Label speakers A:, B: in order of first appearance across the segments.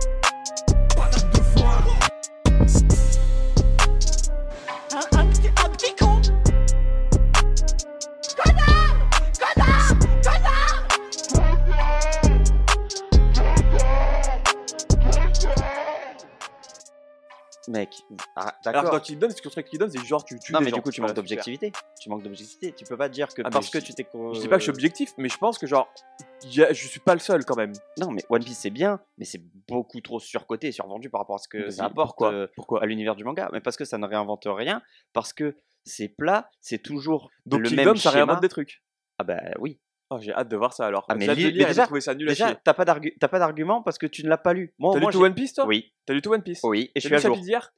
A: Hein, mec. Ah,
B: Alors que
A: D'accord.
B: dans Kill Them, ce qu'on fait avec Kill Them, c'est genre tu tues
A: Non,
B: des
A: mais
B: gens,
A: du coup, tu
B: vois,
A: manques
B: super.
A: d'objectivité. Tu manques d'objectivité. Tu peux pas dire que
B: Ah, mais
A: parce que
B: je-
A: tu t'es.
B: Je dis pas que je suis objectif, mais je pense que genre, y a- je suis pas le seul quand même.
A: euh, Non, mais One Piece c'est bien, mais c'est beaucoup trop surcoté et survendu par rapport à ce que
B: Vas-y,
A: ça apporte
B: pourquoi
A: euh,
B: Pourquoi
A: à l'univers du manga. Mais parce que ça ne réinvente rien, parce que c'est plat, c'est toujours
B: Donc
A: le
B: Kill
A: même
B: Them, ça
A: schéma.
B: réinvente des trucs.
A: Ah bah oui.
B: Oh, j'ai hâte de voir ça alors.
A: Ah,
B: J'ai
A: mais
B: hâte de
A: li-
B: lire
A: mais
B: et de
A: déjà-
B: trouver ça nul à
A: Déjà,
B: chier.
A: t'as pas d'argu- t'as pas d'argument parce que tu ne l'as pas lu. Moi,
B: T'as
A: au
B: lu
A: moins,
B: tout
A: j'ai-
B: One Piece toi
A: Oui,
B: T'as lu tout One Piece
A: oui, et je suis
B: T'as lu
A: à
B: le
A: jour.
B: chapitre d'hier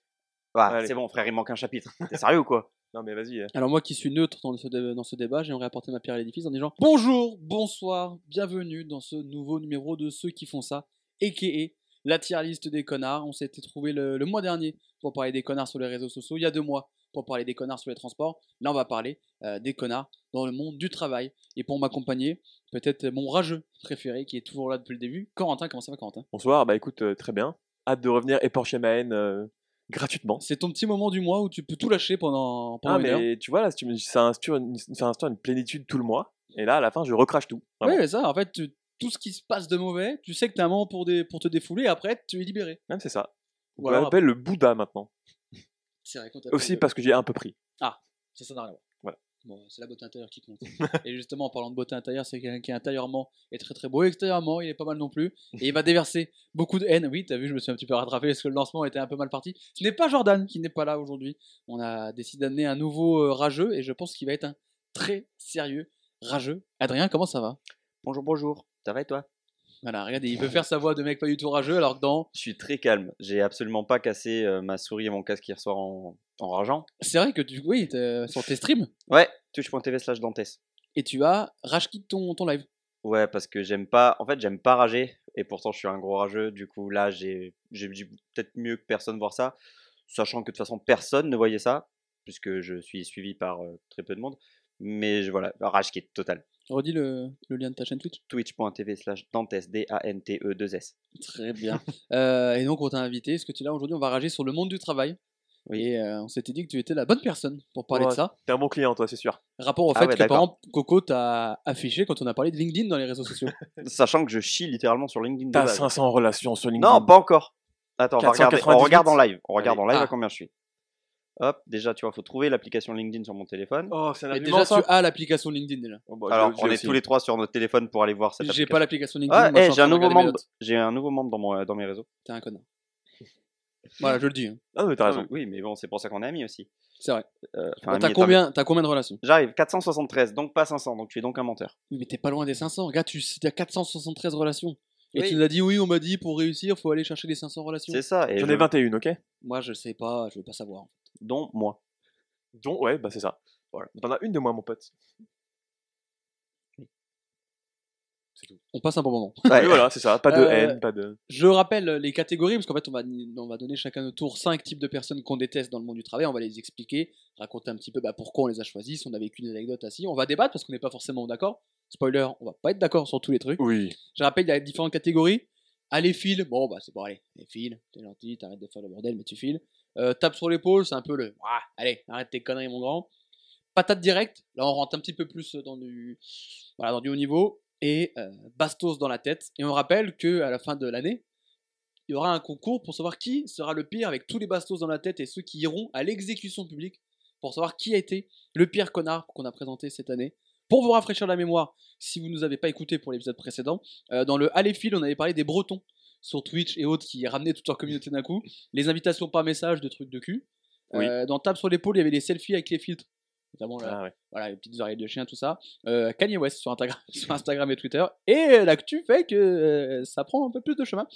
A: Ah,
B: Allez.
A: c'est bon, frère, il manque un chapitre. T'es sérieux ou quoi
B: Non mais vas-y. hein.
C: Alors moi qui suis neutre dans ce, dé- dans ce débat, j'aimerais apporter ma pierre à l'édifice en disant bonjour, bonsoir, bienvenue dans ce nouveau numéro de ceux qui font ça, a.k.a. la tier list des connards. On s'était trouvé le, le mois dernier pour parler des connards sur les réseaux sociaux, il y a deux mois pour parler des connards sur les transports. Là on va parler euh, des connards dans le monde du travail. Et pour m'accompagner, peut-être mon rageux préféré qui est toujours là depuis le début, Corentin, comment ça va Corentin
B: Bonsoir, bah écoute, euh, très bien. Hâte de revenir épancher ma haine euh, gratuitement.
C: C'est ton petit moment du mois où tu peux tout lâcher pendant, pendant
B: ah
C: une heure.
B: mais tu vois là, si tu me dis, ça instaure, une, ça instaure une plénitude tout le mois. Et là, à la fin, je recrache tout.
C: Oui,
B: Vraiment.
C: c'est ça. En fait, tu- tout ce qui se passe de mauvais, tu sais que t'as un moment pour, dé- pour te défouler, et après, tu es libéré.
B: Même c'est ça. On
C: Ou alors- Euh,
B: l'appelle le Bouddha maintenant.
C: C'est vrai qu'on t'a
B: bah, Aussi
C: fait-
B: parce que j'ai un peu pris.
C: Ça, ça n'a rien à voir.
B: Voilà.
C: Bon, c'est la beauté intérieure qui compte. et justement, en parlant de beauté intérieure, c'est quelqu'un qui intérieurement est très très beau, et extérieurement, il est pas mal non plus. Et il va déverser beaucoup de haine. Oui, t'as vu, je me suis un petit peu rattrapé parce que le lancement était un peu mal parti. Ce n'est pas Jordan qui n'est pas là aujourd'hui. On a décidé d'amener un nouveau euh, rageux, et je pense qu'il va être un très sérieux rageux. Adrien, comment ça va
A: Bonjour, bonjour. Ça va et toi
C: Voilà, regardez, il peut faire sa voix de mec pas du tout rageux, alors que dans
A: Je suis très calme. J'ai absolument pas cassé euh, ma souris et mon casque hier soir en, en rageant.
C: C'est vrai que tu, oui, t'es- euh, sur tes streams,
A: Ouais, touche.tv slash Dantes.
C: et tu as rage quitte ton, ton live.
A: Ouais, parce que j'aime pas. En fait, j'aime pas rager. Et pourtant, je suis un gros rageux. Du coup, là, j'ai j'ai dû peut-être mieux que personne voir ça. Sachant que de toute façon, personne ne voyait ça. Puisque je suis suivi par euh, très peu de monde. Mais je- voilà, rage qui est totale.
C: Redis le, le lien de ta chaîne Twitch.
A: Twitch.tv slash Dantes, D-A-N-T-E 2S.
C: Très bien. Euh, et donc, on t'a invité, parce que tu es là aujourd'hui, on va rager sur le monde du travail.
A: Oui.
C: Et euh, on s'était dit que tu étais la bonne personne pour parler
B: Ouais.
C: de ça.
B: T'es un bon client toi, c'est sûr.
C: Rapport au
A: Ah
C: fait
A: ouais,
C: que, par
A: d'accord.
C: exemple, Coco t'a affiché quand on a parlé de LinkedIn dans les réseaux sociaux.
A: Sachant que je chie littéralement sur LinkedIn. de
B: T'as
A: base.
B: 500 relations sur LinkedIn.
A: Non, pas encore. Attends, on va regarder. On
B: 498.
A: regarde en live. On regarde
B: Allez.
A: en live
C: Ah.
A: à combien je suis. Hop, déjà, tu vois, faut trouver l'application LinkedIn sur mon téléphone.
B: Oh, c'est un
C: et
B: argument,
C: déjà, tu
B: ça.
C: as l'application LinkedIn déjà.
B: Oh, bah, je-
A: Alors,
B: je
A: on est
B: aussi.
A: tous les trois sur notre téléphone pour aller voir cette
C: J'ai
A: application.
C: pas l'application LinkedIn.
A: Ah,
C: moi, je
A: eh,
C: suis en
A: j'ai un
C: train de
A: nouveau
C: regarder mes
A: membre.
C: notes.
A: J'ai un nouveau membre dans, mon, euh, dans mes réseaux.
C: T'es un connard. voilà, je le dis. hein.
B: Ah, mais t'as raison.
A: Oui, mais bon, c'est pour ça qu'on est amis aussi.
C: C'est vrai.
A: Euh, enfin,
C: Bon,
A: amis
C: T'as
A: étant-
C: combien, t'as combien de relations
A: J'arrive, 473, donc pas 500, donc tu es donc un menteur.
C: Oui, mais t'es pas loin des 500. Regarde, tu as 473 relations. Et
A: Oui.
C: tu nous as dit, oui, on m'a dit, pour réussir, faut aller chercher les 500 relations.
A: C'est ça, et
B: J'en
A: je-
B: ai 21, ok
C: Moi, je sais pas, je veux pas savoir.
A: dont moi.
B: Donc, ouais, bah c'est ça. Voilà. T'en as une de moins, mon pote.
C: On passe un bon moment.
A: Ouais.
B: Et voilà, c'est ça. Pas de
C: Euh,
B: haine, pas de.
C: Je rappelle les catégories, parce qu'en fait, on va, on va donner chacun notre tour 5 types de personnes qu'on déteste dans le monde du travail. On va les expliquer, raconter un petit peu bah, pourquoi on les a choisis, si on a vécu une anecdote assis. On va débattre parce qu'on n'est pas forcément d'accord. Spoiler, on va pas être d'accord sur tous les trucs.
B: Oui.
C: Je rappelle, il y a différentes catégories. Allez, file. Bon, bah, c'est bon, allez. Allez, file. T'es gentil, t'arrêtes de faire le bordel, mais tu files. Euh, tape sur l'épaule, c'est un peu le. Ah, allez, arrête tes conneries, mon grand. Patate directe. Là, on rentre un petit peu plus dans du, voilà, dans du haut niveau. Et euh, bastos dans la tête. Et on rappelle que à la fin de l'année, il y aura un concours pour savoir qui sera le pire avec tous les bastos dans la tête et ceux qui iront à l'exécution publique pour savoir qui a été le pire connard qu'on a présenté cette année. Pour vous rafraîchir la mémoire, si vous ne nous avez pas écouté pour l'épisode précédent, euh, dans le Allez Fil, on avait parlé des Bretons sur Twitch et autres qui ramenaient toute leur communauté d'un coup. Les invitations par message de trucs de cul. Euh, dans Table sur l'épaule, il y avait des selfies avec les filtres. Notamment là,
B: Ah, ouais.
C: voilà, les petites oreilles de chien, tout ça. Euh, Kanye West sur Instagram, sur Instagram et Twitter. Et l'actu fait que euh, ça prend un peu plus de chemin.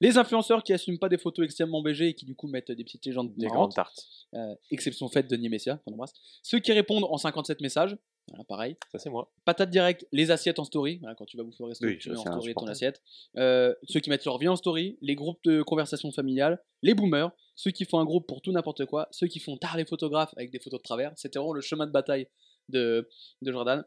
C: Les influenceurs qui assument pas des photos extrêmement BG et qui du coup mettent des petites légendes
B: Des grandes
C: marrantes.
B: tartes.
C: Euh, exception faite de Messia, qu'on embrasse. Ceux qui répondent en 57 messages, voilà, pareil.
B: Ça, c'est moi.
C: Patate directe, les assiettes en story. Voilà, quand tu vas bouffer au resto,
A: Oui,
C: tu
A: ça,
C: mets en
A: c'est
C: story ton
A: insupportable.
C: assiette. Euh, ceux qui mettent leur vie en story, les groupes de conversation familiale, les boomers, ceux qui font un groupe pour tout n'importe quoi, ceux qui font tard les photographes avec des photos de travers. C'était vraiment le chemin de bataille de, de Jordan.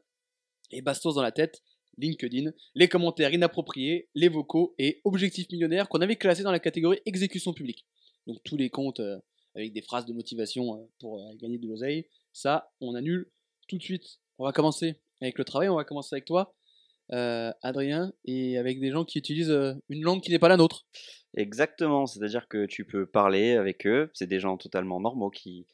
C: Et bastos dans la tête, LinkedIn, les commentaires inappropriés, les vocaux et objectifs millionnaires qu'on avait classés dans la catégorie exécution publique. Donc tous les comptes euh, avec des phrases de motivation euh, pour euh, gagner de l'oseille, ça, on annule tout de suite. On va commencer avec le travail, on va commencer avec toi. euh, Adrien, et avec des gens qui utilisent euh, une langue qui n'est pas la nôtre.
A: Exactement, c'est-à-dire que tu peux parler avec eux, c'est des gens totalement normaux qui...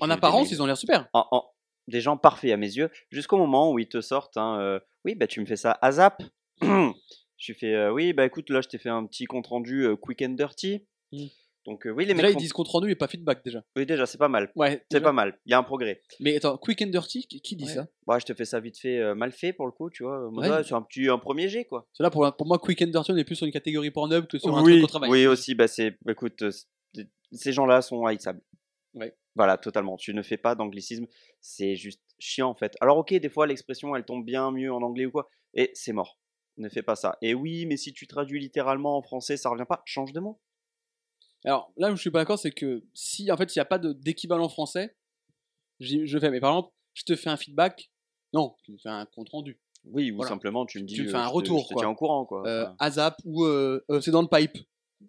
C: En apparence, ils ont l'air super.
A: en- en- des gens parfaits à mes yeux, jusqu'au moment où ils te sortent un euh, oui, bah tu me fais ça à zap. je lui fais euh, oui, bah écoute, là je t'ai fait un petit compte rendu euh, quick and dirty.
C: Mm.
A: Donc euh, oui, les
C: déjà,
A: mecs
C: ils
A: font-
C: disent compte rendu et pas feedback déjà.
A: oui, déjà c'est pas mal.
C: Ouais,
A: C'est
C: déjà.
A: pas mal, il y a un progrès.
C: Mais attends, quick and dirty, qui, qui dit
A: Ouais.
C: ça
A: Bah, je te fais ça vite fait, euh, mal fait pour le coup, tu vois. en mode,
C: Ouais.
A: ah, c'est un petit un premier jet quoi.
C: C'est là pour, pour moi, quick and dirty, on est plus sur une catégorie pornob que sur un
B: Oui,
C: truc au travail.
A: Oui, aussi, bah, c'est, bah, écoute, euh, c'est- ces gens-là sont haïssables.
C: Ouais.
A: Voilà, totalement. Tu ne fais pas d'anglicisme, c'est juste chiant en fait. Alors, ok, des fois, l'expression, elle tombe bien mieux en anglais ou quoi, et c'est mort. Ne fais pas ça. Et oui, mais si tu traduis littéralement en français, ça revient pas, change de mot.
C: Alors là où je suis pas d'accord, c'est que si en fait il n'y a pas de- d'équivalent français, j'y- je fais. Mais par exemple, je te fais un feedback. Non, tu me fais un compte rendu.
A: Oui, ou
C: Voilà.
A: simplement, tu me dis.
C: Tu me fais
A: euh,
C: un
A: je te-
C: retour,
A: Je te
C: quoi.
A: tiens au courant, quoi.
C: Euh,
A: Enfin,
C: ASAP ou euh, euh, c'est dans le pipe.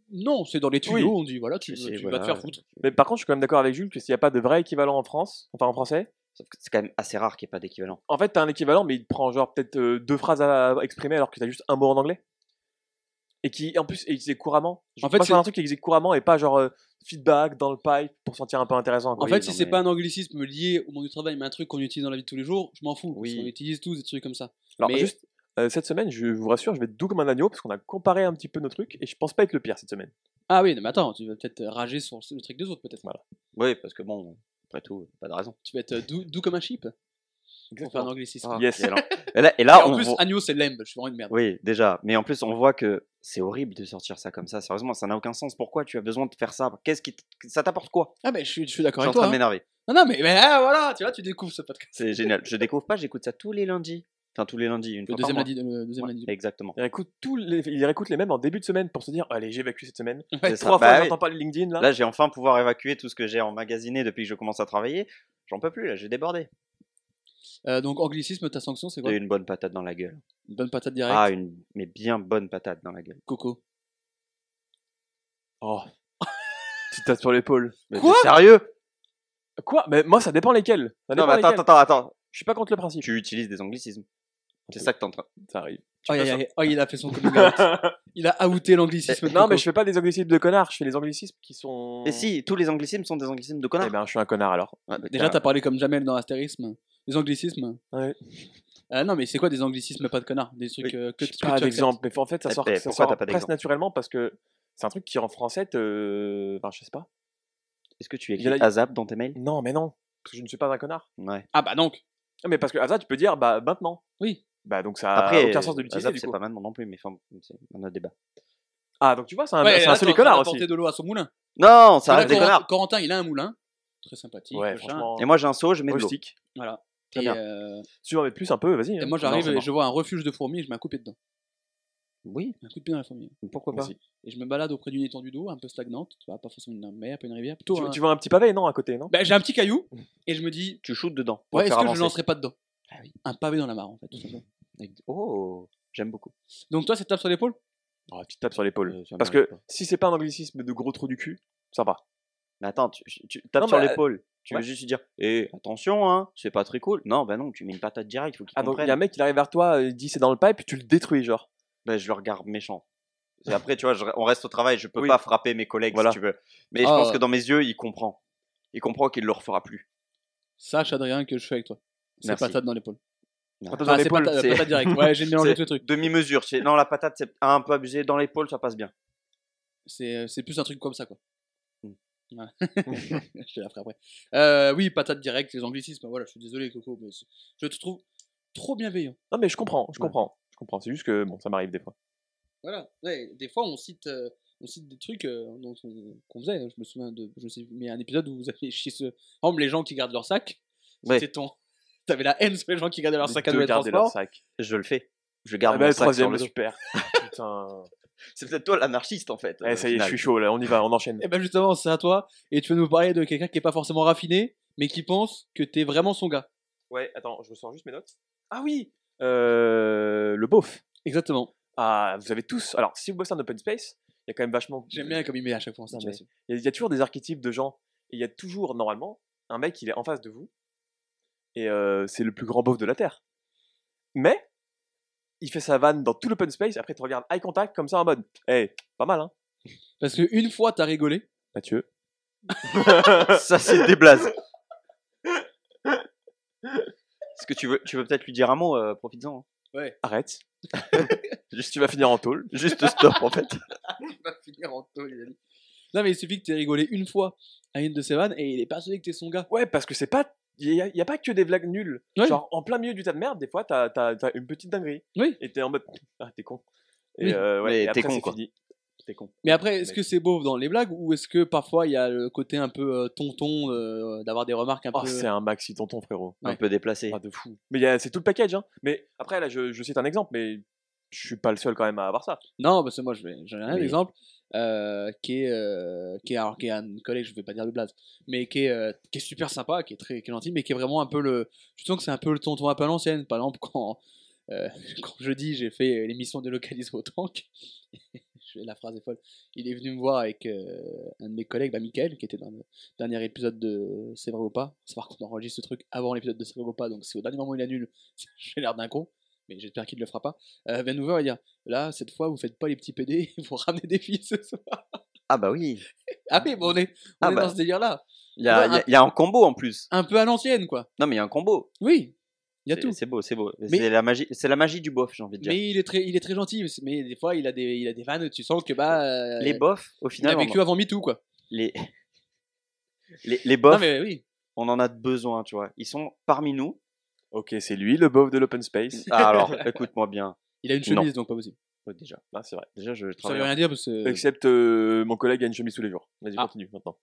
C: Non, c'est dans les tuyaux.
B: Oui.
C: On dit voilà, tu,
A: c'est-
C: tu vas
A: voilà,
C: te faire
A: euh,
C: foutre.
B: Mais par contre, je suis quand même d'accord avec Jules que s'il n'y a pas de vrai équivalent en France, enfin en français,
A: Sauf que c'est quand même assez rare qu'il n'y ait pas d'équivalent.
B: en fait, t'as un équivalent, mais il te prend genre peut-être euh, deux phrases à exprimer alors que t'as juste un mot en anglais. Et qui, en plus, est utilisé couramment. Je
C: En
B: en
C: fait,
B: fait, c'est
C: c'est-
B: un truc qui existe couramment et pas genre euh, feedback dans le pipe pour sentir un peu intéressant.
C: En
B: quoi.
A: Oui,
C: fait, si
A: non,
C: c'est
A: mais-
C: pas un anglicisme lié au monde du travail, mais un truc qu'on utilise dans la vie de tous les jours, je m'en fous.
A: Oui.
C: Parce qu'on utilise tous des trucs comme ça.
B: Alors,
C: mais-
B: juste, euh, cette semaine, je vous rassure, je vais être doux comme un agneau parce qu'on a comparé un petit peu nos trucs et je pense pas être le pire cette semaine.
C: Ah oui, non, mais attends, tu vas peut-être rager sur le truc des autres, peut-être.
A: Oui, parce que bon, après tout, pas de raison.
C: Tu vas être euh, doux, doux comme un chip pour faire un anglicisme.
A: Ah,
B: Yes.
A: Et, alors- et là, et là,
C: Et en
A: on
C: plus,
A: voit-
C: agneau, c'est lamb. Je suis vraiment une merde.
A: Oui, déjà. Mais en plus, on voit que c'est horrible de sortir ça comme ça. Sérieusement, ça n'a aucun sens. Pourquoi tu as besoin de faire ça Qu'est-ce qui t- ça t'apporte quoi
C: Ah, mais je suis, je suis
A: Je
C: d'accord
A: suis en
C: avec
A: train
C: toi.
A: de
C: hein.
A: m'énerver.
C: Non, non, mais, mais, ah, voilà, tu vois, tu découvres ce podcast.
A: C'est génial. Je découvre pas. J'écoute ça tous les lundis. Enfin, tous les lundis, une
C: Le
A: fois
C: deuxième
A: par
C: lundi, le deuxième
A: mois.
C: lundi.
A: Ouais, Exactement.
B: Il réécoute, tous les... il réécoute les mêmes en début de semaine pour se dire Allez, j'évacue cette semaine.
A: C'est ça.
B: Trois
A: Bah
B: fois,
A: oui.
B: j'entends pas le LinkedIn là.
A: Là, j'ai enfin pouvoir évacuer tout ce que j'ai emmagasiné depuis que je commence à travailler. J'en peux plus. Là, j'ai débordé.
C: Euh, donc, anglicisme, ta sanction, c'est quoi
A: J'ai eu une bonne patate dans la gueule.
C: Une bonne patate directe.
A: Ah, une mais bien bonne patate dans la gueule.
C: Coco.
B: Oh. tu te tapes sur l'épaule.
A: Mais
C: Quoi
A: t'es Sérieux
B: Quoi Mais moi, ça dépend lesquels. Ça
A: Non,
B: dépend
A: mais attends,
B: lesquels.
A: attends, attends.
B: Je suis pas contre le principe.
A: Tu utilises des anglicismes. C'est ça que t'es en train.
B: Ça arrive.
C: Oh,
A: peux
C: il a-
A: ça.
C: oh, il a fait son coming out. Il a outé l'anglicisme. de
B: non, mais
C: Coco.
B: je fais pas des anglicismes de connards, je fais les anglicismes qui sont.
C: Mmh.
A: Et si, tous les anglicismes sont des anglicismes de
B: Eh
A: connards.
B: ben, je suis un connard alors.
A: Ouais, mais
C: Déjà, t'as parlé comme Jamel dans Astérisme. Des anglicismes.
B: Ouais.
C: Ah non, mais c'est quoi des anglicismes pas de connard Des trucs
A: Oui,
C: euh, que
A: je
C: tu
B: Pas
C: que tu
B: d'exemple, mais en fait, ça
A: Eh
B: sort,
A: ben,
B: ça
A: pourquoi
B: sort
A: t'as pas
B: presque
A: d'exemple
B: naturellement parce que c'est un truc qui en français te. Enfin, je sais pas.
A: Est-ce que tu
B: y en
A: écris
B: a-
A: ASAP dans tes mails
B: Non, mais non, parce que je ne suis pas un connard.
A: Ouais.
C: acceptes. Ah bah donc.
B: Ah, Mais parce que à ça, tu peux dire bah maintenant.
C: Oui.
B: Bah donc ça a
A: Après,
B: aucun sens de l'utiliser
A: Azap,
B: du
A: c'est
B: coup.
A: pas maintenant non plus, mais enfin, c'est un autre débat.
B: Ah donc tu vois, c'est un,
C: Ouais,
B: c'est
C: là,
B: un semi
C: t'es en train
B: connard
C: d'apporter
B: aussi.
C: de l'eau à son moulin.
A: Non, ça
C: Parce
A: reste
C: que
A: des
C: là,
A: connards.
C: Corentin, Corentin, il a un moulin. Très sympathique.
B: Ouais,
C: machin.
B: franchement.
A: Et moi j'ai un seau, je mets de l'eau.
B: Rustique.
C: Voilà.
A: Très
C: et,
A: bien.
C: euh,
B: Tu en mets plus un peu, vas-y.
C: et
B: hein.
A: Non,
C: moi, j'arrive
A: c'est
C: et
A: mort.
C: je vois un refuge de fourmis et je mets un coupé dedans.
A: Oui,
C: Un coup de pied dans la fourmi.
A: pourquoi
B: Vas-y.
C: Et je me balade auprès d'une étendue d'eau un peu stagnante. Tu vois, pas forcément une mer, pas une rivière. Plutôt
B: Tu,
C: un-
B: tu vois un petit pavé non à côté non
C: Bah, j'ai un petit caillou et je me dis,
A: Tu shootes dedans. pour
C: ouais,
A: faire
C: est-ce que je
A: avancer.
C: ne lancerai pas dedans
A: Ah oui. Mmh.
C: Un pavé dans la mare, en fait. tout simplement.
A: Oh, j'aime beaucoup.
C: Donc, toi, c'est tape sur l'épaule
B: Oh, Tu te tapes sur l'épaule.
A: Euh, ça
B: Parce que
A: m'arrive pas.
B: si c'est pas un anglicisme de gros trou du cul, ça va.
A: Mais attends, tu, tu tapes
B: Non,
A: sur
B: mais, euh,
A: l'épaule. Tu veux
B: ouais.
A: juste lui dire, eh, attention, hein, c'est pas très cool. Non, bah non, tu mets une patate directe, faut qu'il
B: Ah donc il
A: comprenne.
B: y a un mec qui arrive vers toi, euh, il dit c'est dans le pipe, tu le détruis genre.
A: Bah, je le regarde méchant. Et après, tu vois, je- on reste au travail, je peux
B: Oui.
A: pas frapper mes collègues
B: Voilà.
A: si tu veux. Mais je
C: Ah.
A: pense que dans mes yeux, il comprend. Il comprend qu'il le refera plus.
C: Sache, Adrien, que je suis avec toi. C'est
A: Merci.
C: patate dans l'épaule.
A: Patate
C: Ah, c'est patate,
A: c'est-
C: patate direct. Ouais, j'ai mélangé
A: C'est-
C: tous les trucs.
A: Demi-mesure. c'est- Non, la patate, c'est un peu abusé. Dans l'épaule, ça passe bien.
C: C'est euh, c'est plus un truc comme ça, quoi.
A: Hmm.
C: Ouais. je te la ferai après. Euh, oui, patate directe, les anglicismes. Voilà, je suis désolé, Coco, mais c'est- je te trouve trop bienveillant.
B: Non mais je comprends, je
A: Ouais.
B: comprends, je comprends. C'est juste que bon, ça m'arrive des fois.
C: Voilà. Ouais, des fois, on cite, euh, on cite des trucs euh, dont on- qu'on faisait. hein, Je me souviens de, je sais, mais un épisode où vous avez chié ce. Par exemple, les gens qui gardent leur sac.
A: Ouais.
C: C'était ton. T'avais la haine sur les gens qui gardaient leur sac à dos
B: De
C: et
B: garder
C: transport.
B: leur sac.
A: Je le fais. Je
B: Ah
A: garde
B: bah,
A: mon
B: le
A: sac sur
B: troisième
A: le dos.
B: super. Putain.
A: C'est peut-être toi l'anarchiste en fait.
B: Eh, ça y est, je suis chaud là, on y va, on enchaîne.
C: Et ben justement, c'est à toi. Et tu veux nous parler de quelqu'un qui est pas forcément raffiné, mais qui pense que t'es vraiment son gars.
B: Ouais, attends, je ressors juste mes notes. Ah oui euh, Le beauf.
C: Exactement.
B: Ah, vous avez tous. Alors, si vous bossez en open space, il y a quand même vachement.
C: J'aime bien comme il met à chaque fois en
B: Non, mais-
C: situation.
B: Il y, a- il y a toujours des archétypes de gens. Et il y a toujours, normalement, un mec, il est en face de vous. Et euh, c'est le plus grand beauf de la Terre. Mais, il fait sa vanne dans tout l'open space, après tu regardes eye contact comme ça en mode, hey, pas mal hein,
C: Parce que une fois, t'as rigolé.
B: Mathieu.
A: Ça, c'est des blazes. Est-ce que tu veux, tu veux peut-être lui dire un mot euh, Profites-en. hein.
B: Arrête. Juste tu vas finir en tôle.
A: Juste stop, en fait.
C: va finir en tôle, il a dit. Non, mais il suffit que t'aies rigolé une fois à une de ses vannes et il est persuadé que t'es son gars.
B: Ouais, parce que c'est pas. Il n'y a, y a pas que des blagues nulles.
C: Ouais.
B: Genre, en plein milieu du tas de merde, des fois, t'as as, une petite dinguerie.
C: Oui.
B: Et t'es en mode. Ah, t'es con. Et
C: Oui.
B: euh, ouais,
A: Mais
B: et
A: t'es
B: après,
A: con,
B: c'est
A: quoi.
B: fini. T'es con.
C: Mais après, est-ce
B: Mais-
C: que c'est beau dans les blagues ou est-ce que parfois il y a le côté un peu euh, tonton euh, d'avoir des remarques un
B: Oh,
C: peu.
B: c'est un maxi tonton, frérot.
A: Un peu déplacé.
B: Ah, de fou. Mais y a- c'est tout le package, hein. Mais après, là, je, je cite un exemple, mais je suis pas le seul quand même à avoir ça.
C: Non, parce que moi je vais- j'en ai un
B: Oui.
C: exemple euh, qui, est, euh, qui, est, alors, qui est un collègue, je vais pas dire de blaze, mais qui est, euh, qui est super sympa, qui est très qui est gentil, mais qui est vraiment un peu le. Je sens que c'est un peu le tonton un peu à l'ancienne. Par exemple, quand, euh, quand jeudi j'ai fait euh, l'émission de localisme au tank, je- la phrase est folle, il est venu me voir avec euh, un de mes collègues, bah, Michael, qui était dans le dernier épisode de C'est vrai ou pas. C'est vrai qu'on enregistre ce truc avant l'épisode de C'est vrai ou pas, donc si au dernier moment il annule, j'ai l'air d'un con, mais j'espère qu'il ne le fera pas. Euh, vient nous voir et dire Là, cette fois, vous faites pas les petits PD, vous ramenez des filles ce soir.
A: Ah, bah oui.
C: Ah, mais bon, on est, on
A: Ah
C: est
A: bah.
C: dans ce délire-là.
A: Il y a, il y a- il y a un combo en plus.
C: Un peu à l'ancienne, quoi.
A: Non, mais il y a un combo.
C: Oui, il y a
A: C'est-
C: tout.
A: C'est beau, c'est beau.
C: Mais-
A: C'est la magie, c'est la magie du bof, j'ai envie de dire.
C: Mais il est très, il est très gentil. Mais des fois, il a des, il a des vannes. Tu sens que bah, euh,
A: les bofs, au
C: il
A: final,
C: a
A: on
C: vécu
A: en-
C: avant MeToo, quoi.
A: les les, les bofs,
C: Non, mais oui.
A: on en a besoin, tu vois. Ils sont parmi nous.
B: Ok, c'est lui, le bof de l'open space.
A: Ah, alors, écoute-moi bien.
C: Il a une
A: Non.
C: chemise, donc pas possible.
A: Ouais, déjà,
B: Ah, c'est vrai.
A: déjà, je
C: Ça veut
A: travaille.
C: rien dire parce que.
B: Except euh, mon collègue a une chemise tous les jours. Vas-y,
C: Ah.
B: continue maintenant.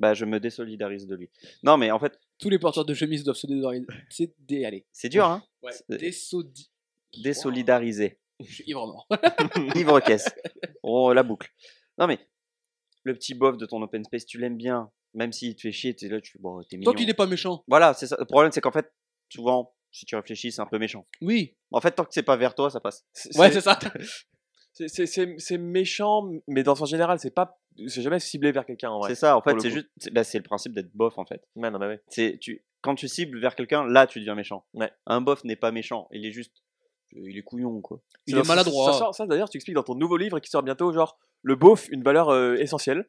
A: Bah, je me désolidarise de lui. Non, mais en fait,
C: Tous les porteurs de chemises doivent se désolidariser. C'est dé... Allez.
A: c'est dur, hein.
C: Ouais.
A: C'est-
C: Désolidariser.
A: Désolidariser.
C: Je suis ivre mort.
A: Livre caisse. Oh, la boucle. Non, mais le petit bof de ton open space, tu l'aimes bien. Même s'il te fait chier, t'es là, tu bon, t'es mignon.
C: Tant qu'il est pas méchant.
A: Voilà, c'est ça. Le problème, c'est qu'en fait, souvent, si tu réfléchis, c'est un peu méchant.
C: Oui.
A: En fait, tant que c'est pas vers toi, ça passe.
C: Ouais, c'est ça.
B: c'est- c'est- c'est- c'est méchant, mais dans son général, c'est pas. C'est jamais ciblé vers quelqu'un en vrai.
A: C'est ça, en fait,
B: le
A: c'est
B: coup.
A: juste. c'est- bah, c'est le principe d'être bof, en fait.
B: Ouais, non, mais ouais.
A: C'est tu quand tu cibles vers quelqu'un, là, tu deviens méchant.
B: Ouais.
A: Un bof n'est pas méchant, il est juste. Il est couillon, quoi.
C: Il
B: Ça-
C: est
B: ça-
C: maladroit.
B: Ça, sort- ça, d'ailleurs, tu expliques dans ton nouveau livre qui sort bientôt, genre le beauf, une valeur euh, essentielle.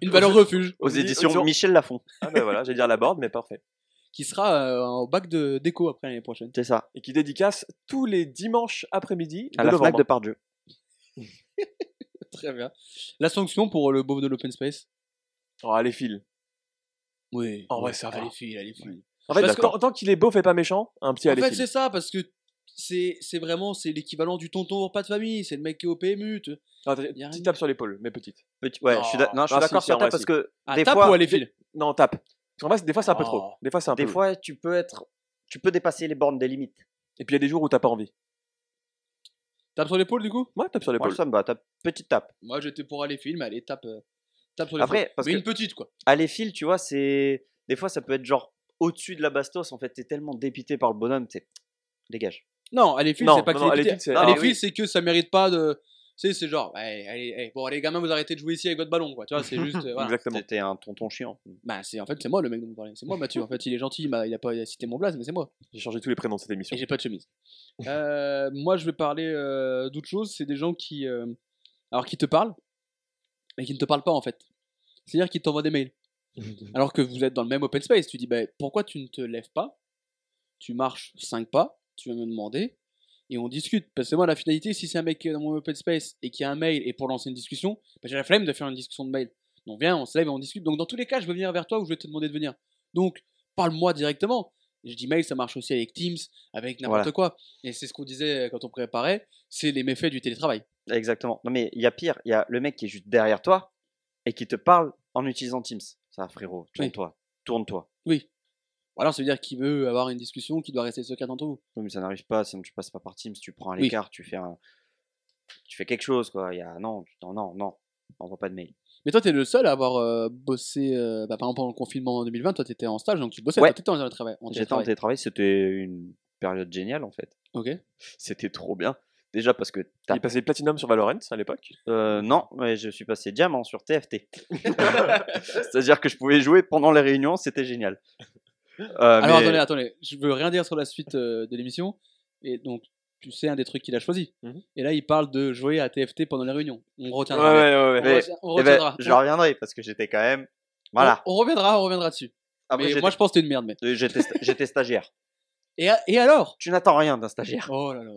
C: Une valeur refuge
A: Aux
B: Ils-
A: éditions
B: ils ont-
A: Michel Lafon.
B: Ah ben voilà, j'allais dire la board, mais parfait.
C: qui sera euh, au bac de déco après l'année prochaine.
A: C'est ça.
B: Et qui dédicace tous les dimanches après-midi de
A: À la Fnac
B: novembre.
A: de Pardieu.
C: Très bien. La sanction pour le beauf de l'open space
B: Oh, allez, file.
C: Oui.
B: En vrai,
A: Ah.
B: ça va.
C: Allez, fille, allez, fille.
B: En fait,
C: Parce que-
B: tant, tant qu'il est beauf et pas méchant, un petit
C: En
B: allez,
C: fait,
B: file.
C: c'est ça, parce que c'est c'est vraiment c'est l'équivalent du tonton au repas de famille, c'est le mec qui est au PMU. tu-
B: Ah, t'as-
C: y a rien
B: petite
C: de-
B: tape sur l'épaule, mais petite.
A: Petit- Ouais, je suis d'a- non, je suis
B: Ah, si,
A: d'accord
B: si,
A: sur
B: en
A: ta
B: vrai,
A: parce
B: si.
A: que
C: Ah,
A: des
C: tape
A: fois,
C: ou allez, file
B: Non, tape. Parce qu'en vrai, c'est- des fois, c'est un peu
C: Oh.
B: trop. Des fois, c'est un
A: des
B: peu.
A: fois, tu peux être, tu peux dépasser les bornes des limites.
B: Et puis, il y a des jours où t'as pas envie.
C: Tape sur l'épaule, du coup
B: Ouais, tape sur
A: Moi,
B: l'épaule.
A: ça me va. Tape, petite tape.
C: Moi, j'étais pour aller file, mais allez, tape, euh, tape sur l'épaule.
A: Après, parce
C: mais
A: que
C: une petite, quoi.
A: à l'effil, tu vois, c'est des fois, ça peut être genre au-dessus de la bastos. En fait, t'es tellement dépité par le bonhomme, t'es dégage.
C: Non, allez, file,
B: Non,
C: c'est pas que
B: non, non, allez,
C: c'est
B: file, c'est-
C: limité. Allez,
A: Ah, oui.
C: file, c'est que ça mérite pas de. Tu sais, c'est genre, ouais, allez, allez, bon, les gamins, vous arrêtez de jouer ici avec votre ballon, quoi. Tu vois, c'est juste. euh, voilà.
B: Exactement.
A: T'es un tonton chiant.
C: Bah, c'est en fait, c'est moi le mec dont vous parlez. C'est moi, Mathieu. En fait, il est gentil, il m'a- il a pas cité mon blaze, mais c'est moi.
B: J'ai changé tous les prénoms de cette émission.
C: Et j'ai pas de chemise. Euh, moi, je vais parler euh, d'autre chose. C'est des gens qui, euh, alors, qui te parlent, mais qui ne te parlent pas en fait. C'est-à-dire qu'ils t'envoient des mails. Alors que vous êtes dans le même open space. Tu dis, bah, pourquoi tu ne te lèves pas Tu marches 5 pas, tu vas me demander, et on discute. Parce que moi, la finalité, si c'est un mec qui est dans mon open space et qui a un mail et pour lancer une discussion, bah, j'ai la flemme de faire une discussion de mail. Donc, viens, on se lève et on discute. Donc, dans tous les cas, je vais venir vers toi ou je vais te demander de venir. Donc, parle-moi directement. Je dis mail, ça marche aussi avec Teams, avec n'importe quoi. Et c'est ce qu'on disait euh, quand on préparait, c'est les méfaits du télétravail.
A: Exactement. Non mais il y a pire. Il y a le mec qui est juste derrière toi et qui te parle en utilisant Teams. Ça, frérot, tourne-toi, tourne-toi.
C: Ou alors ça veut dire qu'il veut avoir une discussion qui doit rester secrète entre vous.
A: Non mais ça n'arrive pas. Sinon, tu passes pas par Teams. Tu prends à
C: Oui.
A: l'écart. Tu fais un, tu fais quelque chose quoi. Il y a non, tu- non, non, non. On voit pas de mail.
C: Mais toi, t'es le seul à avoir euh, bossé, euh, bah, par exemple pendant le confinement en 2020, toi t'étais en stage, donc tu bossais,
A: Ouais.
C: toi t'étais en télétravail. en
A: J'étais en
C: télétravail.
A: télétravail, c'était une période géniale en fait.
C: Ok.
A: C'était trop bien. Déjà parce que t'as-
C: bah,
B: Il passait platinum sur Valorant à l'époque.
C: mmh.
A: Euh, non, mais je suis passé diamant sur TFT. C'est-à-dire que je pouvais jouer pendant les réunions, c'était génial. Euh,
C: Alors
A: mais-
C: attendez, attendez, je veux rien dire sur la suite euh, de l'émission. Et donc, tu sais un des trucs qu'il a choisi.
B: Mhm.
C: Et là, il parle de jouer à TFT pendant les réunions. On
B: Ouais,
C: retiendra.
B: ouais, ouais.
C: On,
B: ouais.
A: Mais-
C: re- on
A: Eh ben,
C: retiendra.
A: je reviendrai parce que j'étais quand même. Voilà.
C: On, on reviendra, on reviendra dessus.
A: Après,
C: Oh, mais
A: j'étais-
C: moi, je pense que c'était une merde, mais.
A: euh, j'étais sta- j'étais stagiaire.
C: Et, a- et alors
A: Tu n'attends rien d'un stagiaire.
C: Oh là là.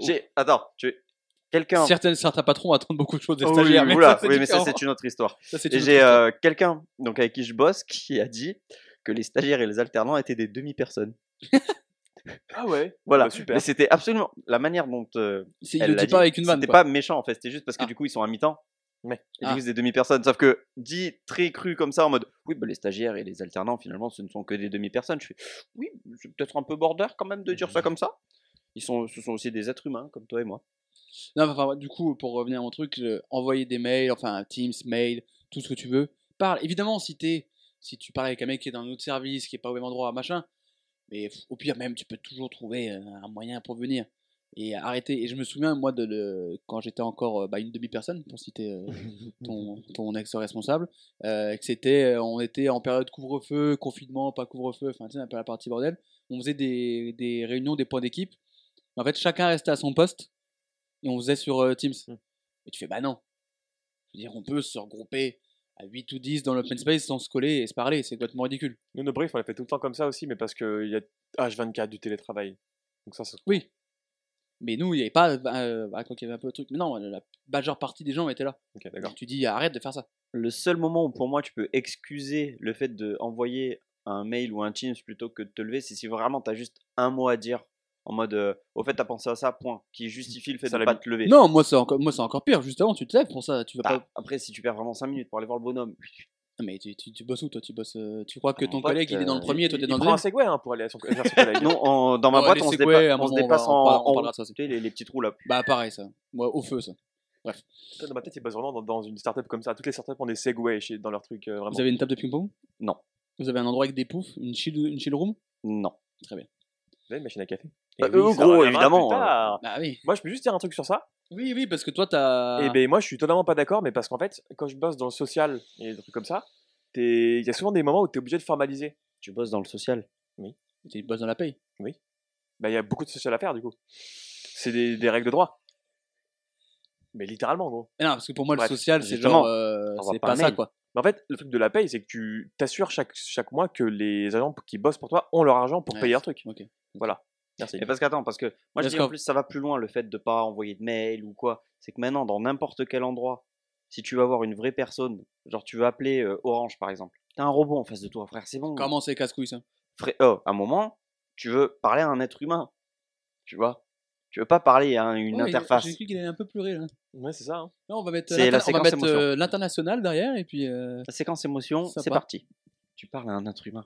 A: J'ai. Attends, tu. Quelqu'un.
C: Certaines, certains patrons attendent beaucoup de choses des
B: Oh oui,
C: stagiaires. mais
A: Oula,
C: ça, c'est
A: oui, mais ça,
C: différent.
A: c'est une autre histoire.
C: Ça, c'est
A: Et
C: une
A: j'ai
C: autre
A: euh, quelqu'un donc avec qui je bosse qui a dit que les stagiaires et les alternants étaient des demi-personnes.
B: Ah ouais.
A: Voilà.
B: Bah, super.
A: Mais c'était absolument la manière dont euh,
C: chose. C'est- Oh, Il
A: elle
C: le
A: l'a
C: dit
A: dit,
C: pas avec une vanne.
A: C'était
C: quoi.
A: pas méchant en fait, c'était juste parce que
C: Ah.
A: du coup ils sont à mi-temps.
B: Ouais.
A: Et
C: Ah.
A: du coup c'est des demi-personnes. Sauf que dit très cru comme ça en mode oui, bah, les stagiaires et les alternants finalement ce ne sont que des demi-personnes. Je fais oui, c'est peut-être un peu border quand même de dire
C: Mmh.
A: ça comme ça. Ils sont, ce sont aussi des êtres humains comme toi et moi.
C: Non, mais enfin, du coup, pour revenir à mon truc, euh, envoyer des mails, enfin, Teams, mail, tout ce que tu veux. Parle. Évidemment, si t'es, si tu parles avec un mec qui est dans un autre service, qui est pas au même endroit, machin. Mais pff, au pire, même, tu peux toujours trouver euh, un moyen pour venir et arrêter. Et je me souviens, moi, de le- quand j'étais encore euh, bah, une demi-personne, pour citer euh, ton, ton ex-responsable, euh, que c'était, euh, on était en période couvre-feu, confinement, pas couvre-feu, enfin, tu sais, un peu la partie bordel. On faisait des, des réunions, des points d'équipe. En fait, chacun restait à son poste et on faisait sur euh, Teams.
A: Mmh.
B: Mm.
C: Et tu fais, bah non. Je veux dire, on peut se regrouper à 8 ou 10 dans
A: Mmh.
C: l'open space sans se coller et se parler, c'est complètement ridicule.
B: Nous, nos briefs, on les fait tout le temps comme ça aussi, mais parce qu'il y a H24 du télétravail. Donc ça, ça se-
C: Oui. Mais nous, il n'y avait pas, euh, bah, quoi qu'il y avait un peu de truc, mais non, la majeure partie des gens étaient là.
B: Ok, d'accord.
C: Tu dis, arrête de faire ça.
A: Le seul moment où pour moi tu peux excuser le fait d'envoyer un mail ou un Teams plutôt que de te lever, c'est si vraiment tu as juste un mot à dire en mode euh, au fait tu as pensé à ça, point, qui justifie le fait
B: Ça
A: de
B: l'a
A: pas te lever.
C: Non, moi c'est encore, moi, c'est encore pire, justement, tu te lèves pour ça, tu vas
A: Bah,
C: pas.
A: après, si tu perds vraiment 5 minutes pour aller voir le bonhomme,
C: Non, Mais tu, tu- tu bosses où toi Tu bosses. euh, tu crois que
A: Ah, mon
C: ton
A: pote,
C: collègue il est dans le
A: euh,
C: premier et toi
B: Il-
C: t'es
B: il
C: dans le
B: prend un
C: deuxième
B: Segway hein, pour aller à son vers son collègue.
A: Non, on- dans ma
C: Ouais,
A: boîte,
C: les
A: on se,
C: Segway, à un
A: dépa- on
C: moment,
A: se
C: on va-
A: dépasse
C: on
A: en,
C: parlera- on
A: en
C: parlera de ça, c'est-
A: tu sais, les, les petits trous là.
C: Bah pareil ça. Moi, au feu ça.
B: Putain, Dans ma tête, ils bossent vraiment dans, dans une startup comme ça. Toutes les startups ont des Segway chez- dans leur truc, euh, vraiment.
C: Vous avez une table de ping-pong
A: Ah Non.
C: Vous avez un endroit avec des poufs Une chill, une chill room
A: Non.
B: Vous avez une machine à café
A: Bah,
B: Eh
A: euh,
B: ça
A: gros,
B: reviendra
A: évidemment,
B: plus tard.
C: Ah oui.
B: hein. Moi, je peux juste dire un truc sur ça.
C: Oui, oui, parce que toi, t'as.
A: Eh
B: Et ben moi, je suis totalement pas d'accord, mais parce qu'en fait, quand je bosse dans le social et des trucs comme ça, t'es- il y a souvent des moments où tu es obligé de formaliser.
A: Tu bosses dans le social.
C: T'es boss dans la paye.
B: Bah, il y a beaucoup de social à faire, du coup. C'est des, des règles de droit. Mais littéralement, gros.
C: Mais Eh non, parce que pour moi,
B: Bref,
C: le social, c'est
A: justement,
C: genre. euh,
A: on va
C: c'est
A: pas
C: pas
A: un
C: ça,
A: mail.
C: quoi.
B: Mais en fait, le truc de la paye, c'est que tu t'assures chaque, chaque mois que les agents qui bossent pour toi ont leur argent pour
C: Ouais,
B: payer leur truc.
C: Ok.
B: Voilà. Merci.
A: Et parce qu'attends, parce que moi je
C: Parce
A: dis en
C: qu'en-
A: plus ça va plus loin le fait de pas envoyer de mail ou quoi. C'est que maintenant dans n'importe quel endroit, si tu vas voir une vraie personne, genre tu vas appeler euh, Orange par exemple, t'as un robot en face de toi, frère, c'est bon.
C: Comment c'est casse-couille, ça
A: Fré- oh, à un moment, tu veux parler à un être humain, tu vois. Tu veux pas parler à un- une
C: Ouais, il-
A: interface.
C: J'ai cru qu'il allait un peu pleurer, là.
B: Ouais, c'est ça. hein.
C: Non, on va mettre, euh,
A: C'est la
C: l'interna- on va
A: séquence
C: mettre euh, l'international derrière, et puis. euh,
A: La séquence émotion,
C: Sympa.
A: c'est parti. Tu parles à un être humain.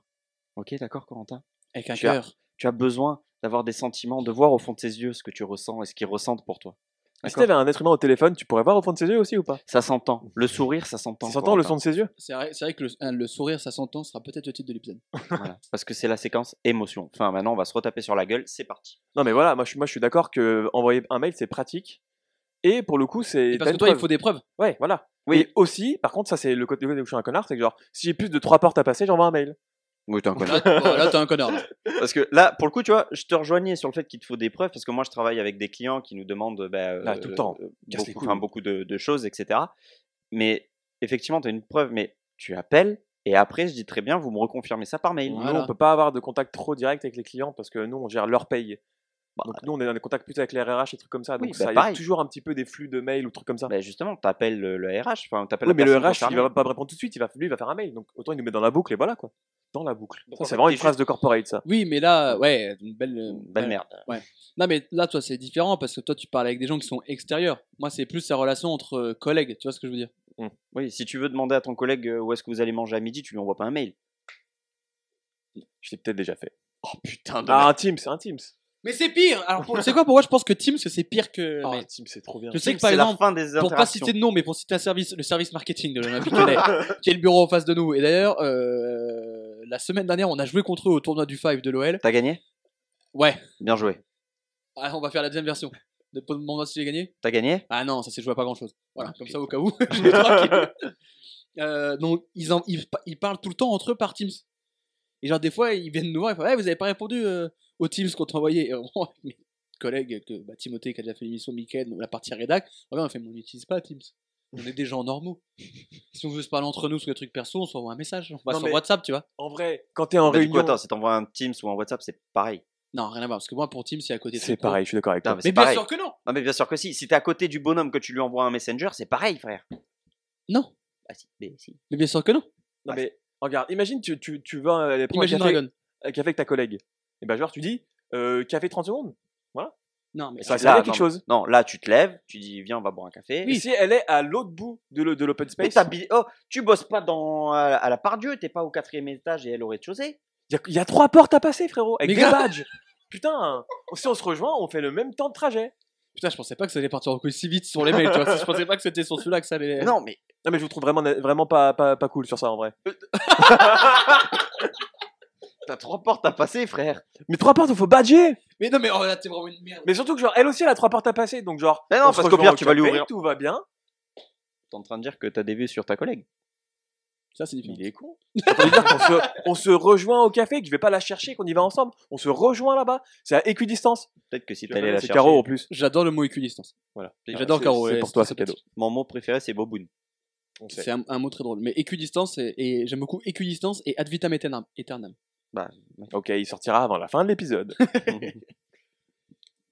A: Ok, d'accord, Corentin
C: avec un
A: Tu as-
C: cœur.
A: tu as besoin d'avoir des sentiments, de voir au fond de ses yeux ce que tu ressens et ce qu'ils ressentent pour toi.
B: Mais Si
A: D'accord
B: t'avais un être humain au téléphone, tu pourrais voir au fond de ses yeux aussi ou pas
A: Ça s'entend. Le sourire, ça s'entend.
B: Tu s'entends le son
A: Corentin.
B: de ses yeux
C: C'est vrai, c'est vrai que le, hein, le sourire, ça s'entend, sera peut-être le titre de l'épisode.
A: Voilà. Parce que c'est la séquence émotion. Enfin, maintenant, on va se retaper sur la gueule. C'est parti.
B: Non, mais voilà, moi je, suis- moi, je suis d'accord que envoyer un mail, c'est pratique. Et pour le coup, c'est.
C: Et
B: t'as
C: parce que
B: une
C: toi, il
B: preuve.
C: faut des preuves.
B: Ouais, voilà.
A: Oui.
B: Et aussi, par contre, ça c'est le côté où je suis un connard, c'est que genre, si j'ai plus de trois portes à passer, j'envoie un mail.
A: Oui, t'es un
C: Là, t- oh, là, t'es un connard. là.
A: Parce que là, pour le coup, tu vois, je te rejoignais sur le fait qu'il te faut des preuves, parce que moi, je travaille avec des clients qui nous demandent bah, euh,
B: Ah, tout le temps.
A: euh,
B: Casse les
A: beaucoup,
B: couilles.
A: enfin, beaucoup de, de choses, etc. Mais effectivement, tu as une preuve, mais tu appelles, et après, je dis très bien, vous me reconfirmez ça par mail.
B: Nous,
C: Voilà.
B: on peut pas avoir de contact trop direct avec les clients parce que nous, on gère leur paye. donc nous, on est dans des contacts plus avec les RH et trucs comme ça.
A: Bah, Oui,
B: Donc
A: bah,
B: ça, il y a
A: pareil.
B: toujours un petit peu des flux de mails ou trucs comme ça.
A: Bah, justement, tu appelles le, le RH, enfin, t'appelles
B: Oui,
A: la
B: mais le
A: personne
B: RH, il
A: concernée.
B: va pas me répondre tout de suite, il va, lui, il va faire un mail. Donc autant il nous met dans la boucle et voilà quoi. Dans la boucle.
A: Donc,
B: Ça,
A: en
B: c'est
A: fait,
B: vraiment
A: t'es
B: une phrase de corporate ça.
C: Oui, mais là, ouais, une belle. euh,
A: Une Belle
C: ouais.
A: merde.
C: Non, mais là, toi, c'est différent parce que toi, tu parles avec des gens qui sont extérieurs. Moi, c'est plus la relation entre euh, collègues, tu vois ce que je veux dire
A: Oui, si tu veux demander à ton collègue euh, où est-ce que vous allez manger à midi, tu lui envoies pas un mail.
B: Je l'ai peut-être déjà fait.
A: Oh putain de
B: Ah, un Teams, un Teams.
C: Mais c'est pire Alors, pour- c'est quoi Pourquoi je pense que Teams, c'est pire que.
B: Ah,
C: mais-
B: un Teams, c'est trop bien.
C: Je sais que par exemple,
A: la fin des
C: pour pas citer de nom, mais pour citer un service, le service marketing de l'Olympique Lyonnais, qui est le bureau en face de nous. Et d'ailleurs, euh, la semaine dernière, on a joué contre eux au tournoi du Five de l'OL.
A: T'as gagné
C: Ouais,
A: Bien joué.
C: Ah, on va faire la deuxième version. De demande si j'ai gagné.
A: T'as gagné
C: Ah non, ça s'est joué à pas grand chose. Voilà,
A: Ah,
C: comme ça au cas où. je l'ai traqué. Euh, donc ils, en- ils, pa- ils parlent tout le temps entre eux par Teams. «Eh, Et genre des fois ils viennent nous voir, ils font, Ouais, vous avez pas répondu euh, au Teams qu'on t'a envoyé. Et on- mais collègues, que, bah, Timothée qui a déjà fait l'émission, Mickaël, la partie rédac, on fait, mais on n'utilise pas Teams. On est des gens normaux. si on veut se parler entre nous sur des trucs perso, on s'envoie un message. On va
B: Non,
C: sur
B: mais-
C: WhatsApp, tu vois.
B: En vrai, quand t'es en
A: Bah, du coup,
B: réunion,
A: attends, si t'envoies un Teams ou un WhatsApp, c'est pareil.
C: Non, rien à voir, parce que moi, pour Teams, c'est à côté de
B: c'est
C: ton pro.
B: pareil, je suis d'accord avec
A: Non,
B: toi.
A: mais
C: Mais
A: c'est
C: bien
A: pareil.
C: sûr que non
A: Non, mais bien sûr que si. Si t'es à côté du bonhomme que tu lui envoies un messenger, c'est pareil, frère.
C: Non,
A: Bah, si, mais si.
C: mais bien sûr que non.
B: Non, mais regarde, imagine, tu, tu, tu vas euh, aller prendre
C: Imagine
B: un café,
C: Dragon.
B: un café avec euh, ta collègue. Et ben, genre, tu dis euh, café 30 secondes.
C: Non, mais
A: Et
B: Ça
A: là,
B: sert à quelque
A: non,
B: chose.
A: Non, là, tu te lèves, tu dis, viens, on va boire un café.
B: Et Si elle est à l'autre bout de le- de l'open
A: Mais
B: space,
A: t'habilles- oh, tu bosses pas dans, à, la- à la part Dieu, t'es pas au quatrième étage et elle au rez-de-chaussée.
B: il y, a- y a trois portes à passer, frérot, avec
C: Mais
B: des
C: grave.
B: badges. Putain, si on se rejoint, on fait le même temps de trajet.
C: Putain, je pensais pas que ça allait partir en couille si vite sur les mails, tu vois. Je pensais pas que c'était sur celui-là que ça allait.
A: Non, mais
B: Non, mais je vous trouve vraiment, vraiment pas, pas, pas cool sur ça en vrai.
A: t'as trois portes à passer, frère.
B: Mais trois portes, il faut badger
C: Mais non, mais oh, là, t'es vraiment une merde.
B: Mais surtout que, genre, elle aussi, elle a trois portes à passer. Donc, genre,
A: Mais non,
B: on se
A: parce qu'au
B: rejoint
A: pire,
B: au
A: tu vas lui
B: café,
A: ouvrir.
B: Tout va bien.
A: T'es en train de dire que t'as des vues sur ta collègue.
C: Ça, c'est différent.
B: est con. Ça veut dire qu'on se, on se rejoint au café, que je vais pas la chercher, qu'on y va ensemble. On se rejoint là-bas. C'est à équidistance.
A: Peut-être que si
B: C'est
A: t'allais la chercher.
B: Caro en plus.
C: J'adore le mot équidistance.
B: Voilà.
C: J'adore Caro.
B: Ah, C'est
C: ouais,
B: pour toi, c'est cadeau.
C: sympathique.
A: Mon mot préféré, c'est Boboun.
B: On sait.
C: C'est un, un mot très drôle. Mais équidistance, et, et j'aime beaucoup équidistance et ad vitam aeternam. aeternam.
B: Ok, il sortira avant la fin de l'épisode.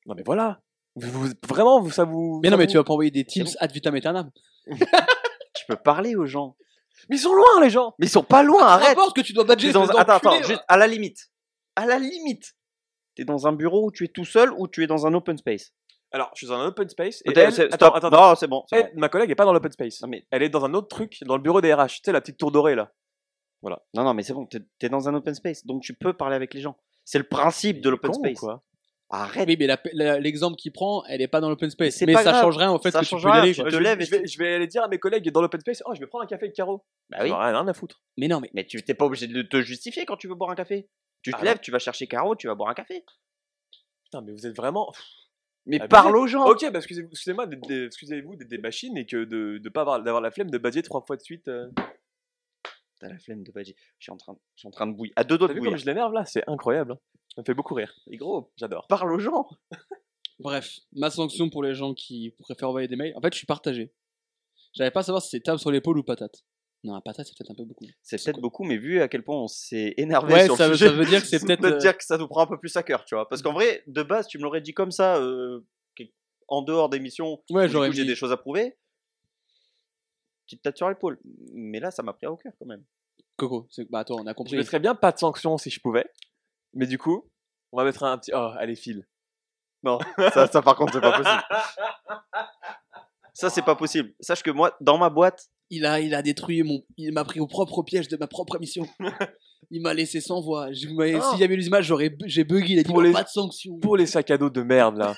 B: non, mais voilà. Vous- vous- vraiment, vous, ça vous.
C: Mais
B: ça
C: non, mais
B: vous-
C: tu vas pas envoyer des Teams
A: bon.
C: ad vitam aeternam.
A: tu peux parler aux gens.
B: Mais ils sont loin, les gens
A: Mais ils sont pas loin, arrête.
C: Importe que tu dois badger.
A: T'es dans...
C: espèce
A: Attends, attends,
C: d'enculé,
A: juste
C: va.
A: à la limite. À la limite. T'es dans un bureau où tu es tout seul ou tu es dans un open space.
B: Alors, je suis dans un open space. Et
A: T'es-
B: elle-
A: c'est-
B: attends,
A: stop.
B: attends,
A: Non, c'est bon. c'est
B: elle-
A: bon.
B: ma collègue est pas dans l'open space.
A: Non, mais-
B: Elle est dans un autre truc, dans le bureau des RH. Tu sais, la petite tour dorée là.
A: Non, non, mais c'est bon. T'es t'es dans un open space, donc tu peux parler avec les gens. C'est le principe de l'open
B: Con ou
A: space.
B: quoi
A: Arrête.
C: Oui, mais la- la- l'exemple qu'il prend, elle est pas dans l'open space.
A: c'est
C: Mais
A: pas
C: ça
A: grave.
C: change rien au fait
A: Ça
C: que tu
A: change
C: peux y
A: rien,
C: aller,
A: tu
C: quoi.
A: te lèves et
B: je, vais, je vais aller dire à mes collègues dans l'open space Oh, je vais prendre un café avec Caro.
A: Bah oui.
B: J'en ai rien à foutre.
C: Mais non, mais.
A: Mais tu t'es pas obligé de te justifier quand tu veux boire un café. Tu te
B: Ah non.
A: lèves, tu vas chercher Caro, tu vas boire un café.
B: Putain, mais vous êtes vraiment.
A: Mais
B: Abusé.
A: parle aux gens.
B: Ok, bah excusez-vous- excusez-moi d'être des- excusez-vous d'être des machines et que de ne pas avoir d'avoir la flemme de badier trois fois de suite. euh.
A: T'as la flemme de badger. Je suis en train, je suis en train de bouillir. À deux doigts
B: T'as
A: de
B: vu comme
A: bouillir.
B: je l'énerve là C'est incroyable. hein. Ça me fait beaucoup rire.
A: Mais gros,
B: J'adore.
A: parle aux gens.
C: Bref, ma sanction pour les gens qui préfèrent envoyer des mails. En fait, je suis partagé. J'avais pas à savoir si c'est table sur l'épaule ou patate. Non, patate, c'est peut-être un peu beaucoup.
A: C'est
C: C'est
A: peut-être
C: quoi
A: beaucoup, mais vu à quel point on s'est énervé
C: Ouais,
A: sur
C: ça,
A: le
C: veut-
A: sujet,
C: ça veut dire que c'est
A: ça
C: peut-être.
A: doit
C: euh,
A: dire que ça nous prend un peu plus à cœur, tu vois. Parce qu'en vrai, de base, tu me l'aurais dit comme ça, euh, qu'est- en dehors des missions,
C: Ouais,
A: où du
C: j'aurais
A: coup, j'ai
C: mis-
A: des choses à prouver. Petite tête sur l'épaule. Mais là, ça m'a pris au cœur quand même.
C: Coco, c'est- bah attends, on a
B: Je
C: compris.
B: mettrais bien pas de sanction si je pouvais. Mais du coup, on va mettre un petit. Oh, allez, file.
A: Ça, ça, par contre, c'est pas possible. Ça, c'est pas possible. Sache que moi, dans ma boîte,
C: Il a, il a détruit mon. Il m'a pris au propre piège de ma propre mission. il m'a laissé sans voix. Je- vous
A: Oh.
C: m'avez-
B: Ah.
C: S'il y avait eu les images, j'aurais, bu- j'ai bugué. Il a dit
B: Pour
C: non,
B: les-
C: pas de sanction.
B: Pour les sacs à dos de merde là.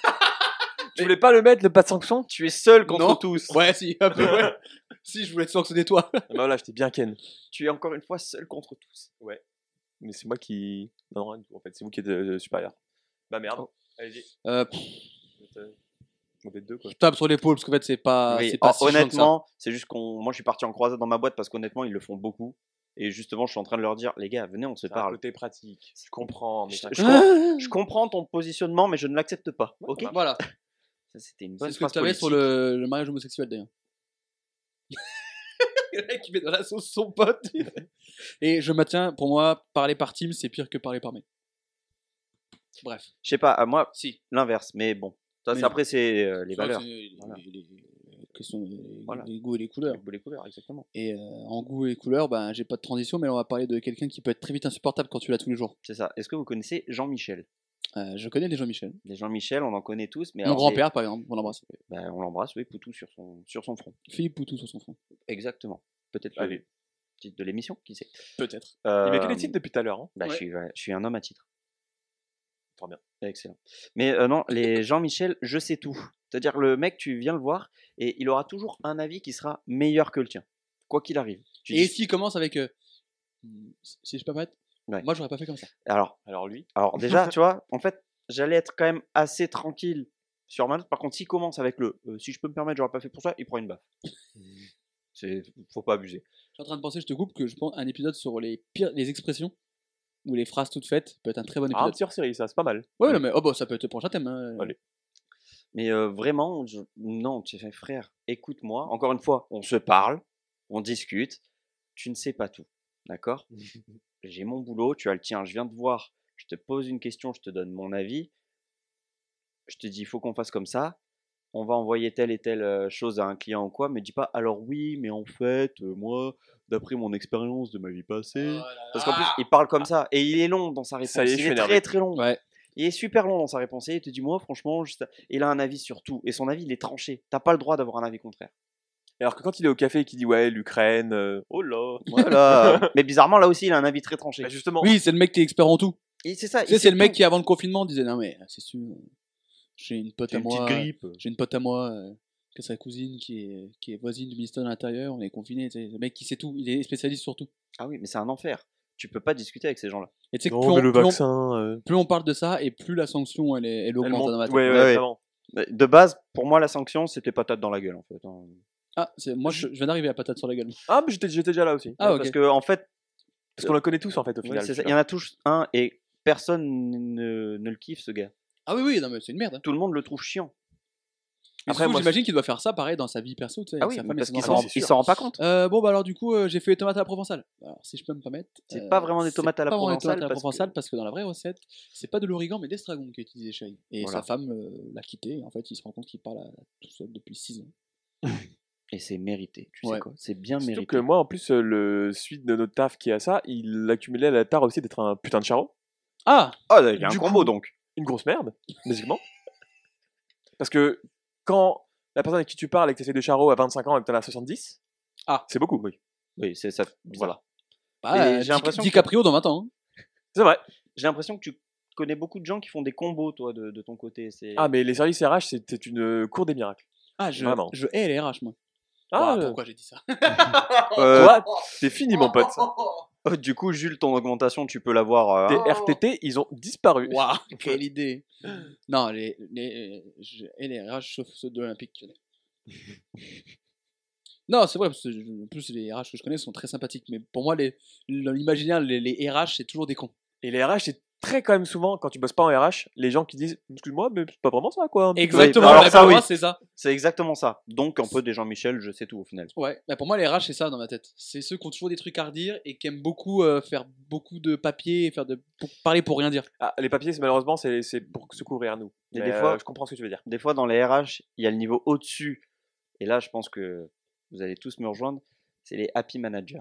B: tu voulais pas le mettre, le pas de sanction
A: tu es seul contre
C: Non.
A: tous.
C: Ouais, si, un peu, ouais. si, je voulais te sanctionner toi.
B: Ah Bah là, j'étais bien ken.
A: Tu es encore une fois seul contre tous.
B: Mais c'est moi qui. Non, rien du tout, en fait, c'est vous qui êtes euh, supérieur. Bah merde. Allez-y.
C: Euh, pff,
B: Vous êtes, euh, vous êtes deux quoi.
C: tape sur l'épaule, parce qu'en fait, c'est pas.
A: Oui,
C: Ah, c'est pas
A: hon-
C: si chiant que ça.
A: honnêtement, c'est juste qu'on. Moi, je suis parti en croisade dans ma boîte parce qu'honnêtement, ils le font beaucoup. Et justement, je suis en train de leur dire, les gars, venez, on se
B: T'as un
A: parle.
B: côté pratique. Je comprends. Mais
A: Je-
B: t'as-
A: je-
C: Ah.
A: Je comprends ton positionnement, mais je ne l'accepte pas. Ok.
C: Voilà,
A: Ça, C'était une
C: bah, c'est
A: bonne
C: ce que
A: phrase
C: tu avais
A: politique.
C: sur le, le mariage homosexuel d'ailleurs. le mec qui met dans la sauce son pote. Et je maintiens, pour moi, parler par team, c'est pire que parler par mail. Bref,
A: Je sais pas, à moi,
C: si.
A: l'inverse. Mais bon, ça,
C: Mais
A: c'est-
C: non.
A: après c'est euh, les valeurs.
C: Les,
A: Voilà.
C: questions, les,
A: Voilà.
C: les goûts et les couleurs.
A: Le goût, les couleurs, exactement.
C: Et euh, en goût et couleurs, ben, j'ai pas de transition, mais on va parler de quelqu'un qui peut être très vite insupportable quand tu l'as tous les jours.
A: C'est ça. Est-ce que vous connaissez Jean-Michel
C: Euh, je connais des Jean-Michel.
A: Les Jean-Michel, on en connaît tous, mais
C: Mon
A: alors, c'est-
C: grand-père, par exemple, on l'embrasse.
A: Ben, on l'embrasse, oui, Poutou sur son sur son front.
C: Philippe Poutou sur son front.
A: Exactement. Peut-être le
B: Allez.
A: titre de l'émission, qui
C: Eh
A: sait.
C: Peut-être.
B: Il met que
A: Euh,
B: les titres depuis tout à l'heure. hein.
A: Bah,
C: Ouais.
A: je, suis, ouais, je suis un homme à titre.
B: Très bien.
A: Excellent. Mais euh, non, les Jean-Michel, je sais tout. C'est-à-dire, le mec, tu viens le voir et il aura toujours un avis qui sera meilleur que le tien, quoi qu'il arrive. Tu
C: Et
A: dis-
C: s'il commence avec. euh, Hmm, si je peux pas être.
A: Ouais.
C: Moi, j'aurais pas fait comme ça.
A: Alors,
B: Alors lui.
A: alors déjà, tu vois, en fait, j'allais être quand même assez tranquille sur ma note. Par contre, s'il commence avec le euh, si je peux me permettre, j'aurais pas fait pour ça, il prend une baffe. C'est faut pas abuser.
C: Je suis en train de penser, je te coupe, que je pense un épisode sur les pires les expressions ou les phrases toutes faites peut être un très bon
B: Ah, un
C: épisode.
B: petit hors-série, ça, c'est pas mal.
C: ouais, non, mais oh, bah, ça peut être le prochain thème. hein.
B: Allez.
A: Mais euh, vraiment, je- non, tu sais, frère, écoute-moi. Encore une fois, on se parle, on discute. Tu ne sais pas tout, d'accord J'ai mon boulot, tu as le tien. Je viens te voir, je te pose une question, je te donne mon avis. Je te dis, il faut qu'on fasse comme ça. On va envoyer telle et telle euh, chose à un client ou quoi. Mais dis pas, alors oui, mais en fait, euh, moi, d'après mon expérience de ma vie passée. Parce qu'en plus, il parle comme ça et il est long dans sa réponse.
B: Oh Ça y est, je
A: il
B: suis
A: est
B: énervé.
A: très très long.
C: Ouais.
A: Il est super long dans sa réponse. Et il te dit, moi, franchement, juste... il a un avis sur tout. Et son avis, il est tranché. T'as pas le droit d'avoir un avis contraire.
B: Et Alors que quand il est au café et qu'il dit ouais, l'Ukraine, euh, oh là.
A: Voilà. Mais bizarrement, là aussi, il a un avis très tranché.
B: Bah, justement,
C: Oui, c'est le mec qui est expert en tout.
A: Et C'est ça.
C: Tu sais, c'est le mec qui, avant le confinement, disait Non, mais c'est sûr, j'ai une pote à
A: une petite
C: moi.
A: grippe.
C: J'ai une pote à moi euh, qui a sa cousine qui est, qui est voisine du ministère de l'Intérieur, on est confiné. Le mec qui sait tout, il est spécialiste sur tout.
A: Ah oui, mais c'est un enfer. Tu peux pas discuter avec ces gens-là.
C: Et tu sais que
B: Non,
C: plus, on-
B: mais le
C: plus on-
B: vaccin. euh,
C: plus on parle de ça et plus la sanction elle, est, elle
B: elle
C: augmente
B: monte.
C: dans ma tête.
B: Ouais,
A: Ouais,
B: ouais,
A: ouais.
B: vraiment.
A: Bah, De base, pour moi, la sanction, c'était patate dans la gueule, en fait. hein.
C: Ah, c'est- moi je, je viens d'arriver à patate sur la gueule.
B: Ah, mais j'étais j'étais déjà là aussi.
C: Ah, ok.
A: Parce que, en fait,
B: Parce qu'on la connaît tous en fait au
A: ouais,
B: final.
A: c'est ça. il y
B: celui-là.
A: en a tous un et personne ne, ne le kiffe, ce gars.
C: Ah oui, oui, non, mais c'est une merde. hein.
A: Tout le monde le trouve chiant.
C: Mais
B: Après,
C: surtout,
B: moi,
C: j'imagine qu'il doit faire ça pareil dans sa vie perso, tu sais.
A: Ah
C: avec
A: oui,
C: sa
A: mais
C: femme et
A: parce
C: ses
A: qu'il s'en
C: enfants.
B: c'est
A: il
B: sûr.
A: s'en rend pas compte.
C: Euh, bon, bah alors du coup, euh, j'ai fait les tomates à la provençale. Alors, si je peux me permettre.
A: C'est
C: euh,
A: pas vraiment des tomates à la
C: c'est pas vraiment des
A: provençale,
C: tomates à la
A: parce que-
C: provençale parce que... dans la vraie recette, c'est pas de l'origan mais d'estragon qui est utilisé chez elle. Et
A: Voilà.
C: sa femme euh, l'a quitté. et En fait, il se rend compte qu'il parle à- tout seul depuis 6 ans.
A: Et c'est mérité. Tu
C: Ouais.
A: sais quoi C'est bien
B: Surtout
A: mérité.
B: que moi en plus, euh, le suite de notre taf qui est à ça, il accumulait la tare aussi d'être un putain de charreau.
C: Ah
A: Ah, il y a un
B: Du
A: combo
B: coup-
A: donc.
B: Une grosse merde, basiquement. Parce que quand la personne avec qui tu parles et que tu essayes de charreau à 25 ans et que t'en as 70,
C: Ah.
B: c'est beaucoup. Oui.
A: Oui, c'est ça. Voilà.
C: bah,
A: Et j'ai
C: Di-
A: l'impression que-
C: DiCaprio dans 20 ans. hein.
B: C'est vrai.
A: J'ai l'impression que tu connais beaucoup de gens qui font des combos, toi, de, de ton côté. C'est
B: Ah, mais les services RH, c'était une euh, cour des miracles.
C: Ah, je,
B: Vraiment.
C: je hais les RH, moi.
B: Ah,
C: Ouah,
B: euh,
C: pourquoi j'ai dit ça Ah,
A: Euh,
B: toi, c'est fini, mon pote.
A: oh, du coup, Jules, ton augmentation, tu peux l'avoir.
B: Tes
A: euh,
C: T'es-
B: RTT, ils ont disparu.
C: Waouh, quelle idée Non, les, les, je hais les RH sauf ceux de l'Olympique. lyonnais. Non, c'est vrai, parce que je- en plus les RH que je connais sont très sympathiques, mais pour moi, les- dans l'imaginaire, les, les RH, c'est toujours des cons.
B: Et les RH, c'est très quand même souvent, quand tu bosses pas en RH, les gens qui disent Excuse-moi, mais c'est pas vraiment ça, quoi. un petit peu.
A: Exactement, alors
C: mais
A: ça,
C: bah, pour
A: oui.
C: moi, c'est ça.
A: C'est exactement ça. Donc, un peu des Jean-Michel, je sais tout au final.
C: Ouais, bah, pour moi, les RH, c'est ça dans ma tête. C'est ceux qui ont toujours des trucs à redire et qui aiment beaucoup euh, faire beaucoup de papier et faire de, pour- parler pour rien dire.
B: Ah, les papiers, c'est malheureusement, c'est c'est pour se couvrir, nous.
A: Et
B: Mais
A: des
B: euh,
A: fois-
B: je comprends ce que tu veux dire.
A: Des fois, dans les RH, il y a le niveau au-dessus. Et là, je pense que vous allez tous me rejoindre. C'est les happy managers.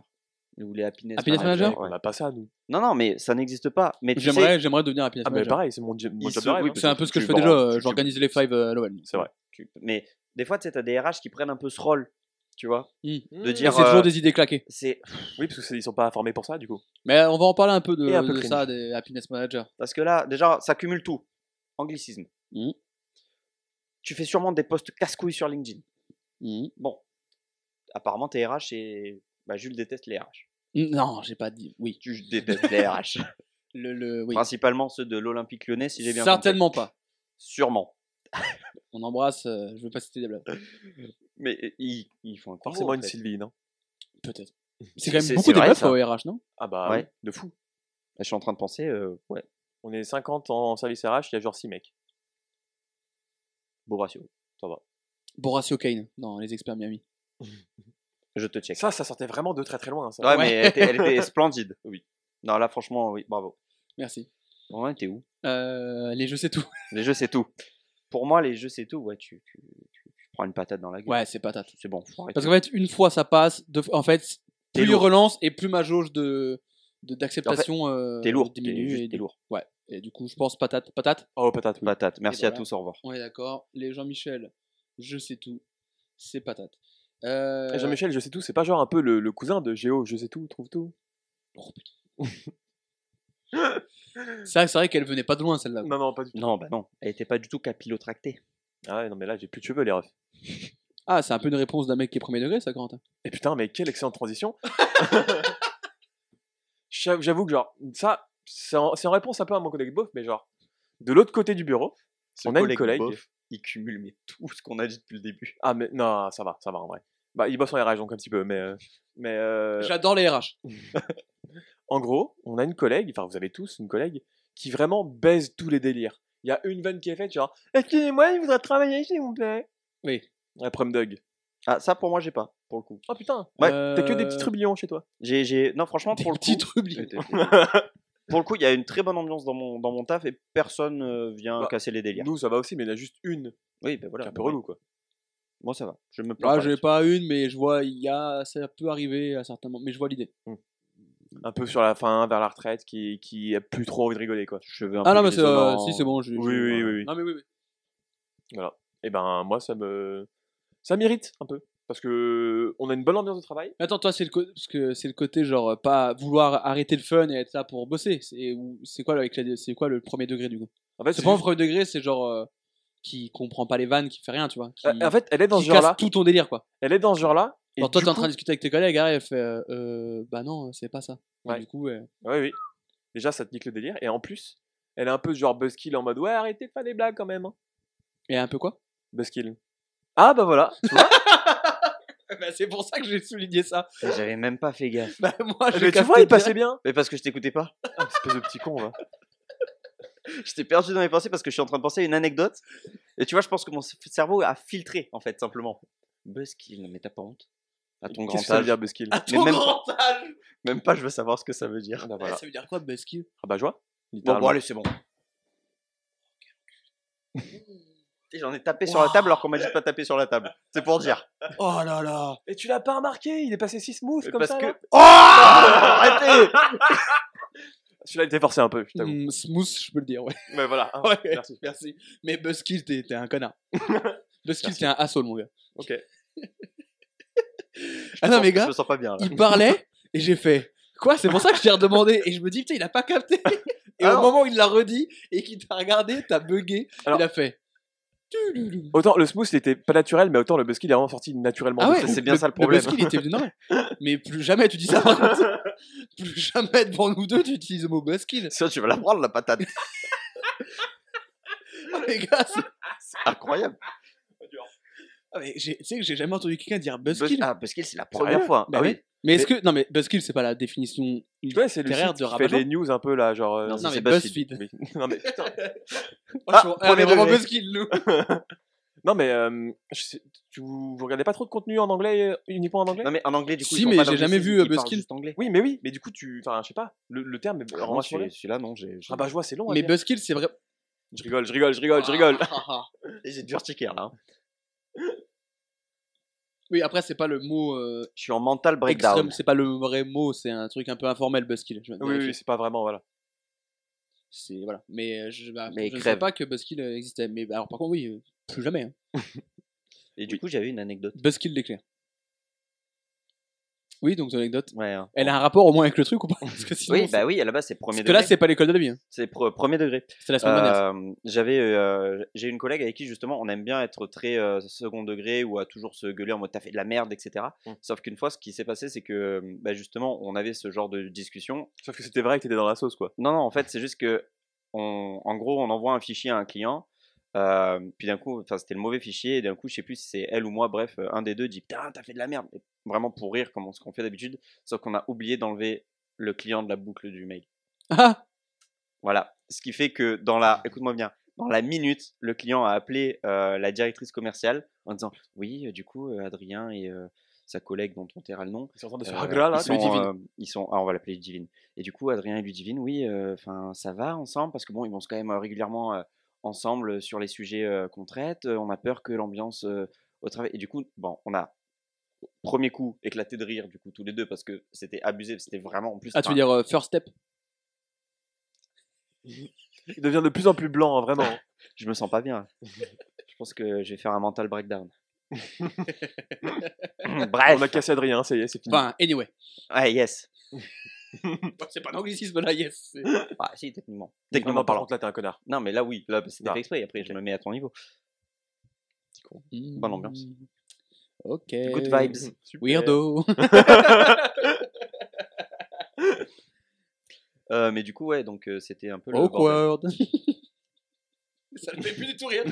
A: Ou les happiness,
B: Ah,
C: Happiness manager
A: ouais.
B: On a pas ça, nous.
A: Non, non, mais ça n'existe pas. Mais tu
C: J'aimerais
A: sais,
C: j'aimerais devenir happiness
B: Ah, mais
C: manager.
B: pareil, c'est mon, job- mon
A: Ils
B: job
A: se-
B: de rêve,
A: oui,
B: hein.
A: parce
C: C'est un peu ce que
A: tu
C: je fais
A: vends,
C: déjà, euh,
A: tu- tu-
C: j'organise les fives euh, à Noël.
B: C'est vrai.
A: tu- mais des fois, tu sais, t'as des RH qui prennent un peu ce rôle, tu vois.
C: Mm.
A: De
C: Mais
A: Hmm. dire,
C: c'est toujours
A: euh,
C: des idées claquées.
A: c'est
B: Oui, parce qu'ils sont pas formés pour ça, du coup.
C: Mais euh, on va en parler un peu de,
B: Et un peu
C: de
B: cringe.
C: ça, des happiness managers.
A: Parce que là, déjà, ça cumule tout. Anglicisme.
C: Mhm.
A: Tu fais sûrement des posts casse-couilles sur LinkedIn.
C: Mhm.
A: Bon. Apparemment, tes RH et. Bah, Jules déteste les RH.
C: Non, j'ai pas dit. Oui.
A: Tu détestes les RH.
C: Le, le- oui.
A: Principalement ceux de l'Olympique lyonnais, Ah, si j'ai bien compris.
C: Certainement pas.
A: Sûrement.
C: On embrasse, euh, je veux pas citer des blagues.
A: Mais euh, ils, ils font un combo,
B: Forcément
A: en
B: une hein.
A: fait.
B: Sylvie, non
C: Peut-être. C'est
A: C'est-
C: quand
A: c'est-
C: même beaucoup
A: c'est
C: des
A: vrai,
C: meufs
A: ça.
C: au RH, non
B: Ah, bah,
A: Ouais.
B: oui, de fou.
A: Je suis en train de penser. euh, ouais.
B: On est 50 en service RH, il y a genre 6 mecs.
A: Beau ratio.
C: Boratio Kane, non, les experts Miami.
A: Je te check.
B: Ça, ça sortait vraiment de très très loin, ça.
A: Ouais, mais elle était, elle était splendide. Oui. Non, là, franchement, oui. Bravo.
C: Merci.
A: On en était où
C: Euh, les je sais tout.
A: Les jeux, c'est tout. Pour moi, les jeux, c'est tout. Ouais, tu, tu, tu- tu prends une patate dans la gueule.
C: Ouais, c'est patate.
A: C'est bon. faut arrêter.
C: Parce qu'en fait, une fois ça passe, deux fois- en fait,
A: T'es
C: plus il
A: lourd.
C: relance et plus ma jauge de de- d'acceptation euh,
A: T'es lourd, t'es
C: diminue
A: juste-
C: et,
A: t'es lourd.
C: ouais et du coup je pense patate patate
B: Oh, patate, oui.
A: Patate. Merci
C: voilà.
A: à tous, au revoir.
C: on est d'accord les Jean-Michel je sais tout c'est patate euh...
B: Et Jean-Michel, je sais tout, c'est pas genre un peu le, le cousin de Géo, je sais tout, trouve tout.
C: Oh, putain. c'est vrai, c'est vrai qu'elle venait pas de loin celle-là.
B: Non, non, pas du tout.
A: Non, bah non, elle était pas du tout capillotractée.
B: Ah, ouais, non, mais là, j'ai plus de cheveux, les refs.
C: Ah, c'est un peu une réponse d'un mec qui est premier degré, ça, Corentin.
B: Et putain, mais quelle excellente transition. J'avoue j'avoue que, genre, ça, c'est en, c'est en réponse un peu à mon collègue Beauf, mais genre, de l'autre côté du bureau,
A: Ce
B: on a une collègue.
A: bof, il cumule mais tout ce qu'on a dit depuis le début.
B: Ah, mais non, ça va, ça euh, va en vrai. Bah, il bosse en RH, donc un petit peu, mais. euh, mais euh,
C: J'adore les RH.
B: En gros, on a une collègue, enfin vous avez tous une collègue, qui vraiment baise tous les délires. Il y a une vanne qui est faite, genre Excusez-moi, je voudrais travailler s'il vous plaît.
C: Oui.
B: Ouais, Prom Dog.
A: Ah, ça pour moi, j'ai pas, pour le coup.
B: Oh putain,
A: Ouais,
B: t'as que des petits trublions chez toi.
A: J'ai, j'ai... Non, franchement, pour
C: Pour
A: le
C: petit
A: coup.
C: trubli.
A: Pour le coup, il y a une très bonne ambiance dans mon, dans mon taf et personne euh, vient
B: Bah,
A: casser les délires.
B: Nous, ça va aussi, mais il y en a juste une
A: Oui, ben
B: qui est
A: voilà.
B: un peu
A: moi,
B: relou, quoi.
A: Moi, ça va. Je me plains
C: Là,
A: pas
C: je n'ai
A: là-dessus.
C: Ah, pas une, mais je vois, il y a, ça peut arriver à certains moments. Mais je vois l'idée.
B: Un peu sur la fin, vers la retraite, qui, qui a plus trop envie de rigoler, quoi.
A: Cheveux un
C: Ah
A: peu
C: non, mais c'est, euh,
A: grisonnants.
C: si, c'est bon. Je, je-
B: Oui, oui, oui, oui.
C: Non, mais oui, oui.
B: Et ben, moi, ça me. Ça m'irrite un peu. Parce que on a une bonne ambiance de travail.
C: Attends, toi, c'est le, co- parce que c'est le côté, genre, euh, pas vouloir arrêter le fun et être là pour bosser. C'est, ou- c'est quoi, avec la- c'est quoi le premier degré, du coup
B: En fait,
C: C'est
B: c'est
C: pas un
B: juste-
C: premier degré, c'est genre euh, qui comprend pas les vannes, qui fait rien, tu vois. Qui,
B: Euh, En fait, elle est dans
C: qui
B: ce
C: casse
B: genre-là.
C: tout ton délire, quoi.
B: Elle est dans ce genre-là. et
C: Genre, toi,
B: du
C: t'es en train
B: coup-
C: de discuter avec tes collègues, elle elle fait euh, euh, Bah non, c'est pas ça. Et
B: Ouais.
C: Du coup, euh,
B: Oui, oui. Déjà, ça te nique le délire. Et en plus, elle est un peu genre Buzzkill en mode Ouais, arrêtez de faire des blagues quand même. hein.
C: et un peu quoi
B: Buzzkill. Ah, bah voilà.
C: bah, C'est pour ça que j'ai souligné ça.
A: Putain, J'avais même pas fait gaffe.
C: Bah, moi, je
B: Eh Mais tu
C: captais
B: vois, il
C: direct.
B: passait bien.
A: Mais parce que je t'écoutais pas.
B: Ah, espèce de petit con, va.
A: J'étais perdu dans mes pensées parce que je suis en train de penser à une anecdote. Et tu vois, je pense que mon c- cerveau a filtré, en fait, simplement. Buzzkill, mais t'as pas honte À ton
B: Qu'est-ce que
A: grand
B: ça veut
A: âge.
B: dire, Buzzkill
C: À
B: Ah,
C: ton
A: même-
C: grand âge
A: Même pas, je veux savoir ce que ça veut dire.
B: bah
C: Eh,
B: voilà.
C: Ça veut dire quoi, Buzzkill
B: Ah, bah joie.
A: Bon, bon,
B: Littéralement.
A: allez, c'est bon. Tu sais, J'en ai tapé sur la table alors qu'on m'a dit de pas taper sur la table. C'est pour dire.
C: Oh là là
B: Et tu l'as pas remarqué Il est passé si smooth comme
A: Parce
B: ça.
A: que.
B: là.
A: Oh Arrêtez
B: Celui-là, il était forcé un peu, je t'avoue.
C: Hmm, Smooth, je peux le dire, ouais.
B: Mais voilà.
A: Ah,
B: hein.
C: Ouais,
B: merci.
C: merci. Mais Buzzkill, t'es t'es un connard. Buzzkill, t'es un asshole, mon gars.
B: Ok.
C: Ah non,
A: Je
C: mais
A: Je
C: gars,
A: me sens pas bien là.
C: il parlait et j'ai fait quoi c'est pour ça que je t'ai redemandé et je me dis putain il a pas capté et
B: Ah
C: au
B: non.
C: moment où il l'a redit et qu'il t'a regardé t'as bugué
B: Alors-
C: il a fait Tududu.
B: Autant le smooth, il était pas naturel, mais autant le Buzzkill est vraiment sorti naturellement.
C: Mm. ah
B: du
C: ouais
B: trou.
A: c'est bien
C: le-
A: ça, le problème.
C: le buzzkill était venu normal. mais plus jamais tu dis ça par contre. plus jamais devant nous deux tu utilises le mot buzzkill
A: Sinon, tu vas la prendre la patate.
C: oh, les gars c'est-
A: C'est incroyable.
C: Ah, mais j'ai- tu sais que j'ai jamais entendu quelqu'un dire buzzkill
A: Buzz- Ah, Buzzkill, c'est la
B: Sérieux
A: première fois.
C: Bah
A: Ah
C: oui.
A: oui.
C: mais est-ce que non mais buzzkill c'est pas la définition
B: Tu vois, c'est le
C: Littéraire
B: site
C: de
B: qui fait
C: Rabat-Jean.
B: des news un peu là, genre. euh,
A: Non,
C: non
A: c'est
C: mais
A: Buzzfeed.
C: buzzfeed
B: oui. non, mais putain.
A: Ah,
C: on
A: premier
C: est vraiment
A: degré.
C: buzzkill nous
B: Non, mais euh, je sais- tu, vous regardez pas trop de contenu en anglais, euh, uniquement en anglais
A: Non, mais en anglais, du coup.
C: Si,
A: ils sont
C: mais
A: pas
C: j'ai
A: dans le
C: jamais
A: site,
C: vu,
A: ils
C: euh,
A: parlent
C: Buzzkill.
A: juste anglais.
B: Oui, mais oui, mais du coup, tu. Enfin, je sais pas, le, le terme. est-
A: Ah,
B: rends-moi
A: moi,
B: sur le-
A: celui- celui-là, non, j'ai. j'ai-
B: Ah bah, je vois, c'est long. à
C: mais
B: dire.
C: buzzkill c'est vrai Ah,
B: Je rigole, je rigole, je rigole, Oh, je rigole.
A: J'ai du urticaire là. hein.
C: Oui, après, c'est pas le mot euh,
A: Je suis en mental breakdown.
C: extrême, c'est pas le vrai mot, c'est un truc un peu informel, Buzzkill. Je viens de
A: Ah,
B: Oui,
C: vérifier.
B: oui, c'est pas vraiment, voilà.
C: C'est, voilà. Mais euh, je, bah,
A: Mais
C: je ne savais
A: crève.
C: pas que Buzzkill euh, existait. Mais bah, alors, par contre, oui, euh, plus jamais. hein.
A: Et du coup, j'avais une anecdote.
C: Buzzkill l'éclair. Oui, donc, ton anecdote.
A: Ouais. hein.
C: Elle a un rapport au moins avec le truc ou pas Parce que sinon,
A: oui,
C: c'est-
A: bah oui, à la base, c'est
C: Parce
A: premier
C: que
A: degré.
C: là, c'est pas l'école de la vie. hein.
A: c'est pre- premier degré.
C: C'était la semaine dernière.
A: Euh, j'avais, euh, j'ai une collègue avec qui justement on aime bien être très euh, second degré ou à toujours se gueuler en mode t'as fait de la merde, etc.
B: Mm.
A: Sauf qu'une fois, ce qui s'est passé, c'est que euh, bah, justement on avait ce genre de discussion.
B: Sauf que c'était vrai que t'étais dans la sauce, quoi.
A: Non, non, en fait, c'est juste que on- en gros on envoie un fichier à un client. euh, puis d'un coup, enfin c'était le mauvais fichier et d'un coup je sais plus si c'est elle ou moi, bref, euh, un des deux dit putain t'as fait de la merde, Et vraiment pour rire comme on, ce qu'on fait d'habitude, sauf qu'on a oublié d'enlever le client de la boucle du mail.
C: Ah
A: Voilà. Ce qui fait que dans la, écoute-moi bien, dans la minute, le client a appelé euh, la directrice commerciale en disant oui, euh, du coup, euh, Adrien et euh, sa collègue dont on taira le nom,
B: Ils sont hein, en train de se
A: euh,
B: faire gras, là.
A: ils,
B: tu vois.
A: sont, euh, ils sont, ah, on va l'appeler Ludivine. Et du coup, Adrien et Ludivine, oui, euh, enfin, ça va ensemble parce que bon, ils vont quand même euh, régulièrement euh, ensemble sur les sujets euh, qu'on traite. Euh, on a peur que l'ambiance euh, au travail. Et du coup, bon, on a premier coup éclaté de rire du coup tous les deux parce que c'était abusé, c'était vraiment en plus.
C: Ah, tu
A: enfin,
C: veux dire euh, First Step
B: Il devient de plus en plus blanc, hein, vraiment.
A: je me sens pas bien. je pense que je vais faire un mental breakdown. Bref.
B: On a cassé Adrien, ça y est, c'est fini.
C: Enfin, anyway.
A: Ouais, yes.
C: Bah, c'est pas un anglicisme là, yes. c'est-
A: Ah, si, techniquement.
B: Non,
A: Techniquement
B: non, par
A: parlant.
B: contre, là, t'es un connard.
A: Non, mais là, oui. Là, bah, c'était
B: Non.
A: fait exprès. Après, je me mets à ton niveau. Bonne ambiance.
C: Hmm. Ok.
A: Good vibes.
B: Hmm, Super.
C: Weirdo.
A: Euh, mais du coup, ouais, donc euh, c'était un peu
C: Oh,
A: le. bordel.
C: Awkward. Ça ne fait plus du tout rien. Il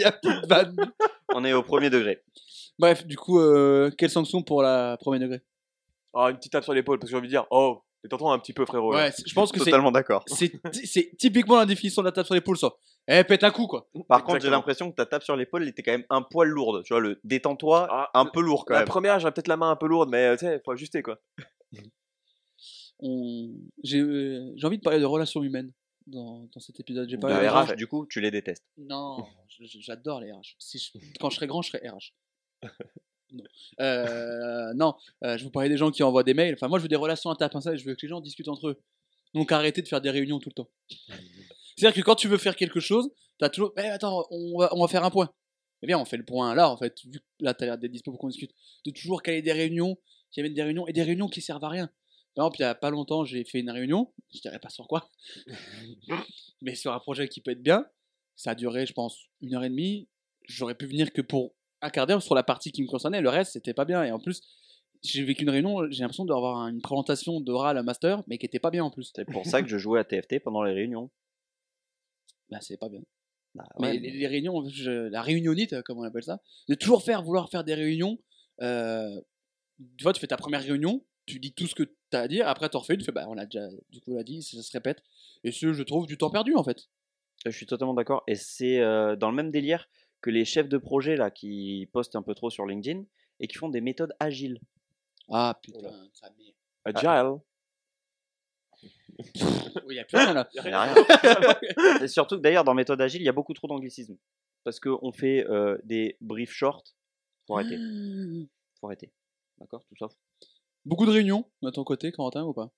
C: y a plus de vanne.
A: On est au premier degré.
C: Bref, du coup, euh, quelle sanction pour la premier degré
B: Ah, une petite tape sur l'épaule, parce que j'ai envie de dire, oh, T'es t'entends un petit peu, frérot. là.
C: Ouais, c'est- je pense que c'est-
A: Totalement d'accord.
C: c'est ti- c'est typiquement la définition de la tape sur l'épaule, ça. Eh, pète un coup, quoi.
A: Par contre, j'ai
B: Exactement.
A: l'impression que ta tape sur l'épaule était quand même un poil lourde. Tu vois, le détends-toi,
B: Ah,
A: un peu lourd quand
B: la
A: même.
B: première, j'aurais peut-être la main un peu lourde, mais euh, tu sais, faut ajuster quoi.
C: On- J'ai euh, j'ai envie de parler de relations humaines dans, dans cet épisode. J'ai parlé
A: Le
C: des
A: RH,
C: RH.
A: du coup, tu les détestes.
C: Non, je- je- j'adore les RH. Si je- Quand je serai grand, je serai RH. Non, Euh, non. Euh, je vous parlais des gens qui envoient des mails. Enfin, moi, je veux des relations interpersonnelles. Je veux que les gens discutent entre eux. Donc, arrêtez de faire des réunions tout le temps. C'est-à-dire que quand tu veux faire quelque chose, t'as toujours. Eh, attends, on va, on va faire un point. Eh bien, on fait le point là, en fait. Vu que là, t'as l'air d'être dispo pour qu'on discute. De toujours caler des réunions, qui amènent des réunions et des réunions qui servent à rien. Par exemple, il y a pas longtemps, j'ai fait une réunion. Je dirais pas sur quoi. mais sur un projet qui peut être bien. Ça a duré, je pense, une heure et demie. J'aurais pu venir que pour un quart d'heure sur la partie qui me concernait. Le reste, c'était pas bien. Et en plus, j'ai vécu une réunion. J'ai l'impression d'avoir une présentation d'oral à master, mais qui était pas bien en plus.
A: C'est pour ça que je jouais à TFT pendant les réunions.
C: Là, c'est pas bien.
A: Bah,
C: Mais
A: ouais,
C: les, les réunions, je- la réunionnite, comme on appelle ça, de toujours faire, vouloir faire des réunions. euh, tu vois, tu fais ta première réunion, tu dis tout ce que tu as à dire, après tu refais, une, tu fais, bah on a déjà, du coup, on l'a dit, ça, ça se répète. Et ce, je trouve du temps perdu en fait.
A: Je suis totalement d'accord. Et c'est euh, dans le même délire que les chefs de projet là qui postent un peu trop sur LinkedIn et qui font des méthodes agiles.
C: Ah putain, ça m'est.
A: Ah.
B: Agile.
C: Oui, Oh, il y a plus rien là.
A: Il y a rien. Et surtout que d'ailleurs dans méthode agile, il y a beaucoup trop d'anglicisme parce qu'on fait euh, des briefs shorts. Faut arrêter. Faut arrêter. D'accord, tout ça.
C: Beaucoup de réunions de ton côté, Corentin, ou pas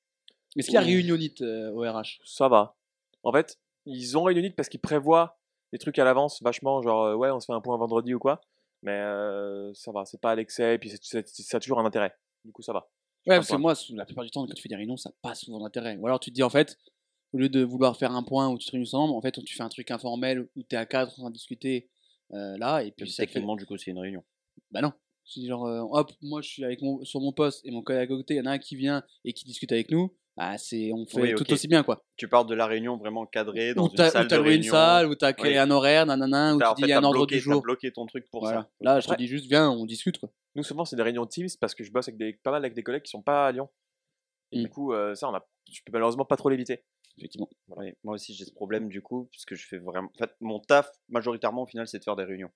C: Est-ce qu'il y a
B: Ouh.
C: réunionnite euh, au RH
B: ça va. En fait, ils ont réunionite parce qu'ils prévoient des trucs à l'avance, vachement, genre, euh, ouais, on se fait un point vendredi ou quoi. Mais euh, ça va, c'est pas à l'excès, et puis c'est- c'est- c'est- ça a toujours un intérêt. Du coup, ça va.
C: Ouais,
B: pense
C: parce que
B: pas.
C: moi, sous- la plupart du temps, quand tu fais des réunions, ça n'a pas souvent d'intérêt. Ou alors tu te dis, en fait, au lieu de vouloir faire un point où tu te réunis ensemble, en fait, tu fais un truc informel où tu es à quatre en train de discuter euh, là, et puis ça fait...
A: Techniquement, du coup, c'est une réunion.
C: Bah non. Je dis genre, euh, hop, moi je suis avec mon, sur mon poste et mon collègue à côté, il y en a un qui vient et qui discute avec nous. Bah, c'est, on fait
A: Oui,
C: tout
A: ok.
C: aussi bien quoi.
A: Tu parles de la réunion vraiment cadrée dans
C: Ou
A: une
C: t'as
A: salle
C: ou
A: de
C: t'as loué une
A: réunion.
C: salle, ou t'as créé
A: Oui.
C: un horaire, nanana, ou
A: T'as-
C: tu
A: en
C: dis
A: fait,
C: il y a
A: t'as
C: un ordre
A: bloqué-
C: du
A: t'as
C: jour.
A: bloqué ton truc pour
C: Voilà.
A: ça.
C: Là, je
B: Ouais.
C: te dis juste, viens, on discute quoi.
B: Nous, souvent, c'est des réunions Teams parce que je bosse avec des, pas mal avec des collègues qui sont pas à Lyon. Et
C: Mm.
B: du coup, euh, ça, on a, je peux malheureusement pas trop l'éviter.
C: Effectivement.
A: Oui, moi aussi, j'ai ce problème du coup, puisque je fais vraiment. En fait, mon taf, majoritairement, au final, c'est de faire des réunions.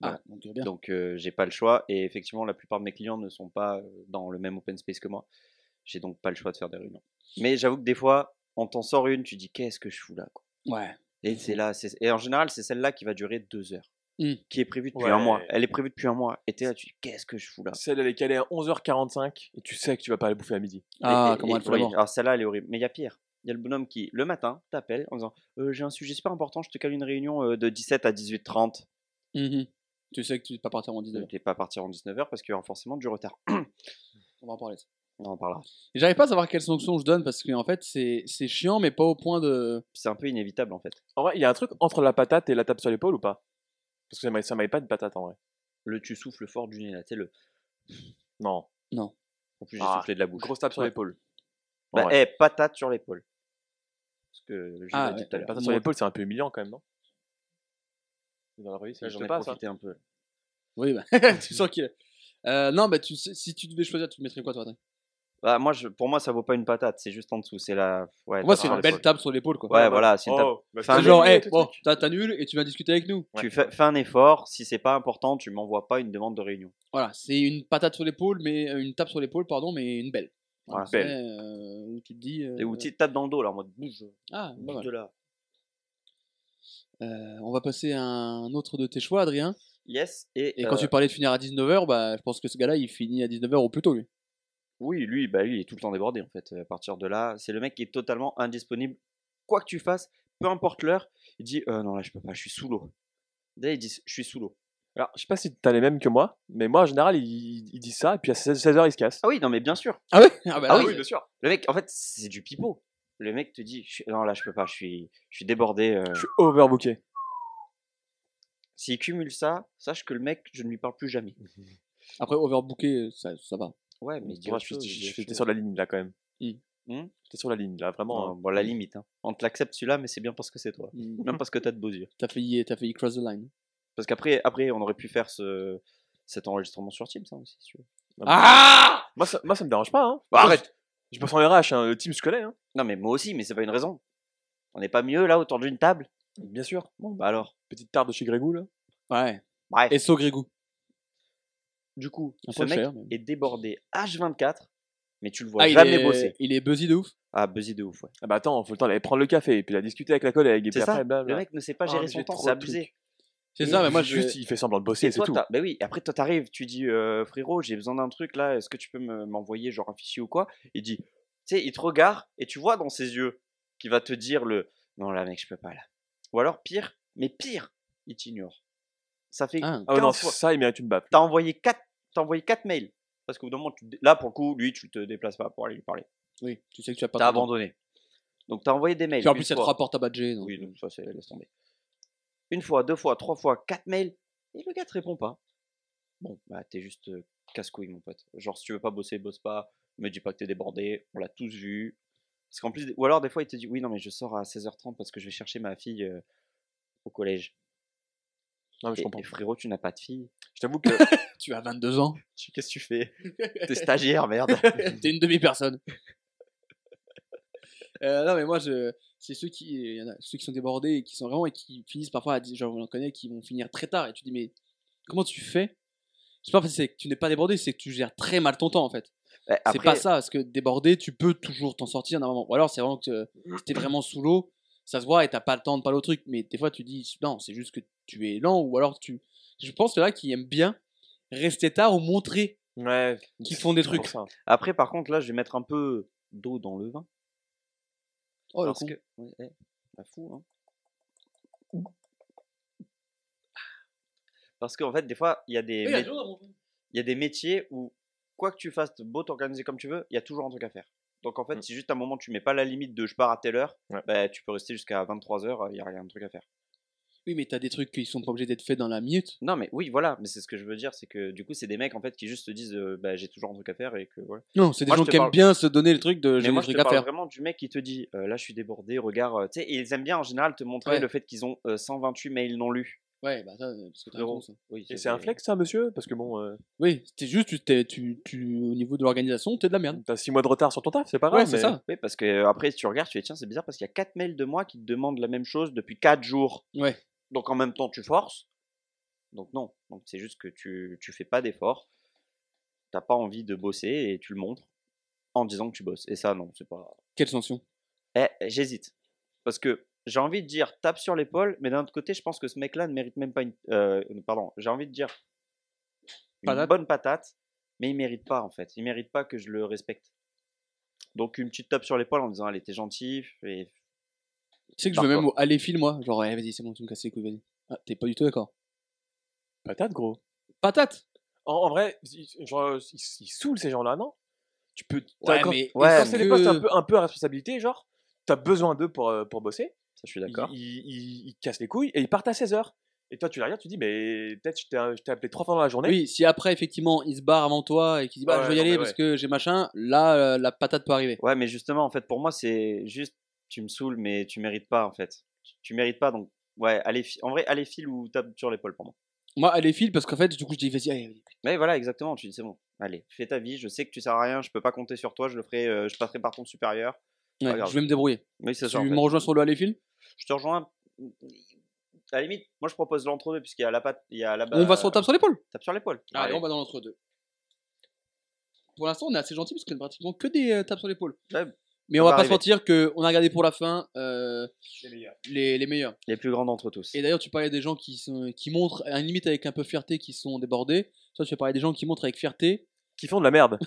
A: Voilà.
C: Ah, donc euh, bien.
A: Donc euh, j'ai pas le choix et effectivement la plupart de mes clients ne sont pas euh, dans le même open space que moi. J'ai donc pas le choix de faire des réunions. Mais j'avoue que des fois on t'en sort une, tu dis qu'est-ce que je fous là quoi.
C: Ouais.
A: Et c'est là, c'est- et en général c'est celle-là qui va durer deux heures,
C: Mm.
A: qui est prévue depuis
B: Ouais.
A: un mois. Elle est prévue depuis un mois. Et t'es là, tu dis qu'est-ce que je fous là.
B: Celle, elle est calée à 11h45 et tu sais que tu vas pas la bouffer à midi.
C: Ah,
A: Et- et-
C: comment
A: et-
C: elle fait
A: oui,
C: d'abord
A: Alors celle-là elle est horrible. Mais il y a pire. Il y a le bonhomme qui le matin t'appelle en disant Euh, j'ai un sujet super important, je te cale une réunion euh, de 17 à 18h30.
C: Mhm. Tu sais que tu ne pas partir en 19
A: Ne t'es pas partir en 19h parce qu'il y aura forcément du retard.
C: On va en parler. de ça.
A: On en parlera.
C: Et J'arrive pas à savoir quelle sanction je donne parce que en fait c'est c'est chiant mais pas au point de.
A: C'est un peu inévitable en fait.
B: En vrai, il y a un truc entre la patate et la tape sur l'épaule ou pas Parce que ça m'avait- ça m'avait pas de patate en vrai.
A: le tu souffles fort du nez là, tu sais le.
B: Non.
A: En plus j'ai
B: Ah,
A: soufflé de la bouche.
B: Grosse tape sur
A: Ouais.
B: l'épaule. En
A: Bah,
B: vrai.
A: eh, patate sur l'épaule. Parce que je
C: Ah,
A: l'ai dit
C: ouais,
A: tout à
B: La
A: l'heure.
B: patate sur
C: Moi-
B: l'épaule, c'est un peu humiliant quand même, non Dans la vraie vie, ça
A: Là, j'en
B: existe
A: ai
B: pas, ça.
A: profité un peu.
C: Oui bah tu sens qu'il. Euh, non bah tu sais- si tu devais choisir tu mettrais quoi toi Adrien
A: Bah, moi, je, pour moi, ça vaut pas une patate, c'est juste en dessous. C'est la. Ouais,
C: Pour Moi
A: tape
C: c'est
A: sur
C: une
A: l'épaule.
C: belle tape sur l'épaule quoi.
A: Ouais, voilà, c'est eh, une tape.
B: Oh, bah,
A: Enfin,
B: c'est
C: C'est genre
B: humilié,
C: hey,
B: tout
C: bon,
B: truc.
C: t'as- t'annules et tu vas discuter avec nous.
A: Tu fais, fais un effort, si c'est pas important, tu m'envoies pas une demande de réunion.
C: Voilà c'est une patate sur l'épaule mais euh, une tape sur l'épaule pardon mais une belle.
A: Voilà.
C: C'est, euh, où tu te dis. euh,
A: Et ou tu tapes dans le dos là en mode bouge,
C: Ah pas
A: bouge
C: mal.
A: de là.
C: Euh, on va passer à un autre de tes choix Adrien.
A: Yes. Et,
C: Et quand
A: euh,
C: tu parlais de finir à 19h bah je pense que ce gars-là il finit à 19h au plus tôt lui.
A: Oui, lui, bah, lui, il est tout le temps débordé en fait. À partir de là, c'est le mec qui est totalement indisponible. Quoi que tu fasses, peu importe l'heure, il dit euh, non là je peux pas, je suis sous l'eau. Là il dit je suis sous l'eau.
B: Alors, je sais pas si t'as les mêmes que moi, mais moi, en général, ils il disent ça, et puis à 16h, ils se cassent.
A: Ah oui, non mais bien sûr.
C: Ah ouais Ah bah
A: Ah
C: là,
A: oui,
C: c'est-
B: bien sûr.
A: Le mec, en fait, c'est du pipeau. Le mec te dit, je suis- non là, je peux pas, je suis, je suis débordé. euh.
B: Je suis overbooké.
A: S'il cumule ça, sache que le mec, je ne lui parle plus jamais.
C: Après overbooké euh, ça ça va.
A: Ouais, mais
B: Mais
A: il dit
B: moi,
A: autre
B: je suis-
A: chose, il dit
B: je-
A: autre
B: j'étais
A: chose.
B: sur la ligne, là, quand même.
C: Hmm.
A: Hmm.
B: J'étais sur la ligne, là, vraiment.
A: Bon, bon, la limite. hein. On te l'accepte celui-là, mais c'est bien parce que c'est toi.
C: Mm.
A: Même parce que t'as de beaux yeux.
C: T'as failli, t'as failli cross the line.
A: Parce qu'après, après, on aurait pu faire ce, cet enregistrement sur Teams hein, aussi. si tu veux.
B: Ah,
C: Ah
B: Moi, ça, moi, ça me dérange pas, hein.
A: Bah, arrête
B: Je pense en RH, hein, le team se connaît, hein.
A: Non, mais moi aussi, mais c'est pas une raison. On n'est pas mieux là autour d'une table
B: bien sûr.
A: Bon, bah alors.
B: Petite tarte de chez Grégou, là.
C: Ouais.
A: Bref.
C: Et Grégou.
A: du coup,
C: un
A: ce
C: peu
A: mec
C: cher, mais-
A: est débordé H24, mais tu le vois
C: Ah, il
A: jamais
C: est-
A: bosser.
C: Il est buzzy de ouf.
A: Ah, buzzy de ouf, ouais.
B: Ah bah attends, faut le temps d'aller prendre le café, et puis la discuter avec la collègue, et
A: C'est
B: puis
A: ça,
B: après, blablabla.
A: Le mec ne sait pas
B: Ah,
A: gérer
B: mais
A: son
B: j'ai
A: temps,
B: trop
A: c'est
B: de
A: abusé.
C: C'est ça, mais moi, je.
B: Juste, il fait semblant de bosser,
A: Et
B: c'est
A: toi,
B: tout.
A: t'as- bah oui, après toi t'arrives, tu dis euh, frérot, j'ai besoin d'un truc là, est-ce que tu peux me- m'envoyer genre un fichier ou quoi Il dit, tu sais, il te regarde et tu vois dans ses yeux qu'il va te dire le non là mec, je peux pas là. Ou alors pire, mais pire, il t'ignore. Ça fait
C: Ah.
B: Ah ouais, non,
A: 15 fois.
B: ça, il mérite une baffe.
A: T'as envoyé 4 t'as envoyé quatre mails parce que moment tu te dé- là pour le coup, lui tu te déplaces pas pour aller lui parler.
C: Oui, tu sais que tu as pas.
A: T'as
C: ton temps.
A: abandonné. Donc t'as envoyé des mails.
C: Puis en
A: une
C: plus, il y a
A: fois.
C: trois portes à badger. donc.
A: Oui, donc ça c'est laisse tomber. Une fois, deux fois, trois fois, quatre mails, et le gars te répond pas. Bon, bah t'es juste euh, casse-couille mon pote. Genre si tu veux pas bosser, bosse pas, me dis pas que t'es débordé, on l'a tous vu. Parce qu'en plus, ou alors des fois il te dit oui non mais je sors à 16h30 parce que je vais chercher ma fille euh, au collège.
B: Non, mais je
A: Et-
B: comprends.
A: et frérot, tu n'as pas de fille.
B: Je t'avoue que
C: Tu as 22 ans.
A: Tu- Qu'est-ce que tu fais T'es stagiaire, merde. Eh,
C: T'es une demi-personne. Euh, non, mais moi, je... c'est ceux qui, il y en a, ceux qui sont débordés et qui sont vraiment et qui finissent parfois à dire, genre, on en connaît, qui vont finir très tard. Et tu dis, mais comment tu fais C'est pas parce que tu n'es pas débordé, c'est que tu gères très mal ton temps en fait.
A: Ouais,
C: C'est
A: après,
C: pas ça, parce que débordé, tu peux toujours t'en sortir d'un moment. Ou alors, c'est vraiment que euh,
A: Mm.
C: si t'es vraiment sous l'eau, ça se voit et t'as pas le temps de parler au truc. Mais des fois, tu dis, non, c'est juste que tu es lent, ou alors tu. Je pense que là, qui aiment bien rester tard ou montrer
B: Ouais,
C: qu'ils font des
B: c'est pour
C: trucs.
B: ça. hein,
A: après, par contre, là, je vais mettre un peu d'eau dans le vin.
C: Oh, le
A: parce
C: con.
A: que. Ouais, ouais, pas fou, hein. Parce qu'en fait, des fois, il y, a des mé- il y a des métiers où, quoi que tu fasses, beau t'organiser comme tu veux, il y a toujours un truc à faire. Donc en fait,
B: Mm.
A: si juste à un moment tu mets pas la limite de je pars à telle heure,
B: Ouais.
A: bah, tu peux rester jusqu'à 23h, il y a rien de truc à faire.
C: Oui, mais t'as des trucs qui sont pas obligés d'être faits dans la minute.
A: Non, mais oui, voilà, mais c'est ce que je veux dire, c'est que du coup, c'est des mecs en fait qui juste se disent euh, bah, j'ai toujours un truc à faire et que voilà.
C: Non, c'est des
A: Moi, je
C: gens
A: te
C: qui aiment
A: parle-
C: bien se donner le truc de
A: Mais
C: j'ai des
A: moi, je te
C: trucs à
A: parle
C: faire.
A: vraiment du mec qui te dit euh, là, je suis débordé, regarde. euh, Tu sais, ils aiment bien en général te montrer
C: Ouais.
A: le fait qu'ils ont euh, 128 mails non lus.
C: Ouais, bah ça, euh, parce que t'as
A: Frérot.
C: raison, ça.
A: Oui,
B: Et c'est un flex, ça, monsieur Parce que bon, euh,
C: Oui, c'est juste, tu, t'es- tu, tu, au niveau de l'organisation, t'es de la merde.
B: t'as 6 mois de retard sur ton taf, Ah. c'est pas grave.
C: Ouais, c'est
B: mais-
C: ça.
A: Oui, parce que euh, après, si tu regardes, tu dis tiens, c'est bizarre parce qu'il y a 4 mails de moi qui te demandent la même chose depuis 4 jours.
C: Ouais.
A: Donc en même temps, tu forces. Donc non. Donc c'est juste que tu, tu fais pas d'effort. T'as pas envie de bosser et tu le montres en disant que tu bosses. Et ça, non, c'est pas.
C: Quelle sanction
A: Eh, j'hésite. Parce que j'ai envie de dire tape sur l'épaule, mais d'un autre côté, je pense que ce mec-là ne mérite même pas une. euh, pardon, j'ai envie de dire une
C: Patate.
A: bonne patate, mais il mérite pas en fait. Il mérite pas que je le respecte. Donc une petite tape sur l'épaule en disant allez t'es gentil et
C: Tu sais que je
A: Par
C: veux même
A: quoi
C: au aller file moi. Genre, eh, vas-y, c'est bon, tu me casses les couilles, vas-y. Ah, t'es pas du tout d'accord.
B: Patate, gros.
C: Patate
B: En, en vrai, ils- genre, euh, ils, ils saoulent ces gens-là, non Tu peux. t'as
C: Ouais,
B: quand-
C: mais.
A: Ouais,
B: quand
A: mais-
B: c'est des postes un peu, un peu à responsabilité, genre, t'as besoin d'eux pour, euh, pour bosser.
A: ça je suis
B: Ils,
A: d'accord.
B: ils- ils- ils cassent les couilles et ils partent à 16h. Et toi, tu les regardes, tu dis, mais peut-être je t'ai- je t'ai appelé trois fois dans la journée.
C: Oui, si après, effectivement, il se barre avant toi et qu'il dit, bah,
B: Ouais,
C: je vais y
B: non,
C: aller
B: mais
C: parce
B: ouais.
C: que j'ai machin, là, euh, la patate peut arriver.
A: Ouais mais justement en fait pour moi c'est juste tu me saoules mais tu mérites pas en fait. Tu, tu mérites pas donc ouais allez fi- en vrai allez file ou tape sur l'épaule pour moi.
C: Moi, aller file parce qu'en fait, du coup, je dis, vas-y, allez, vas-y.
A: Mais voilà exactement tu dis c'est bon allez fais ta vie je sais que tu sers à rien je peux pas compter sur toi je le ferai euh, je passerai par ton supérieur.
C: Ouais,
A: grave.
C: je vais me débrouiller.
A: Oui, c'est
C: Tu
A: ça. en fait.
C: me rejoins sur le aller file
A: Je te rejoins. À la limite, moi je propose l'entre-deux, puisqu'il y a la patte, il y a la
C: On va sur tape sur l'épaule.
A: tape sur l'épaule.
C: Allez,
A: Euh, Allez.
C: on va dans l'entre-deux. Pour l'instant, on est assez gentil parce qu'on a pratiquement que des euh, tapes sur l'épaule.
A: Ouais,
C: Mais
A: ça
C: on va
A: va
C: pas se
A: arriver.
C: mentir qu'on a regardé pour la fin euh, les, les meilleurs.
A: Les plus grands d'entre tous.
C: Et d'ailleurs, tu parlais des gens qui, sont, qui montrent, à la limite avec un peu fierté, qui sont débordés. Toi, tu parlais des gens qui montrent avec fierté.
B: Qui font de la merde.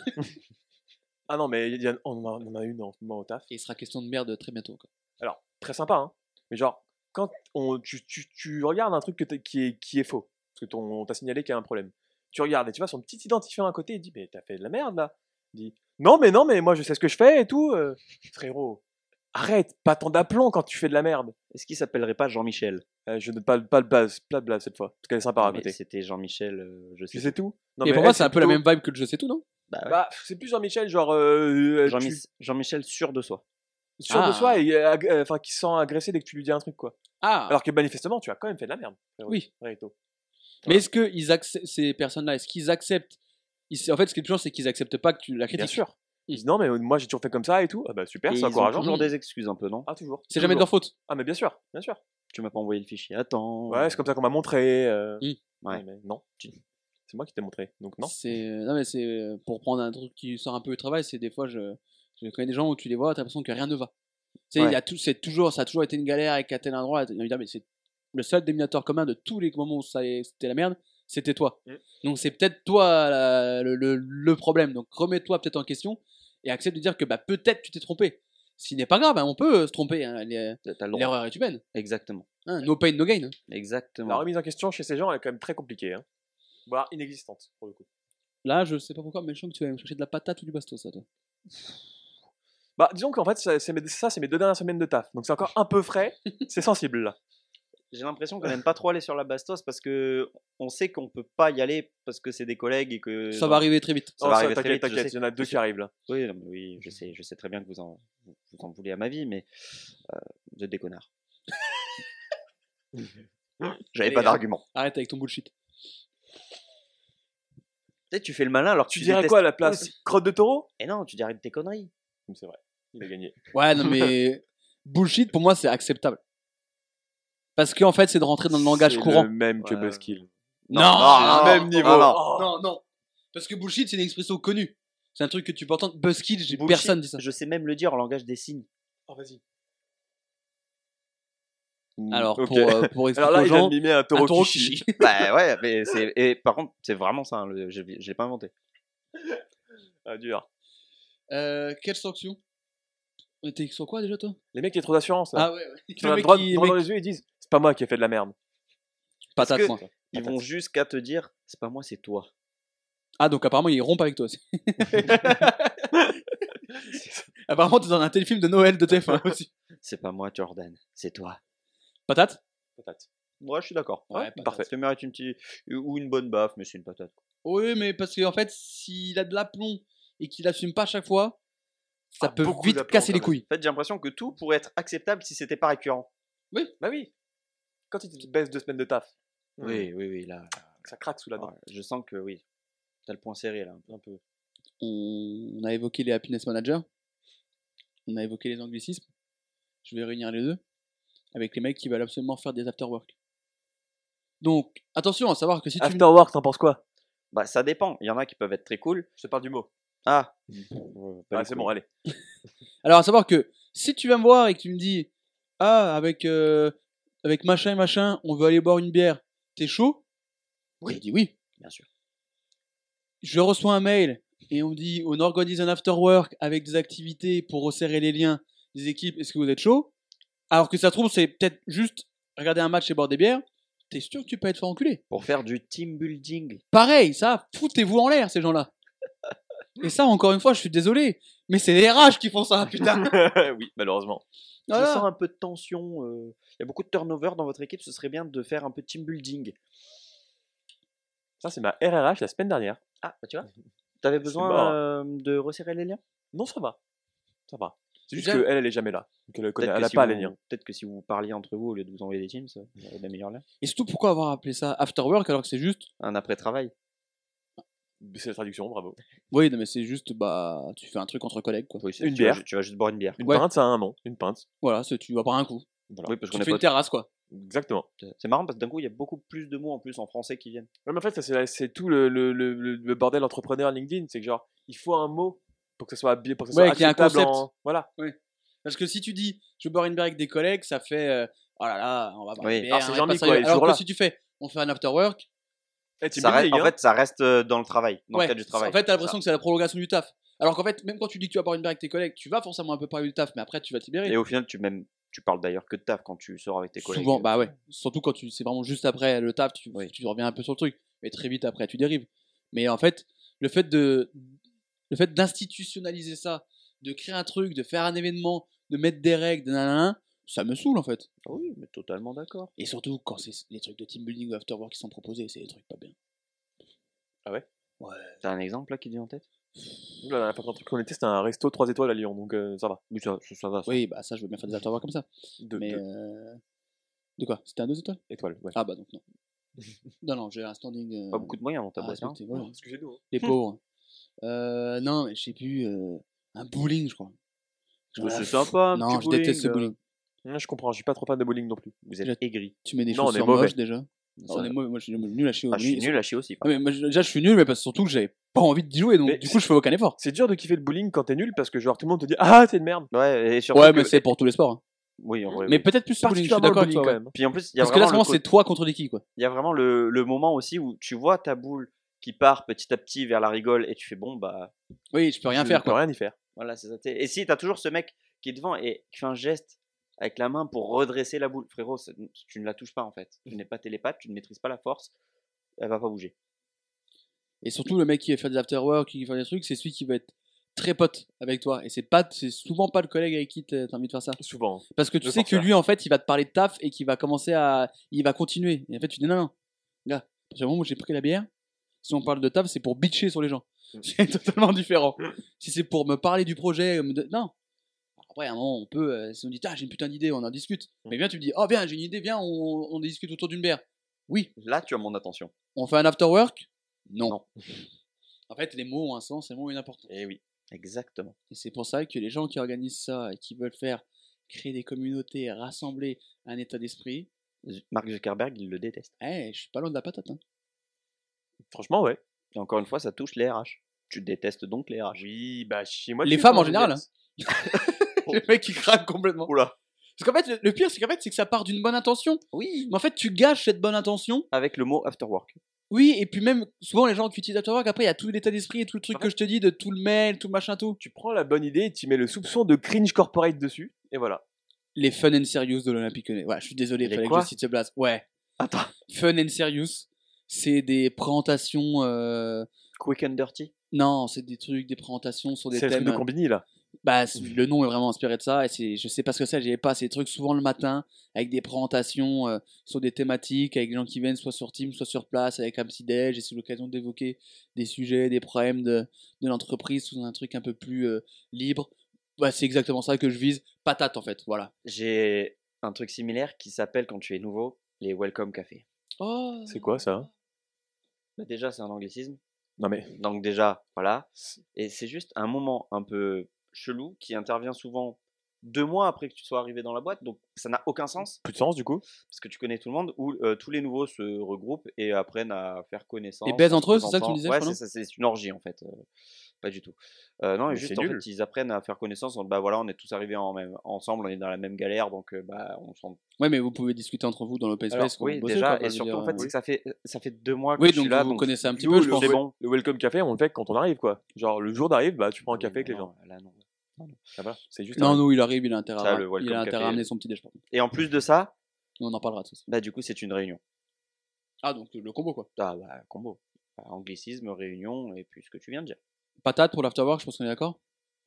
B: ah non, mais il y en a- on, en a, on en a une en ce moment au taf.
C: Et il sera question de merde très bientôt. quoi.
B: Alors, très sympa, hein. Mais genre, quand on, tu, tu, tu regardes un truc que t'as- qui, est, qui est faux, parce que ton, on t'a signalé qu'il y a un problème, tu regardes et tu vois son petit identifiant à côté, il dit, mais t'as fait de la merde là. Il dit, non, mais non, mais moi je sais ce que je fais et tout. euh. Frérot, arrête, pas tant d'aplomb quand tu fais de la merde.
A: Est-ce qu'il s'appellerait pas Jean-Michel
B: Euh, je ne parle pas le blaze, pas le blaze cette fois, parce qu'elle est sympa à
A: Mais
B: côté.
A: C'était Jean-Michel, euh, je sais.
B: Tu sais tout non,
C: et
B: mais
C: pour moi,
B: elle,
C: c'est un peu la
B: plutôt-
C: même Ah vibe que le je sais tout, non
A: Bah ouais.
B: Bah, c'est plus Jean-Michel, genre, euh, euh,
A: Jean-Mi-
B: tu-
A: Jean-Michel sûr de soi.
B: sûr
C: Ah.
B: de soi et euh, ag- euh, enfin, qui se sent agressé dès que tu lui dis un truc, quoi.
C: Ah
B: Alors que manifestement, tu as quand même fait de la merde. frérot.
C: Oui.
B: Frérito.
C: Mais est-ce que ils accep- ces personnes-là, est-ce qu'ils acceptent ils- En fait, ce qui est le plus chiant, c'est qu'ils acceptent pas que tu la
B: Bien
C: critiques.
B: sûr. Ils disent non, mais moi j'ai toujours fait comme ça et tout. Ah bah super,
A: Et
B: c'est
A: ils ont
B: encourageant.
A: toujours des excuses un peu, non
B: Ah, toujours.
C: C'est jamais de leur
B: Toujours.
C: faute.
B: Ah, mais bien sûr, bien sûr.
A: Tu m'as pas envoyé le fichier. Attends.
B: Ouais, c'est comme ça qu'on m'a montré. euh,
C: Mm.
A: Ouais.
B: mais non, tu- c'est moi qui t'ai montré, donc non.
C: C'est euh, non mais c'est euh, pour prendre un truc qui sort un peu du travail, c'est des fois je, je connais des gens où tu les vois, t'as l'impression que rien ne va. Tu sais, il y a tout, c'est toujours ça a toujours été une galère avec un tel endroit. et- évidemment, mais c'est le seul dénominateur commun de tous les moments où ça est- c'était la merde, c'était toi.
B: Mm.
C: Donc c'est peut-être toi la- le, le- le problème. Donc remets-toi peut-être en question et accepte de dire que bah peut-être tu t'es trompé. Ce qui n'est pas grave, hein, on peut euh, se tromper. hein, les-
A: T'as- t'as le droit.
C: L'erreur est humaine.
A: Exactement.
C: hein, no pain, no gain. hein.
B: La
A: Exactement.
B: remise en question chez ces gens elle est quand même très compliquée, hein. voire inexistante pour le coup.
C: Là, je sais pas pourquoi, mais je sens que tu vas me chercher de la patate ou du bastos, ça, toi.
B: Bah, disons qu'en fait, ça, c'est mes, ça, c'est mes deux dernières semaines de taf, donc c'est encore un peu frais, c'est sensible là.
A: J'ai l'impression qu'on n'aime pas trop aller sur la Bastos parce que on sait qu'on peut pas y aller parce que c'est des collègues et que.
C: Ça va arriver très vite.
A: Ça va arriver très
B: Oh, t'inquiète,
A: vite, je
B: t'inquiète,
A: sais.
B: il y en a deux qui arrivent là.
A: Oui, non, mais oui, je sais, je sais très bien que vous en, vous vous en voulez à ma vie, mais euh, vous êtes des connards. J'avais
C: Les
A: pas
C: gars.
A: d'argument.
C: Arrête avec ton bullshit.
A: Tu sais, tu fais le malin alors que
B: Tu,
A: tu,
B: dirais
A: détestes-
B: quoi à la place Crotte de taureau
A: Eh non, tu dirais tes conneries.
B: C'est vrai, il a gagné.
C: Ouais, non, mais bullshit, pour moi, c'est acceptable. Parce qu'en fait, c'est de rentrer dans le langage
B: C'est
C: courant.
B: Le même que
A: Ouais.
B: Buzzkill.
C: Non,
A: non,
B: Ah, même
A: non,
B: niveau.
A: non, non.
B: Oh.
C: Non, non. Parce que bullshit, c'est une expression connue. C'est un truc que tu peux entendre. Buzzkill, j'ai
A: Bullshit,
C: personne dit ça.
A: Je sais même le dire en langage des signes.
B: Oh, vas-y.
C: Alors,
B: Ok.
C: pour, euh,
B: Alors
C: pour expliquer
B: là,
C: aux
B: il a
C: gens,
B: mimé un taureau,
C: un taureau
B: qui chie.
C: qui chie.
A: bah ouais, mais c'est et par contre, c'est vraiment ça. hein, le- je je l'ai pas inventé.
B: Ah, dur.
C: Euh, quelle sanction Mais T'es sur quoi déjà, toi
B: Les mecs qui ont trop d'assurance là.
C: Ah ouais, ouais.
B: Ils ont
C: Le
B: la
C: mec
B: droite
C: qui-
B: droit dans
C: mec-
B: les yeux, ils disent c'est pas moi qui ai fait de la merde.
C: Patate,
A: que-
C: moi.
A: Ils
B: Attends.
A: vont jusqu'à te dire, c'est pas moi, c'est toi.
C: Ah, donc apparemment, ils rompent avec toi aussi. apparemment, t'es dans un téléfilm de Noël de TF1 aussi.
A: C'est pas moi, Jordan. C'est toi.
C: Patate
B: Patate.
A: Moi, je suis d'accord.
C: Ouais, patate.
A: parfait. Ça mérite une petite ou une bonne baffe, mais c'est une patate.
C: Oui, mais parce qu'en fait, s'il a de l'aplomb et qu'il assume pas à chaque fois, ça
B: Ah,
C: peut
B: beaucoup
C: vite
B: d'aplomb,
C: casser
B: quand
C: les
B: même.
C: couilles.
A: En fait, j'ai l'impression que tout pourrait être acceptable si c'était pas récurrent.
B: Bah oui. Quand ils te baissent deux semaines de taf.
A: Oui, oui, oui. Là,
B: Ça craque sous la dent.
A: ouais, je sens que oui. T'as le point serré là, un peu.
C: On on a évoqué les happiness managers, on a évoqué les anglicismes. Je vais réunir les deux avec les mecs qui veulent absolument faire des afterwork. Donc, attention à savoir que si tu.
B: After work, t'en penses quoi
A: Bah, ça dépend. Il y en a qui peuvent être très cool.
B: Je te parle du mot.
A: Ah.
C: Bah,
B: Ah, c'est bon, allez.
C: Alors, à savoir que si tu viens me voir et que tu me dis Ah, avec, euh, avec machin et machin, on veut aller boire une bière, t'es chaud
A: Oui.
C: Je dis oui.
A: Bien sûr.
C: je reçois un mail et on me dit on organise un after work avec des activités pour resserrer les liens des équipes, est-ce que vous êtes chaud Alors que ça se trouve, c'est peut-être juste regarder un match et boire des bières, t'es sûr que tu peux être fait enculer
A: Pour faire du team building.
C: Pareil, ça, foutez-vous en l'air ces gens-là Et ça, encore une fois, je suis désolé, mais c'est les rages qui font ça, putain
B: oui, malheureusement.
A: Je sens
C: Voilà.
A: un peu de tension. euh, Il y a beaucoup de turnover dans votre équipe. Ce serait bien de faire un peu de team building.
B: Ça, c'est ma RRH la semaine dernière.
A: Ah, bah, tu vois. T'avais
B: C'est
A: besoin
B: mort.
A: euh, de resserrer les liens.
B: Non, ça va. Ça va. C'est juste
C: Déjà-
B: qu'elle, elle est jamais là. Donc elle connaît-
A: Peut-être
B: elle
A: que
B: a
A: si
B: pas
A: vous-
B: les liens.
A: Peut-être que si vous parliez entre vous au lieu de vous envoyer des teams, ça aurait la meilleure là.
C: Et surtout, pourquoi avoir appelé ça after work alors que c'est juste.
A: Un après-travail.
B: C'est la traduction, bravo.
C: Oui, non, mais c'est juste, bah, tu fais un truc entre collègues, quoi.
A: Oui, c'est-
B: Une
A: tu vas
B: bière.
A: ju- tu vas juste boire une bière.
B: Une
C: Ouais.
B: pinte, ça a un nom. Une pinte.
C: Voilà, c'est- tu vas boire un coup.
B: Voilà.
A: Oui, parce
C: Tu
A: qu'on
C: te
A: n'a
C: fais une
A: pas.
C: terrasse, quoi.
B: Exactement.
A: C'est marrant parce que d'un coup, il y a beaucoup plus de mots en plus en français qui viennent.
B: Ouais, mais en fait, ça, c'est, la- c'est tout le, le, le, le- le bordel entrepreneur LinkedIn. C'est que genre, il faut un mot pour que ça soit, habi- pour que ça
C: Ouais,
B: soit
C: qu'il y ait un
B: acceptable
C: concept.
B: en- Voilà.
C: Parce que si tu dis je vais boire une bière avec des collègues, ça fait euh, oh là là, on va boire
A: Oui.
C: une bière.
B: Alors, c'est
C: on est
B: Jean-Mi,
C: pas
B: quoi,
C: sérieux.
B: il est
C: Alors
B: toujours
C: que
B: là.
C: si tu fais on fait un after work,
B: Eh, team
A: Ça reste-
B: building,
A: en
B: hein.
A: fait, ça reste euh, dans le travail, dans
C: ouais,
A: le cadre du travail.
C: En fait, t'as l'impression que c'est la prolongation du taf. Alors qu'en fait, même quand tu dis que tu vas boire une bière avec tes collègues, tu vas forcément un peu parler du taf, mais après tu vas te libérer.
A: Et au final, tu même, tu parles d'ailleurs que de taf quand tu sors avec tes collègues.
C: Souvent, bah ouais. Surtout quand tu, c'est vraiment juste après le taf, tu, tu reviens un peu sur le truc, mais très vite après, tu dérives. Mais en fait, le fait de, le fait d'institutionnaliser ça, de créer un truc, de faire un événement, de mettre des règles, de nanana, ça me saoule en fait.
A: Oui, mais totalement d'accord.
C: Et surtout, quand c'est les trucs de team building ou afterwork qui sont proposés, c'est des trucs pas bien.
A: T'as un exemple là qui te vient en tête
B: Nous, La dernière fois qu'on- qu'on était, c'était un resto 3 étoiles à Lyon, donc euh, ça va.
A: Oui, ça, ça- ça va. ça.
C: Oui, bah ça, je veux bien faire des afterwork comme ça.
B: Deux,
C: mais.
B: deux
C: euh, De quoi C'était un deux étoiles
B: étoiles, ouais.
C: Ah bah donc non. non, non, j'ai un standing. euh,
A: Ah, Pas beaucoup de moyens dans ta
C: à
A: boîte. hein.
C: respecter, voilà.
B: Excusez-nous.
C: Les pauvres. Euh, non, mais je sais plus. euh, Un bowling, je crois. J'en ai
A: C'est
C: la
A: sympa, un
C: Non,
A: petit
C: je déteste ce
A: bowling, euh,
C: bowling.
B: Non, je comprends, je suis pas trop fan de bowling non plus.
A: Vous êtes
C: Je-
A: aigri.
C: Tu mets des
B: Non, on est
C: chaussures
B: mauvais.
C: moches déjà. On est mauvais. Moi, je suis nul à chier au
A: Ah, je suis
C: bowling.
A: nul à chier aussi.
C: Ah, mais moi, je- déjà, je suis nul, mais parce que surtout que j'avais pas envie d'y jouer, donc
B: Mais
C: du coup, je fais aucun effort.
B: C'est dur de kiffer le bowling quand t'es nul parce que genre tout le monde te dit Ah, t'es une merde.
A: Ouais, et surtout
C: Ouais, mais
A: que- Euh,
C: c'est pour tous les sports. hein.
A: Oui, en vrai,
C: Mais
A: oui.
C: peut-être plus le bowling, je suis
B: Particulièrement le
C: d'accord avec
B: bowling
C: toi.
B: quand
C: ouais.
B: même. hein.
A: Puis en plus, il y a
C: Parce que là,
A: vraiment,
C: vraiment,
A: le,
C: c'est
A: co-
C: toi contre les qui, quoi.
A: il y a vraiment le, le moment aussi où tu vois ta boule qui part petit à petit vers la rigole et tu fais bon, bah
C: Oui, je peux rien
B: Tu
C: faire,
B: peux
C: quoi.
B: Rien y faire.
A: voilà, c'est ça. t'es- Et si, t'as toujours ce mec qui est devant et qui fait un geste avec la main pour redresser la boule. Frérot, c'est- tu ne la touches pas en fait. Tu n'es pas télépathe, tu ne maîtrises pas la force, elle va pas bouger.
C: Et surtout, le mec qui va faire des afterwork, qui va faire des trucs, c'est celui qui va être très pote avec toi. Et c'est pas, c'est souvent pas le collègue avec qui t'as t'as envie de faire ça.
B: Souvent.
C: Parce que tu
B: Le
C: sais que
B: forceur.
C: lui, en fait, il va te parler de taf et qu'il va commencer à. Il va continuer. Et en fait, tu dis non, non, gars, parce que moment où j'ai pris la bière, si on parle de taf, c'est pour bitcher sur les gens. C'est totalement différent. Si c'est pour me parler du projet, euh, me de- non. Après, à un moment, on peut. euh, si on dit, ah, j'ai une putain d'idée, on en discute. Mais viens, tu me dis, oh, viens, j'ai une idée, viens, on, on discute autour d'une bière. Oui.
A: Là, tu as mon attention.
C: On fait un afterwork non.
A: Non.
C: En fait, les mots ont un sens, les mots ont une importance.
A: Et Eh oui, exactement.
C: Et c'est pour ça que les gens qui organisent ça et qui veulent faire créer des communautés, rassembler un état d'esprit,
A: Z- Mark Zuckerberg, il le déteste.
C: eh, je suis pas loin de la patate. hein.
B: Franchement, ouais.
A: Et encore une fois, ça touche les RH. Tu détestes donc les RH.
B: Oui, bah chez moi.
C: Les
B: tu-
C: femmes, en
B: moi, je
C: général,
B: déteste.
C: Le mec qui craque complètement.
A: Oh. Oula.
C: Parce qu'en fait, le, le pire, c'est qu'en fait, c'est que ça part d'une bonne intention.
A: Oui.
C: Mais en fait, tu gâches cette bonne intention.
A: Avec le mot afterwork.
C: Oui, et puis même, souvent, les gens qui utilisent Afterwork, après, il y a tout l'état d'esprit et tout le truc
A: Ah
B: Ouais.
C: que je te dis, de tout le mail, tout le machin, tout.
B: Tu prends la bonne idée et tu mets le soupçon de cringe corporate dessus. Et voilà.
C: Les fun and serious de l'Olympique Lyonnais. Ouais, je suis désolé,
A: Les
C: fallait que
A: quoi
C: je cite ce blase. Ouais.
A: Attends.
C: Fun and serious, c'est des présentations. euh,
A: Quick and dirty.
C: Non, c'est des trucs, des présentations sur des
B: C'est le truc
C: thèmes. hein.
B: de Combini là.
C: Bah, c- le nom est vraiment inspiré de ça. Et c'est, je sais pas ce que c'est, j'y ai pas. C'est des trucs souvent le matin, avec des présentations euh, sur des thématiques, avec des gens qui viennent soit sur Teams, soit sur place, avec un petit déj. Et c'est l'occasion d'évoquer des sujets, des problèmes de, de l'entreprise sous un truc un peu plus euh, libre. Bah, c'est exactement ça que je vise. Patate, en fait. Voilà.
A: J'ai un truc similaire qui s'appelle, quand tu es nouveau, les welcome café.
C: Oh.
B: C'est quoi ça hein
A: Bah, Déjà, c'est un anglicisme.
B: Non mais.
A: Donc déjà, voilà. Et c'est juste un moment un peu chelou qui intervient souvent deux mois après que tu sois arrivé dans la boîte. Donc ça n'a aucun sens
B: Plus de sens du coup.
A: parce que tu connais tout le monde où euh, tous les nouveaux se regroupent et apprennent à faire connaissance.
C: Et baisent
A: en
C: entre eux,
A: se
C: c'est ça que tu
A: présentant.
C: me disais,
A: Ouais,
C: Fernand
A: c'est ça, c'est une orgie en fait. euh, pas du tout. Euh, non,
B: Mais
A: et juste
B: c'est
A: en
B: nul.
A: fait, ils apprennent à faire connaissance. en- Bah voilà, on est tous arrivés en même, ensemble, on est dans la même galère, donc euh, bah on s'en
C: Ouais, mais vous pouvez discuter entre vous dans l'open
A: Alors,
C: space. quand
A: oui,
C: vous bossez,
A: déjà,
C: quoi,
A: et
C: je veux
A: surtout,
C: dire,
A: en fait,
C: euh,
A: c'est que ça fait, ça fait deux mois que
C: Oui,
A: je suis
C: donc
A: là.
C: vous
A: donc
C: connaissez un petit
B: nous,
C: peu, je
B: le
C: pense.
A: c'est
B: wel-
A: bon.
B: Le welcome café, on le fait quand on arrive quoi. Genre le jour d'arrive, bah tu prends un café avec les gens.
A: Là, non.
B: Ah, voilà. C'est juste.
C: Non,
B: un-
C: non, il arrive, il a intérêt,
A: Ça,
C: à,
A: le welcome
C: il a intérêt
A: café.
C: à amener son petit déj. par contre.
A: Et en plus de ça,
C: On en parlera de ça.
A: bah, du coup, c'est une réunion.
C: Ah, donc le combo, quoi.
A: Ah, bah, combo. Bah, anglicisme, réunion, et puis ce que tu viens de dire.
C: Patate pour l'afterwork, je pense qu'on est d'accord.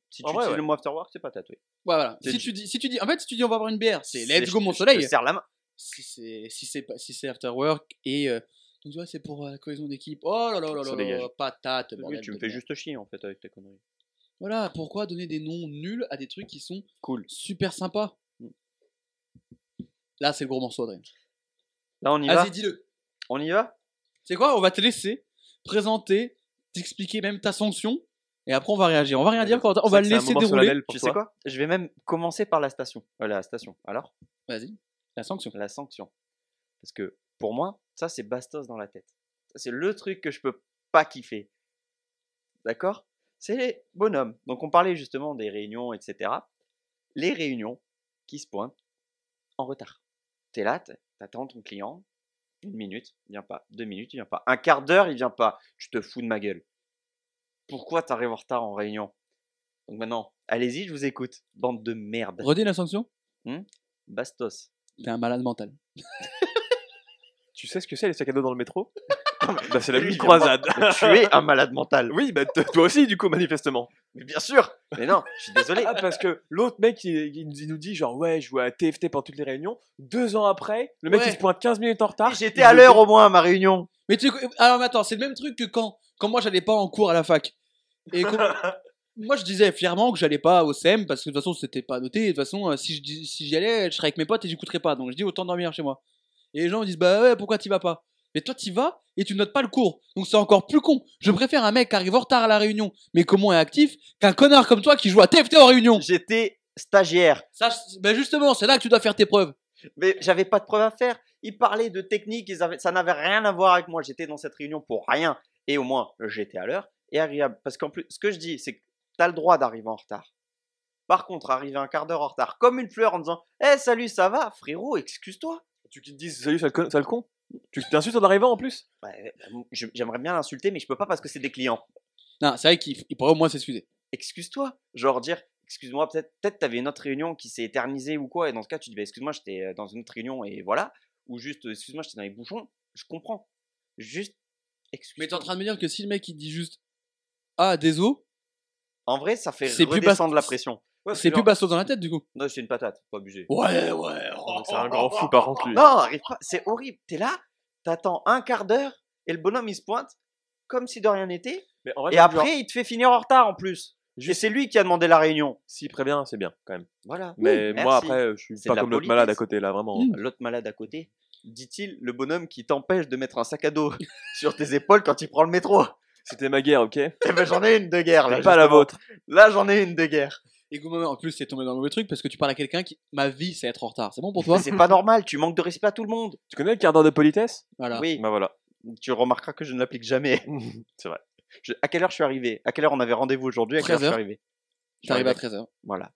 A: Si
B: En
A: tu
B: vrai,
A: utilises
B: ouais.
A: le mot after work, c'est pas tatoué.
C: Ouais, voilà.
A: C'est
C: Si
A: du-
C: tu, dis, si tu dis, en fait, si tu dis on va boire une bière, c'est
A: Je-
C: let's go mon
A: je-
C: soleil.
A: Je te serre la main.
C: Si c'est si c'est pas- si c'est after work et euh, donc tu vois c'est pour euh, la cohésion d'équipe. Oh là là là
A: Ça
C: là là,
A: dégage.
C: patate.
A: Oui,
C: bordel
A: tu
C: de
A: me fais
C: merde.
A: juste chier, en fait, avec tes conneries.
C: Voilà, pourquoi donner des noms nuls à des trucs qui sont
A: Cool.
C: super sympas. Là c'est le gros morceau Adrien.
A: Là, on y va
C: Vas-y dis-le.
A: On y va
C: C'est quoi On va te laisser présenter, t'expliquer même ta sanction et après on va réagir. On va rien dire quand on va
B: C'est
C: le
B: que c'est un
C: laisser
B: moment
C: dérouler.
B: solennel pour
A: Tu sais
B: toi.
A: quoi Je vais même commencer par la station. Euh, la station. Alors
C: Vas-y. La sanction.
A: la sanction. Parce que pour moi, ça c'est bastos dans la tête. Ça, c'est le truc que je peux pas kiffer. D'accord C'est les bonhommes. Donc on parlait justement des réunions, etc. Les réunions qui se pointent en retard. T'es là, t- t'attends ton client, une minute, il vient pas, deux minutes, il vient pas, un quart d'heure, il vient pas. Tu te fous de ma gueule. Pourquoi t'arrives en retard en réunion Donc maintenant, allez-y, je vous écoute, bande de merde.
C: Redis la sanction.
A: Bastos.
C: T'es un malade mental.
B: Tu sais ce que c'est les sacs à dos dans le métro Bah c'est la
A: Lui,
B: nuit
A: il vient
B: croisade.
A: Tu es un malade mental.
B: Oui, bah t- toi aussi du coup manifestement.
A: Mais bien sûr Mais non, je suis désolé.
B: Ah, parce que l'autre mec, il, il nous- il nous dit genre, ouais, je jouais à TFT pendant toutes les réunions. Deux ans après, le mec,
C: Ouais.
B: il se pointe 15 minutes en retard.
A: J'étais à l'heure au moins à ma réunion.
C: Mais tu alors mais attends, c'est le même truc que quand quand moi j'allais pas en cours à la fac. Et qu'on- moi je disais fièrement que j'allais pas au CM parce que de toute façon c'était pas noté. Et De toute façon euh, si je dis- si j'y allais, je serais avec mes potes et j'écouterais pas. Donc je dis autant dormir chez moi. Et les gens me disent bah ouais pourquoi t'y vas pas Mais toi, t'y vas et tu notes pas le cours. Donc c'est encore plus con. Je préfère un mec qui arrive en retard à la réunion, mais comment est actif, qu'un connard comme toi qui joue à TFT en réunion.
A: J'étais stagiaire,
C: Ça, c'est- ben justement, c'est là que tu dois faire tes preuves.
A: mais j'avais pas de preuve à faire. Ils parlaient de technique, ils avaient- ça n'avait rien à voir avec moi. J'étais dans cette réunion pour rien. Et au moins, j'étais à l'heure et agréable. Parce qu'en plus, ce que je dis, c'est que t'as le droit d'arriver en retard. Par contre, arriver un quart d'heure en retard, comme une fleur en disant Eh, salut, ça va, frérot, excuse-toi.
B: Tu qui te dis salut, sale con. sale con. Tu t'insultes en arrivant en plus
A: Ouais, euh, je- J'aimerais bien l'insulter, mais je peux pas parce que c'est des clients.
C: Non, c'est vrai qu'il il pourrait au moins s'excuser.
A: excuse-toi. Genre dire, excuse-moi, peut-être peut-être t'avais une autre réunion qui s'est éternisée ou quoi, et dans ce cas, tu dis, bah, excuse-moi, j'étais euh, dans une autre réunion et voilà. Ou juste, euh, excuse-moi, j'étais dans les bouchons. Je comprends. Juste,
C: Mais
A: excuse
C: t'es en train de me dire que si le mec il dit juste Ah, désolé,
A: En vrai, ça fait
C: C'est plus
A: redescendre
C: bas-
A: la pression.
C: c'est plus bastos dans la tête du coup.
A: Non, c'est une patate, pas obligé.
C: Ouais, ouais. oh,
B: C'est un grand fou par contre lui.
A: Non, arrive pas, c'est horrible. T'es là, t'attends un quart d'heure et le bonhomme il se pointe comme si de rien n'était.
C: oh.
B: Mais en vrai,
A: Et
B: même genre,
A: après, il te fait finir en retard en plus. Et
B: Juste-
A: c'est lui qui a demandé la réunion.
B: s'il prévient, c'est bien quand même.
A: Voilà.
B: Mais moi
A: merci.
B: après, euh, je suis
A: C'est
B: pas
A: de la
B: comme l'autre
A: politesse.
B: malade à côté là, vraiment.
C: Mm.
A: l'autre malade à côté, dit-il, le bonhomme qui t'empêche de mettre un sac à dos sur tes épaules quand tu prends le métro.
B: C'était ma guerre, ok
A: Eh ben, j'en ai une de guerre, là.
B: Mais Pas la
A: justement.
B: vôtre.
A: Là, j'en ai une de guerre.
C: Et que, en plus, c'est tombé dans le mauvais truc parce que tu parles à quelqu'un qui. Ma vie, c'est être en retard. C'est bon pour toi
A: Mais C'est pas normal, tu manques de respect à tout le monde.
B: Tu connais le quart d'heure de politesse
C: Voilà. Mmh,
A: Oui,
B: Bah voilà.
A: tu remarqueras que je ne l'applique jamais.
B: C'est vrai.
A: Je- à quelle heure je suis arrivé À quelle heure on avait rendez-vous aujourd'hui À quelle heure je suis
C: 13
A: arrivé
C: J'arrive à
A: J'arrive
C: 13h.
A: Voilà.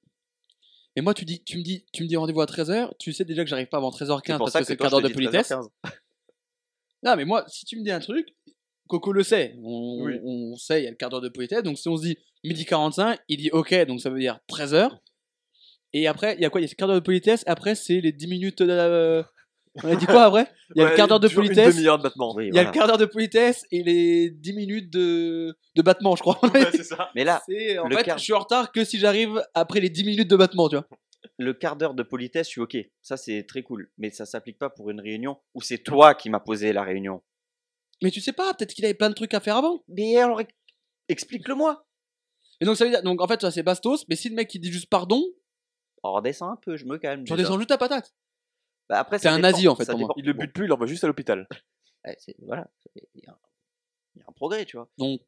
C: Et moi, tu, dis, tu me dis, tu me dis rendez-vous à 13h, tu sais déjà que j'arrive pas avant 13h15
A: C'est pour
C: parce
A: ça
C: que c'est le
A: toi,
C: quart d'heure
A: je te
C: de
A: dis
C: politesse.
A: 13h15.
C: Non, mais moi, si tu me dis un truc, Coco le sait. On,
B: Oui.
C: on sait, il y a le quart d'heure de politesse. Donc, si on se dit midi 45, il dit OK, donc ça veut dire 13h. Et après, il y a quoi Il y a le quart d'heure de politesse. Après, c'est les 10 minutes de la. euh, On a dit quoi après Il y a le
B: Ouais,
C: quart d'heure de
B: toujours Une
C: politesse.
B: demi-heure de battement.
A: Oui,
C: Il y a
A: voilà.
C: le quart d'heure de politesse et les 10 minutes de, de battement, je crois.
B: Ouais, c'est ça.
A: Mais là,
C: C'est- en
A: le
C: fait,
A: quart-
C: je suis en retard que si j'arrive après les 10 minutes de battement, tu vois.
A: le quart d'heure de politesse, je suis OK. Ça, c'est très cool. Mais ça s'applique pas pour une réunion où c'est toi qui m'as posé la réunion.
C: Mais tu sais pas, peut-être qu'il avait plein de trucs à faire avant.
A: Mais alors, explique-le-moi.
C: Et donc, ça veut dire, donc en fait, ça c'est bastos, mais si le mec il dit juste pardon,
A: On redescend un peu, je me calme.
C: tu
A: déjà.
C: redescends juste ta patate.
A: Bah après,
C: T'es
A: ça
C: un
A: dépend,
C: nazi, en fait,
A: ça
C: pour moi.
A: dépend.
B: Il le
A: Bon,
B: bute plus, il l'envoie juste à l'hôpital.
A: eh, c'est- voilà, il y, a un- il y a un progrès, tu vois.
C: Donc,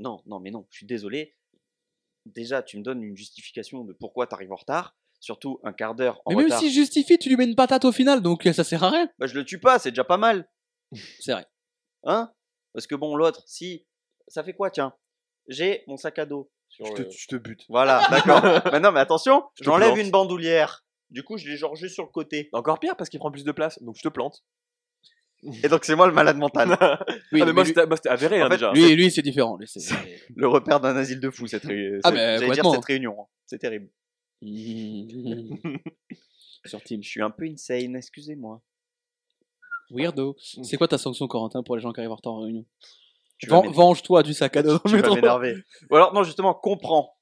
A: Non, non, mais non, je suis désolé. Déjà, tu me donnes une justification de pourquoi t'arrives en retard, surtout un quart d'heure en
C: mais même
A: retard.
C: si justifie, tu lui mets une patate au final, donc euh, ça sert à rien.
A: Bah, je le tue pas, c'est déjà pas mal,
C: C'est vrai.
A: hein Parce que bon, l'autre, si, ça fait quoi, tiens J'ai mon sac à dos. sur
B: Je te,
A: le-
B: je te bute.
A: Voilà, d'accord. Maintenant, mais attention,
B: Je te
A: j'enlève
B: plante.
A: une bandoulière. Du coup, je l'ai genre juste sur le côté.
B: Encore pire parce qu'il prend plus de place, donc je te plante.
A: Et donc, c'est moi le malade mental,
C: Oui,
B: ah, mais
C: mais
B: moi,
C: lui,
B: c'était- moi, c'était avéré
A: En
B: hein,
A: fait,
B: déjà.
C: lui, lui, c'est différent. lui, c'est-
A: le repère d'un asile de fous, cette, ré-
C: Ah,
A: cette-
C: mais,
A: j'allais dire
C: complètement.
A: cette réunion. hein. C'est terrible.
C: Sur Team.
A: Je suis un peu insane, excusez-moi.
C: Weirdo. C'est quoi ta sanction, Corentin, pour les gens qui arrivent en retard en réunion
A: Tu vas
C: Ven-
A: m'éner-
C: Venge-toi du sac à dos. dans
A: tu
C: le
A: vas
C: métro.
A: m'énerver. Ou alors, non, justement, comprends.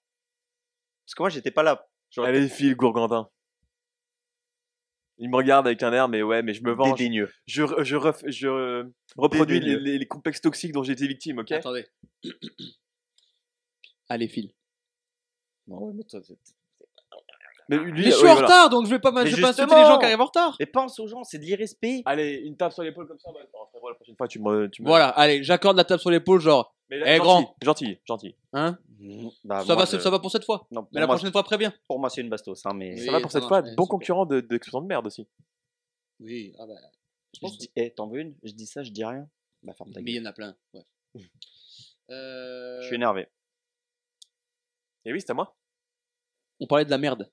A: Parce que moi, j'étais pas là. J'aurais
B: Allez, file, Gourgandin. Il me regarde avec un air, mais ouais, mais je me
A: été
B: venge.
A: dédaigneux.
B: Je, re- je, ref- je euh, reproduis les,
A: Dédaigneux.
B: les- les complexes toxiques dont j'ai été victime, ok
C: Attendez. Allez, file.
B: Mais, lui,
C: Mais je
B: euh,
C: suis
B: oui,
C: en
B: voilà.
C: retard, donc je vais pas, je vais pas insulter les gens qui arrivent en retard.
A: Mais pense aux gens, c'est de l'irrespect.
B: Allez, une tape sur l'épaule comme ça. Bah, attends, frérot, la prochaine fois, tu me. Tu me...
C: Voilà, allez, j'accorde la tape sur l'épaule, genre,
B: Mais
C: Eh,
B: gentil,
C: grand.
B: Gentil, gentil.
C: hein
A: Bah,
C: ça,
A: moi,
C: va,
A: je-
C: ça va pour cette fois.
A: non, pour,
C: Mais la
A: moi,
C: prochaine fois, préviens.
A: pour moi, c'est une bastos. hein, mais...
C: Oui.
B: ça va pour
C: ça
B: cette
C: marche,
B: fois.
C: ouais,
B: Bon
C: super.
B: concurrent de- d'expression de merde aussi.
C: Oui, ah bah.
A: Je dis, eh, t'en veux une Je dis ça, je dis rien. Bah, ferme ta
C: Mais il
A: gueule.
C: y en a plein, ouais. Euh,
A: Je suis énervé.
B: Et Eh oui, c'est à moi.
C: On parlait de la merde.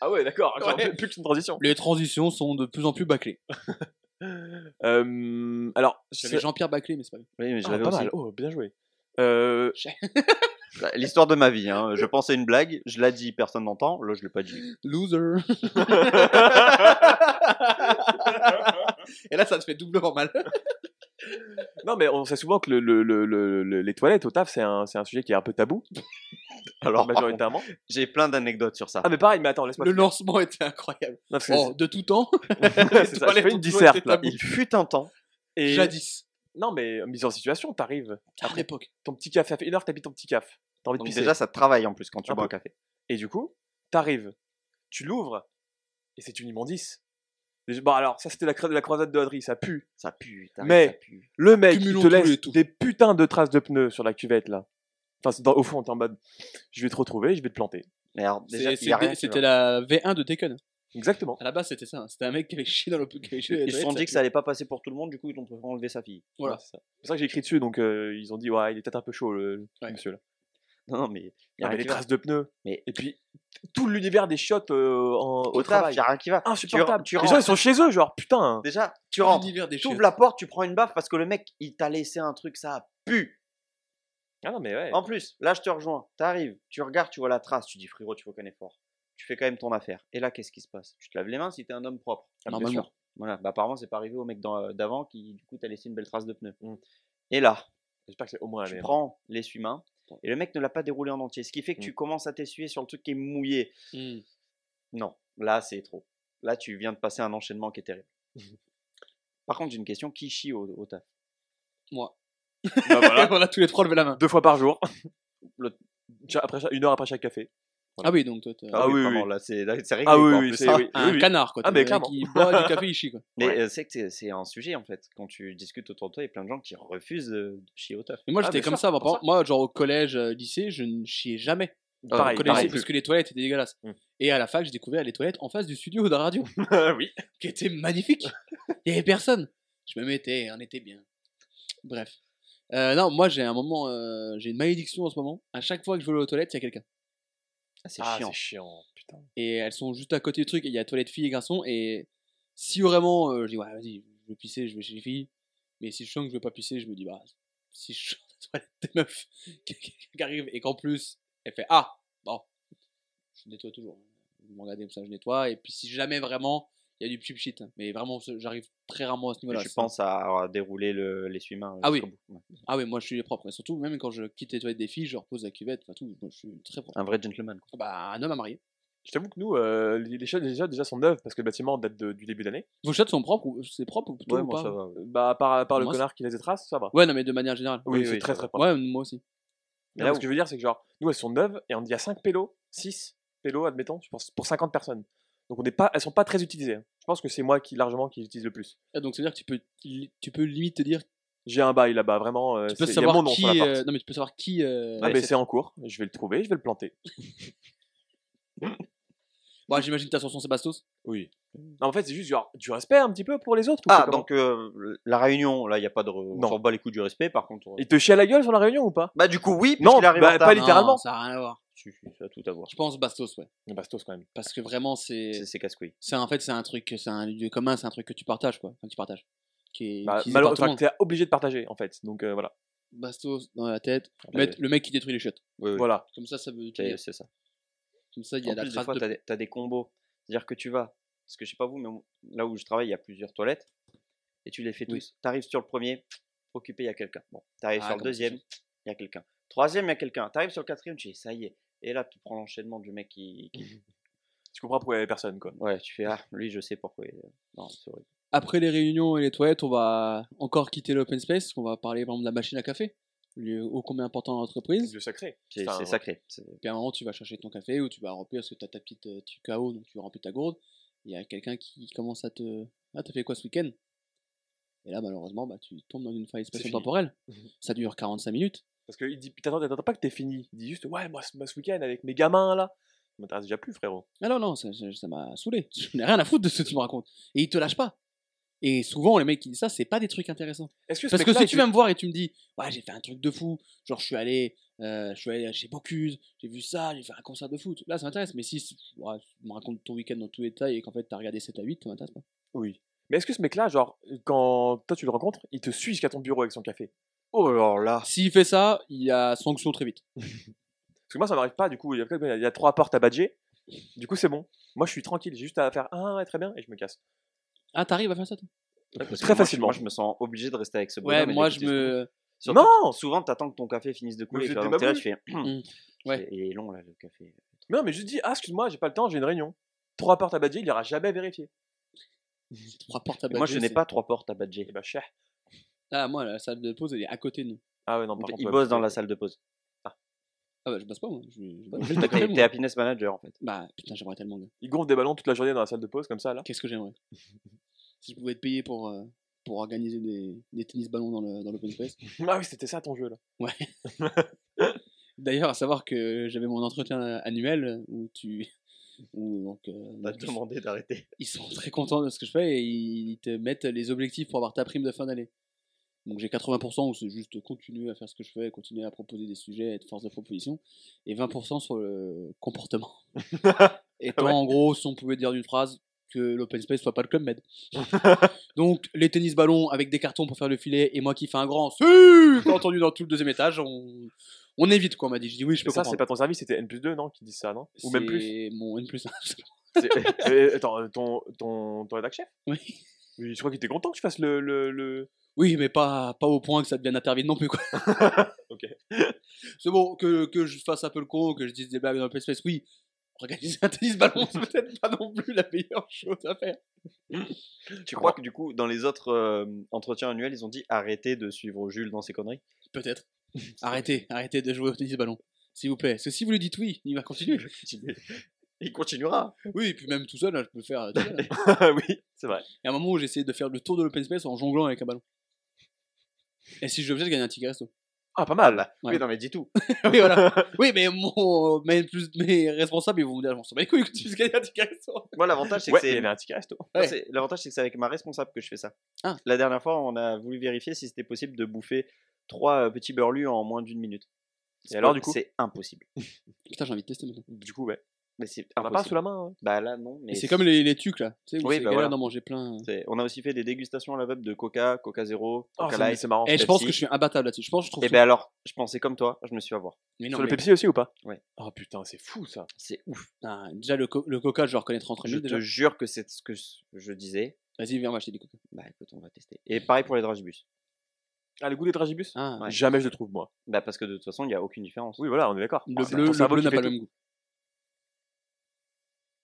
B: Ah ouais, d'accord.
C: genre,
B: Plus qu'une transition.
C: Les transitions sont de plus en plus bâclées.
B: Euh, alors,
C: J'avais
B: c'est-
C: Jean-Pierre bâclé, mais c'est pas grave.
A: Oui, mais je
B: Ah,
A: l'avais
B: pas
A: aussi.
B: mal. Oh, bien joué. Euh,
A: Bah, L'histoire de ma vie. Hein. Je pensais une blague, je l'ai dit, personne n'entend. Là, je l'ai pas dit.
C: Loser. Et là, ça te fait doublement mal.
B: non, mais on sait souvent que le- le- le- le- le- les toilettes au taf, c'est un, c'est un sujet qui est un peu tabou,
A: Alors, par contre,
B: majoritairement.
A: j'ai plein d'anecdotes sur ça.
B: Ah, mais pareil, mais attends, laisse-moi.
C: Le
B: finir.
C: lancement était incroyable.
B: Non, parce que
C: Oh, de tout temps.
B: c'est- c'est ça, je
C: toilettes
B: fais
C: ont
B: une
C: toujours
B: disserte
C: été
B: là.
C: tabou.
A: Il fut un temps.
B: Et-
C: Jadis.
B: Non, mais euh, mise en situation, t'arrives.
C: À l'époque.
B: Ton petit café, ça fait une heure que t'habites ton petit caf. T'as envie de
A: Donc,
B: pisser.
A: déjà, ça te travaille en plus quand tu
B: Un
A: bois un
B: peu.
A: café.
B: Et du coup, t'arrives, tu l'ouvres, et c'est une immondice. Déjà- Bon, alors, ça, c'était la, cra- la croisade de Hadri, ça pue.
A: Ça pue, t'arrêtes,
B: Mais-
A: ça pue.
B: Le mec, il
C: Cumulons
B: te
C: tous
B: laisse
C: les tout.
B: des putains de traces de pneus sur la cuvette, là. Enfin, c'est dans- au fond, t'es en mode, je vais te retrouver, je vais te planter.
A: Mais alors, déjà,
C: C'est-
A: il y a rien
C: c'est-
A: qui
C: C'était la V1 de Tekken.
B: Exactement.
C: À la base, c'était ça. hein. C'était un mec qui avait chié dans le. qui avait chié
A: va.
C: dans les
A: Ils se sont
C: toilettes,
A: dit que ça allait pas passer pour tout le monde, du coup, ils ont préféré enlever sa fille.
C: Voilà.
B: c'est ça. C'est pour ça que j'ai écrit dessus, donc euh, ils ont dit, ouais, il est peut-être un peu chaud, le, le
C: Ouais.
B: monsieur, là.
A: Non, non, mais il y a
B: Ah, mais
A: rien
B: les
A: qui va.
B: traces de pneus.
A: Mais-
B: Et puis, tout l'univers des shots euh, en- au,
A: Au taf,
B: travail. Ah,
A: il y a rien qui va.
B: Insupportable.
A: Tu- tu
B: les gens,
A: rentres.
B: ils sont chez eux, genre, putain.
A: Déjà, tu
C: Tout
A: rentres,
C: l'univers des
A: tu ouvres
C: chiottes.
A: la porte, tu prends une baffe parce que le mec, il t'a laissé un truc, ça pue.
B: Ah non, mais ouais.
A: En plus, là, je te rejoins. T'arrives, tu regardes, tu vois la trace, tu dis frérot, tu fais aucun effort. Tu fais quand même ton affaire. Et là, qu'est-ce qui se passe Tu te laves les mains si t'es un homme propre.
B: Ah, bien
C: Normalement.
B: sûr.
A: Voilà. Bah, apparemment, c'est pas arrivé au mec d'en- euh, d'avant qui, du coup, t'a laissé une belle trace de pneu.
B: Mm.
A: Et là,
B: J'espère que c'est au moins la
A: tu
B: même.
A: prends l'essuie-main et le mec ne l'a pas déroulé en entier. Ce qui fait que
B: Mm.
A: tu commences à t'essuyer sur le truc qui est mouillé.
C: Hmm.
A: Non, là, c'est trop. Là, tu viens de passer un enchaînement qui est terrible. Par contre, j'ai une question qui chie au, au taf
C: Moi.
B: Bah, voilà.
C: On a tous les trois levé la main.
B: Deux fois par jour. Le- cha- après cha- une heure après chaque café.
C: Ah oui, donc toi, t'es
B: Ah oui,
A: pardon,
B: oui.
A: là, c'est là, c'est réglé.
B: Ah oui,
A: quoi, en
B: oui,
A: plus.
B: c'est- oui,
C: un
B: oui.
C: canard, quoi.
B: Ah,
C: T'es
B: mais
C: le mec
B: clairement.
C: Qui boit du café, il chie, quoi.
A: Mais
B: Ouais.
A: euh, c'est que c'est- c'est un sujet en fait. Quand tu discutes autour de toi, il y a plein de gens qui refusent de de chier au taf.
C: Mais moi,
B: Ah,
C: j'étais
B: bien
C: comme
B: sûr,
C: ça, moi,
B: pour
C: par- moi, genre au collège, euh, lycée, je ne chiais jamais.
A: Ah,
B: pareil,
C: au collège,
B: pareil.
C: parce que les toilettes étaient dégueulasses.
B: Mm.
C: Et à la fac, j'ai découvert les toilettes en face du studio de la radio,
A: Ah
B: oui.
C: qui était magnifique. Il y avait personne. Je me mettais, on était bien. Bref. Euh, non, moi, j'ai un moment, euh, j'ai une malédiction en ce moment. À chaque fois que je vais aux toilettes, il y a quelqu'un.
A: Ah, c'est
B: Ah,
A: chiant.
B: c'est chiant. Putain.
C: et elles sont juste à côté du truc. et Il y a toilette filles et garçons. Et si vraiment, euh, je dis, ouais, vas-y, je vais pisser, je vais chez les filles. Mais si je sens que je vais pas pisser, je me dis, bah, si je sens la toilette des meufs qui- qui qui arrive et qu'en plus, elle fait, ah, bon, je nettoie toujours. Vous me regardez comme ça, je nettoie. Et puis si jamais vraiment, il y a du pchit pchit. Mais vraiment, ce- j'arrive très rarement à ce niveau-là.
A: je
C: c'est-
A: pense à, à dérouler le- l'essuie-main. euh,
C: Ah oui.
A: jusqu'au bout. Ouais.
C: Ah oui, moi je suis propre. Et surtout, même quand je quitte les toilettes des filles, je repose la cuvette, enfin tout. Moi je suis très propre.
A: Un vrai gentleman. quoi.
C: Bah, un homme à marier.
B: Je t'avoue que nous, euh, les les chiottes déjà, déjà sont neuves parce que le bâtiment date de- du début d'année.
C: Vos chats sont propres ou c'est propre ou plutôt
A: Ouais,
C: ou
A: moi,
C: pas
A: ça va, ouais.
B: Euh, Bah, à part, à part le
C: Moi,
B: connard qui laisse des traces, ça va.
C: Ouais, non, mais de manière générale.
B: Oui,
A: oui,
B: c'est
A: oui,
B: très
A: ça
B: très
A: va.
B: propre.
C: Ouais, moi aussi.
B: Mais
A: Là
B: ce
A: où-
B: que je veux dire, c'est que genre, nous, elles sont neuves et on dit à 5 pélos, 6 pélos, admettons, je pense, pour 50 personnes. Donc on n'est pas, elles sont pas très utilisées. Je pense que c'est moi qui, largement, qui les utilise le plus.
C: Ah, donc ça veut dire que tu peux, li- tu peux limite te dire,
B: J'ai un bail là-bas, vraiment. euh,
C: tu peux
B: c'est- il y a mon
C: savoir
B: nom
C: qui,
B: sur la porte.
C: euh, non mais tu peux savoir qui. euh,
B: Ah,
C: ouais,
B: mais
C: c'est-
B: c'est en cours. Je vais le trouver, je vais le planter.
C: Bon, j'imagine ta chanson Sebastos.
B: Oui. en fait, c'est juste genre, du respect un petit peu pour les autres. ou c'est
A: Ah,
B: comment
A: donc euh, la réunion, là, il n'y a pas de. re-
B: Non.
A: On s'en bat les coups du respect, par contre. euh,
B: Il te chie à la gueule sur la réunion ou pas
A: Bah, du coup, oui,
B: Non,
A: parce qu'il arrive
B: bah,
A: en retard.
B: pas littéralement.
C: Non, ça a rien à voir.
A: Si, si, ça a tout à voir.
C: Je pense Bastos, ouais,
B: Le Bastos quand même.
C: parce que vraiment c'est,
A: C'est c'est casse-couille.
C: c'est en fait c'est un truc, c'est un lieu commun, c'est un truc que tu partages quoi, enfin, que tu partages. Qui est,
B: Bah,
C: qui sépare tout le
B: malheureusement,
C: monde.
B: t'es obligé de partager en fait. Donc euh, voilà.
C: Bastos dans la tête,
A: bah
C: mettre le mec qui détruit les chiottes.
A: Oui, oui.
B: Voilà.
C: Comme ça, ça veut tout
A: C'est
C: dire.
A: c'est ça.
C: Comme ça, il y a
A: En
C: la
A: plus, des
C: trace
A: fois,
C: de-
A: t'as des- t'as des combos. C'est-à-dire que tu vas, parce que je sais pas vous, mais on- là où je travaille, il y a plusieurs toilettes, et tu les fais
C: Oui.
A: tous. T'arrives sur le premier, occupé, il y a quelqu'un. Bon, t'arrives
C: Ah,
A: sur le
C: comme ça,
A: deuxième, il y a quelqu'un. Troisième, il y a quelqu'un. T'arrives sur le quatrième, tu dis, ça y est. Et là, tu prends l'enchaînement du mec qui, qui-
B: Tu comprends pourquoi il y avait personne quoi.
A: Ouais, tu fais, ah, lui, je sais pourquoi. il- Non, c'est horrible.
C: Après les réunions et les toilettes, on va encore quitter l'open space. On va parler vraiment de la machine à café, lieu ô combien important dans l'entreprise.
B: Le sacré.
A: C'est
B: Putain,
A: c'est
B: ouais.
A: sacré. C'est-
C: Puis à un moment, tu vas chercher ton café ou tu vas remplir parce que tu as ta petite euh, tu KO, donc tu remplis ta gourde. Il y a quelqu'un qui commence à te. Ah, t'as fait quoi ce week-end Et là, malheureusement, bah, tu tombes dans une faille spatio-temporelle. Ça dure 45 minutes.
B: Parce qu'il dit, putain, attends, t'attends pas que t'es fini. Il dit juste, ouais, moi ce, moi, ce week-end avec mes gamins là. Ça m'intéresse déjà plus frérot.
C: Ah non, non, ça ça- ça m'a saoulé. Je n'ai rien à foutre de ce que tu me racontes. Et ils te lâchent pas. Et souvent, les mecs qui disent ça, c'est pas des trucs intéressants.
B: Est-ce que ce
C: Parce que
B: mec-là,
C: si
B: il
C: tu
B: fait-
C: viens me voir et tu me dis, ouais, j'ai fait un truc de fou, genre je suis allé, euh, je suis allé chez Bocuse, j'ai vu ça, j'ai fait un concert de foot, là ça m'intéresse. Mais si c'est- ouais, tu me racontes ton week-end dans tous les détails et qu'en fait t'as regardé 7 à 8, ça m'intéresse pas.
B: Oui. Mais est-ce que ce mec-là, genre, quand toi tu le rencontres, il te suit jusqu'à ton bureau avec son café
A: Oh là là.
C: Ah. S'il fait ça, il y a sanction très vite.
B: Parce que moi ça m'arrive pas, du coup, il y a, il y a trois portes à badger. Du coup, c'est bon. Moi je suis tranquille, j'ai juste à faire, ah, ouais, très bien, et je me casse.
C: Ah, t'arrives à faire ça toi
A: Parce que
B: Très
A: moi, je-
B: facilement.
A: Moi, je me sens obligé de rester avec ce
C: Ouais,
A: bonhomme. et
C: moi je
A: d'écouter ce
C: me.
A: qu'on dit. Surtout
B: Non
A: que Souvent, t'attends que ton café finisse de couler.
B: j'ai
A: tu vois,
B: des
A: donc t'es là, tu
B: baboules.
A: fais.
C: Mmh. Ouais. Bah,
A: Il est long, là, le café.
B: Mais non, mais juste dis, ah, excuse-moi, j'ai pas le temps, j'ai une réunion. Trois portes à badger, il ira jamais vérifier.
C: Trois portes à
A: Et Moi,
C: badger,
A: je n'ai
C: c'est-
A: pas trois portes à badger.
C: Eh
B: Et bah, cher.
C: Ah, moi la salle de pause elle est à côté de nous.
B: Ah ouais, non, par contre.
A: Il
B: ouais,
A: bosse dans la
B: parce
A: salle de pause.
C: Ah, bah je bosse pas moi. Je, je bosse juste à
A: Toi,
C: côté de
A: T'es
C: moi.
A: t'es happiness manager, en fait.
C: Bah putain, j'aimerais tellement. gars.
B: que Il gonfle des ballons toute la journée dans la salle de pause, comme ça, là.
C: Qu'est-ce que j'aimerais Si je pouvais être payé pour, euh, pour organiser des, des tennis ballons dans le- dans l'open space.
B: Ah oui, c'était ça ton jeu là.
C: D'ailleurs, à savoir que j'avais mon entretien annuel où tu. Où, donc, euh,
A: On va te demander d'arrêter.
C: ils sont très contents de ce que je fais et ils te mettent les objectifs pour avoir ta prime de fin d'année. Donc j'ai 80% où c'est juste continuer à faire ce que je fais, continuer à proposer des sujets, être force de proposition, et 20% sur le comportement. et toi,
B: Ouais.
C: en gros, si on pouvait dire d'une phrase que l'open space soit pas le club med. Donc les tennis ballons avec des cartons pour faire le filet et moi qui fais un grand su entendu dans tout le deuxième étage, on, on évite quoi, on m'a dit. Je dis oui, je peux
B: Mais ça,
C: comprendre.
B: c'est pas ton service, c'était N plus 2, non Qui dit ça, non Ou même plus
C: C'est mon N plus 1.
B: C'est- Euh, Attends, euh, ton, ton, ton rédac chef
C: Oui.
B: Oui, Je crois qu'il était content que tu fasses le. le, le-
C: Oui, mais pas, pas au point que ça devienne intervide non plus, quoi.
B: Ok.
C: C'est bon, que, que je fasse un peu le con, que je dise des blagues dans le PSPS, oui. Organiser un tennis ballon, c'est peut-être pas non plus la meilleure chose à faire.
A: Tu crois que du coup, dans les autres euh, entretiens annuels, ils ont dit arrêtez de suivre Jules dans ses conneries
C: Peut-être. Arrêtez, arrêtez de jouer au tennis ballon. S'il vous plaît. Parce que si vous lui dites oui, il va continuer.
A: Il continuera.
C: Oui, et puis même tout seul, hein, je peux le faire. euh, tout seul, hein.
A: Ah
B: oui, c'est vrai.
C: Il y a un moment où j'essayais de faire le tour de l'open space en jonglant avec un ballon. Et si je le faisais, je gagnais un ticket resto.
B: Ah, pas mal là.
C: Ouais.
A: Oui, non, mais dis tout.
C: oui, voilà. Oui, mais mon, mes, plus, mes responsables, ils vont me dire, je m'en sors pas les couilles que tu puisses gagner un ticket resto.
A: Moi, l'avantage, c'est
B: Ouais,
A: que
B: il y
A: c'est.
B: avait un ticket resto.
A: Non,
C: Ouais.
A: c'est- L'avantage, c'est que c'est avec ma responsable que je fais ça.
C: Ah.
A: La dernière fois, on a voulu vérifier si c'était possible de bouffer trois euh, petits burlus en moins d'une minute. C'est
B: alors,
A: pas-
B: du coup
A: C'est impossible.
C: Putain, j'ai envie de tester maintenant.
B: Du coup, ouais.
A: Mais c'est
B: On l'a pas
A: impossible.
B: sous la main. hein.
A: Bah là, non. Mais
C: Et c'est comme les, les tucs là, tu sais, où
A: Oui,
C: c'est
A: bah
C: galère
A: voilà.
C: d'en manger plein.
A: c'est- On a aussi fait des dégustations à la web de Coca, Coca Zero,
B: Oh,
A: Coca
B: ça, mais
A: Light.
B: c'est marrant.
C: Et je pense
A: Pepsi.
C: que je suis imbattable là-dessus. Je pense que je trouve.
A: Et
C: tout.
A: ben alors, je pensais comme toi, je me suis avoir.
C: mais
B: Eh bah,
C: non,
B: Sur le
C: mais-
B: Pepsi aussi ou pas
A: Ouais.
B: Oh putain, c'est fou ça.
A: C'est ouf.
C: Ah, déjà le, co- le coca, je le reconnaîtrai entre
A: Je
C: mille
A: te
C: déjà.
A: jure que c'est ce que je disais.
C: Vas-y, viens, on va acheter du coca.
A: Bah écoute, on va tester. Et pareil pour les dragibus.
B: Ah, le goût des dragibus
C: Ah,
A: Ouais.
B: Jamais je le trouve, moi.
A: Bah parce que de toute façon, il n'y a aucune différence.
B: Oui, voilà, on est d'accord.
C: le
B: Ah, c'est
C: bleu,
B: ton
C: le
B: cerveau
C: bleu
B: qui
C: n'a
B: fait
C: pas le
B: tout.
C: même goût.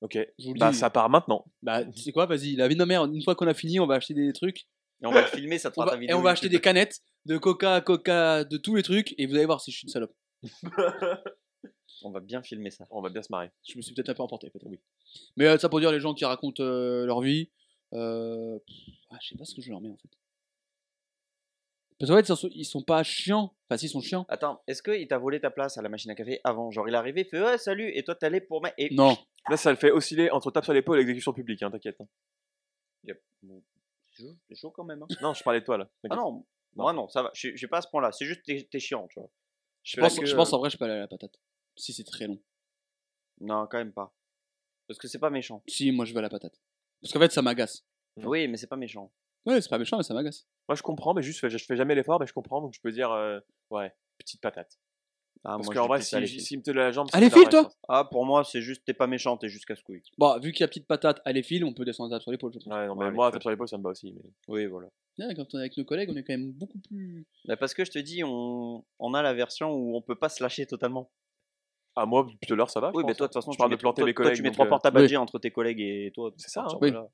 B: Ok.
C: Je vous le
B: Bah,
C: dis.
B: ça part maintenant.
C: Bah, tu sais quoi, vas-y, la vie de ma mère, une fois qu'on a fini, on va acheter des trucs.
A: Et on va le filmer, ça te
B: Oh,
C: On
A: fera
C: va-
A: ta vidéo.
C: et on va acheter des canettes de coca, coca, de tous les trucs. Et vous allez voir si je suis une salope.
A: On va bien filmer ça.
B: On va bien se marrer.
C: Je me suis peut-être un peu emporté, peut-être, oui. Mais euh, ça pour dire les gens qui racontent euh, leur vie. euh, pff, Ah, je sais pas ce que je leur mets en fait. Parce qu'en fait, ils sont- ils sont pas chiants. Enfin, s'ils sont chiants.
A: Attends, est-ce qu'il t'a volé ta place à la machine à café avant Genre, il est arrivé, il fait Ouais, salut, et toi, t'allais pour ma. Et...
C: Non.
B: Là, ça le fait osciller entre tape sur l'épaule et exécution publique, hein, t'inquiète. hein.
A: Yep. Bon, C'est chaud- c'est chaud quand même. hein.
B: Non, je parlais de toi là.
A: Ah
B: T'inquiète.
A: non, moi non, ça va, je je suis pas à ce point-là. C'est juste, t'es t'es chiant, tu vois.
C: Je
A: fais la
C: pense,
A: queue,
C: je
A: euh,
C: pense en vrai, je peux aller à la patate. Si c'est très long.
A: Non, quand même pas. Parce que c'est pas méchant.
C: Si, moi je vais à la patate. Parce qu'en fait, ça m'agace.
B: Mm.
A: Oui, mais c'est pas méchant.
C: Ouais, c'est pas méchant, mais ça m'agace.
B: Moi, je comprends, mais juste, je fais jamais l'effort, mais je comprends, donc je peux dire, euh, ouais, petite patate.
A: Ah,
B: Parce
A: moi, je
B: qu'en
A: dis
B: vrai,
A: plus ça, les
B: si,
A: filles.
B: si me te la jambe, ça
C: Allez,
B: me donne
C: file, toi
B: rien, je
A: Ah, pour moi, c'est juste, t'es pas méchant, t'es juste casse-couille.
C: Bon, vu qu'il y a petite patate, allez file, on peut descendre tape sur l'épaule. je pense.
B: pense. hein. Ouais, non, mais
A: Ouais,
B: moi,
A: allez,
B: tape sur l'épaule, ça me va aussi. Mais...
A: Oui, voilà.
C: Ouais, quand on est avec nos collègues, on est quand même beaucoup plus.
A: Bah, parce que je te dis, on, on a la version où on peut pas se lâcher totalement.
B: Ah, moi, plutôt l'heure, ça va. je
A: Oui, mais
B: pense,
A: toi,
B: hein.
A: de toute façon,
B: je
A: tu
B: parle de
A: mets-
B: planter
A: toi-
B: mes
A: toi,
B: collègues.
A: tu mets
B: donc,
A: trois
B: euh,
A: portes à badger entre tes collègues et toi.
B: C'est ça,
A: partir
B: hein.
A: de
C: Oui.
A: là.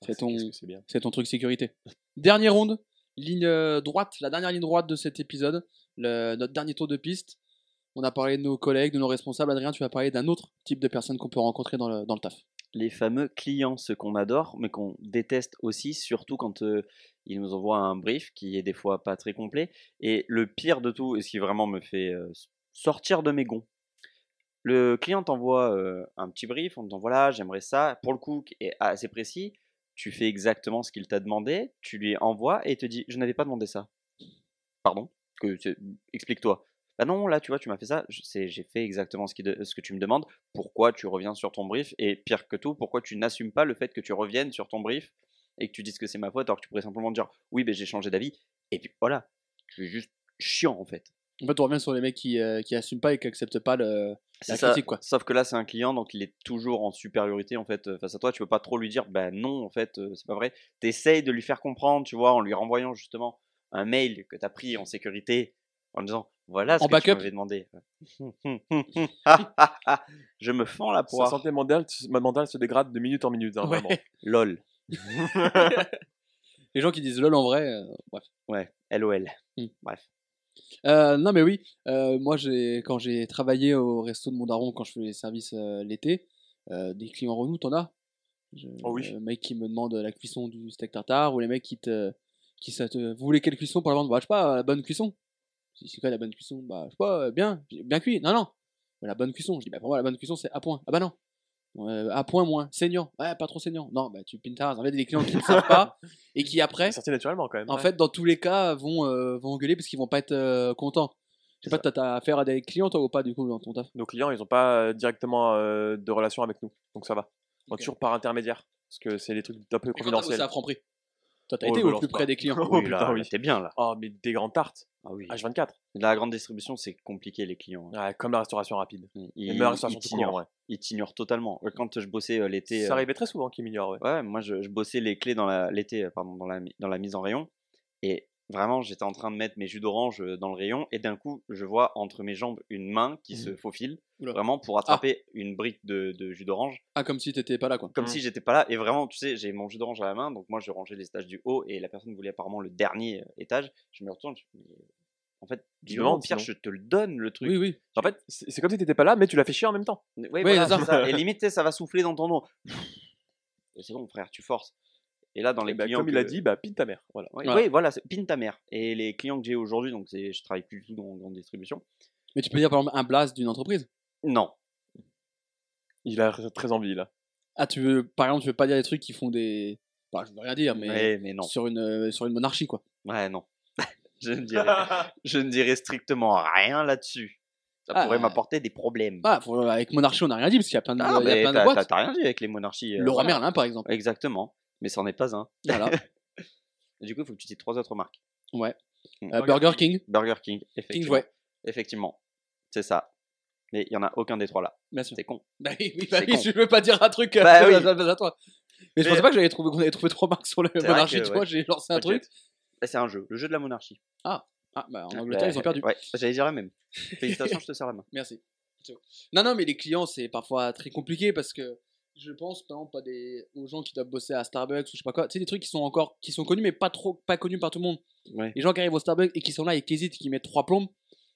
C: C'est
B: qu'est-ce
C: ton,
B: que c'est bien.
C: c'est ton truc sécurité. Dernière ronde, ligne euh, droite, la dernière ligne droite de cet épisode, le- notre dernier tour de piste. On a parlé de nos collègues, de nos responsables. Adrien, tu as parlé d'un autre type de personnes qu'on peut rencontrer dans le, dans le taf.
A: les fameux clients, ceux qu'on adore, mais qu'on déteste aussi, surtout quand euh, ils nous envoient un brief qui est des fois pas très complet. Et le pire de tout, et ce qui vraiment me fait euh, s- sortir de mes gonds, le client t'envoie euh, un petit brief en disant voilà, j'aimerais ça. Pour le coup, qui est assez précis, tu fais exactement ce qu'il t'a demandé, tu lui envoies et il te dit je n'avais pas demandé ça. Pardon Que c'est- Explique-toi. Bah non, là, tu vois, tu m'as fait ça, je- c'est- j'ai fait exactement ce, qui de- ce que tu me demandes pourquoi tu reviens sur ton brief et pire que tout, pourquoi tu n'assumes pas le fait que tu reviennes sur ton brief et que tu dises que c'est ma faute alors que tu pourrais simplement dire oui, mais j'ai changé d'avis et puis voilà, tu es juste chiant en fait.
C: En fait, on revient sur les mecs qui, euh, qui assument pas et qui acceptent pas le.
A: C'est
C: La
A: ça.
C: critique, quoi.
A: Sauf que là, c'est un client donc il est toujours en supériorité en fait euh, face à toi, tu peux pas trop lui dire bah non, en fait, euh, c'est pas vrai. T'essayes de lui faire comprendre, tu vois, en lui renvoyant justement un mail que t'as pris en sécurité en disant voilà ce
C: En
A: que tu
C: backup.
A: m'avais demandé. Ah, ah, ah, Je me fends la
B: Sa
A: poire.
B: santé mentale, ma mentale se dégrade de minute en minute, hein,
C: Ouais.
B: vraiment.
A: LOL.
C: Les gens qui disent lol en vrai, euh, bref.
A: Ouais, LOL.
C: Euh, non, mais oui, euh, moi, j'ai, quand j'ai travaillé au resto de mon daron, quand je faisais les services euh, l'été, euh, des clients relous, t'en as Je-
B: Oh oui.
C: Le mec qui me demande la cuisson du steak tartare ou les mecs qui te. Qui ça te... Vous voulez quelle cuisson pour la vendre Bah, je sais pas, la bonne cuisson. Je dis, C'est quoi la bonne cuisson Bah, je sais pas, euh, bien, bien cuit. Non, non. Bah, la bonne cuisson. Je dis, bah, pour moi, la bonne cuisson, c'est à point. Ah, bah non. Euh, à point moins. Saignant. Ouais, pas trop saignant. Non, bah, tu pintards. En fait, il y a des clients qui ne savent pas et qui après,
B: C'est sorti naturellement quand même.
C: en
B: Ouais.
C: fait, dans tous les cas, vont, euh, vont gueuler parce qu'ils vont pas être euh, contents. Je sais pas, t'as- t'as affaire à des clients, toi, ou pas, du coup, dans ton taf
B: Nos clients, ils n'ont pas euh, directement euh, de relation avec nous, donc ça va. On est
C: Ok.
B: Toujours par intermédiaire, parce que c'est des trucs un peu
C: Et quand t'as bossé
B: confidentiels.
C: à Franprix Toi, t'as
B: Oh,
C: été
B: je
C: au
B: lance
C: plus
B: pas.
C: près des clients.
B: Oh,
A: oui,
B: putain,
A: là,
B: oui.
A: là, t'es bien là.
B: Oh, mais des grandes tartes,
A: Ah oui.
B: H24.
A: La grande distribution, c'est compliqué les clients. hein.
B: Ouais, comme la restauration rapide.
A: Ils,
B: Et
A: ils-
B: même la restauration
A: ils
B: tout court,
A: t'ignorent.
B: en vrai.
A: Ils t'ignorent totalement. Euh, Quand je bossais euh, l'été,
B: Ça
A: euh,
B: arrivait très souvent qu'ils m'ignorent, ouais.
A: ouais, moi je, je bossais les clés dans la- l'été, euh, pardon, dans la, mi- dans la mise en rayon. Et vraiment, j'étais en train de mettre mes jus d'orange euh, dans le rayon. Et d'un coup, je vois entre mes jambes une main qui
C: Mhm.
A: se faufile,
C: Oula.
A: vraiment pour attraper une brique de, de jus d'orange.
C: Ah, comme si t'étais pas là, quoi.
A: Comme
B: Mhm.
A: si j'étais pas là. Et vraiment, tu sais, j'ai mon jus d'orange à la main. Donc moi, je rangeais les stages du haut. Et la personne voulait apparemment le dernier euh, étage. Je me retourne. je fais, Mais, en fait,
B: Tu
A: dis-le-moi,
B: demandes,
A: Pierre,
B: sinon.
A: je te le donne le truc.
C: Oui, oui.
B: En fait, c'est c'est comme si t'étais pas là, mais tu l'as fait chier en même temps.
A: Oui,
C: voilà,
A: voilà,
C: c'est
A: c'est ça. Et limite, tu sais, ça va souffler dans ton nom. C'est bon, frère, tu forces. Et là, dans les
B: Et bah,
A: clients.
B: comme il
A: que-
B: a dit, bah, pine ta mère. Voilà.
A: Oui,
C: Voilà.
A: oui, voilà, c'est- pine ta mère. Et les clients que j'ai aujourd'hui, donc c'est- je travaille plus du tout dans, dans distribution.
C: Mais tu peux dire, par exemple, un blast d'une entreprise.
A: Non.
B: Il a très envie, là.
C: Ah, tu veux, par exemple, tu veux pas dire des trucs qui font des. Bah, je veux rien dire, mais.
A: Ouais, mais non.
C: Sur une, euh, sur une monarchie, quoi.
A: Ouais, non. je, ne dirais, je ne dirais strictement rien là-dessus. Ça
C: Ah,
A: pourrait
C: ouais.
A: m'apporter des problèmes.
C: Ah, faut- avec monarchie, on a rien dit, parce qu'il y a plein de,
A: Ah,
C: il y a
A: mais
C: bah, plein de
A: t'as- t'as
C: boîtes.
A: t'as rien dit avec les monarchies. euh,
C: Leroy
A: voilà.
C: Merlin, par exemple.
A: Exactement. Mais c'en est pas un.
C: Voilà.
A: Du coup, il faut que tu dises trois autres marques. Mm.
C: Euh, Burger King.
A: Burger King,
C: King
A: effectivement.
C: jouet.
A: Effectivement. C'est ça. Mais il y en a aucun des trois là.
C: Bien sûr.
A: C'est con.
C: Bah oui, oui, bah
A: C'est
C: oui,
A: con.
C: je veux pas dire un truc euh,
A: Bah oui.
C: à la place à toi. Mais je
A: Mais-
C: pensais pas que j'avais trouvé qu'on avait trouvé trois marques sur la
A: vrai
C: monarchie,
A: que,
C: tu vois,
A: ouais.
C: j'ai lancé un
A: T'inquiète.
C: truc.
A: Bah, C'est un jeu, le jeu de la monarchie.
C: Ah, bah en
A: Ah,
C: Angleterre,
A: bah,
C: ils ont perdu.
A: Ouais, j'allais dire la même. Félicitations, je te sers la main.
C: Merci. Ciao. Non, non, mais les clients, c'est parfois très compliqué parce que je pense, par exemple, à des... aux gens qui doivent bosser à Starbucks ou je sais pas quoi. Tu sais, des trucs qui sont encore qui sont connus, mais pas trop pas connus par tout le monde.
A: Ouais.
C: Les gens qui arrivent au Starbucks et qui sont là et qui hésitent, qui mettent trois plombes,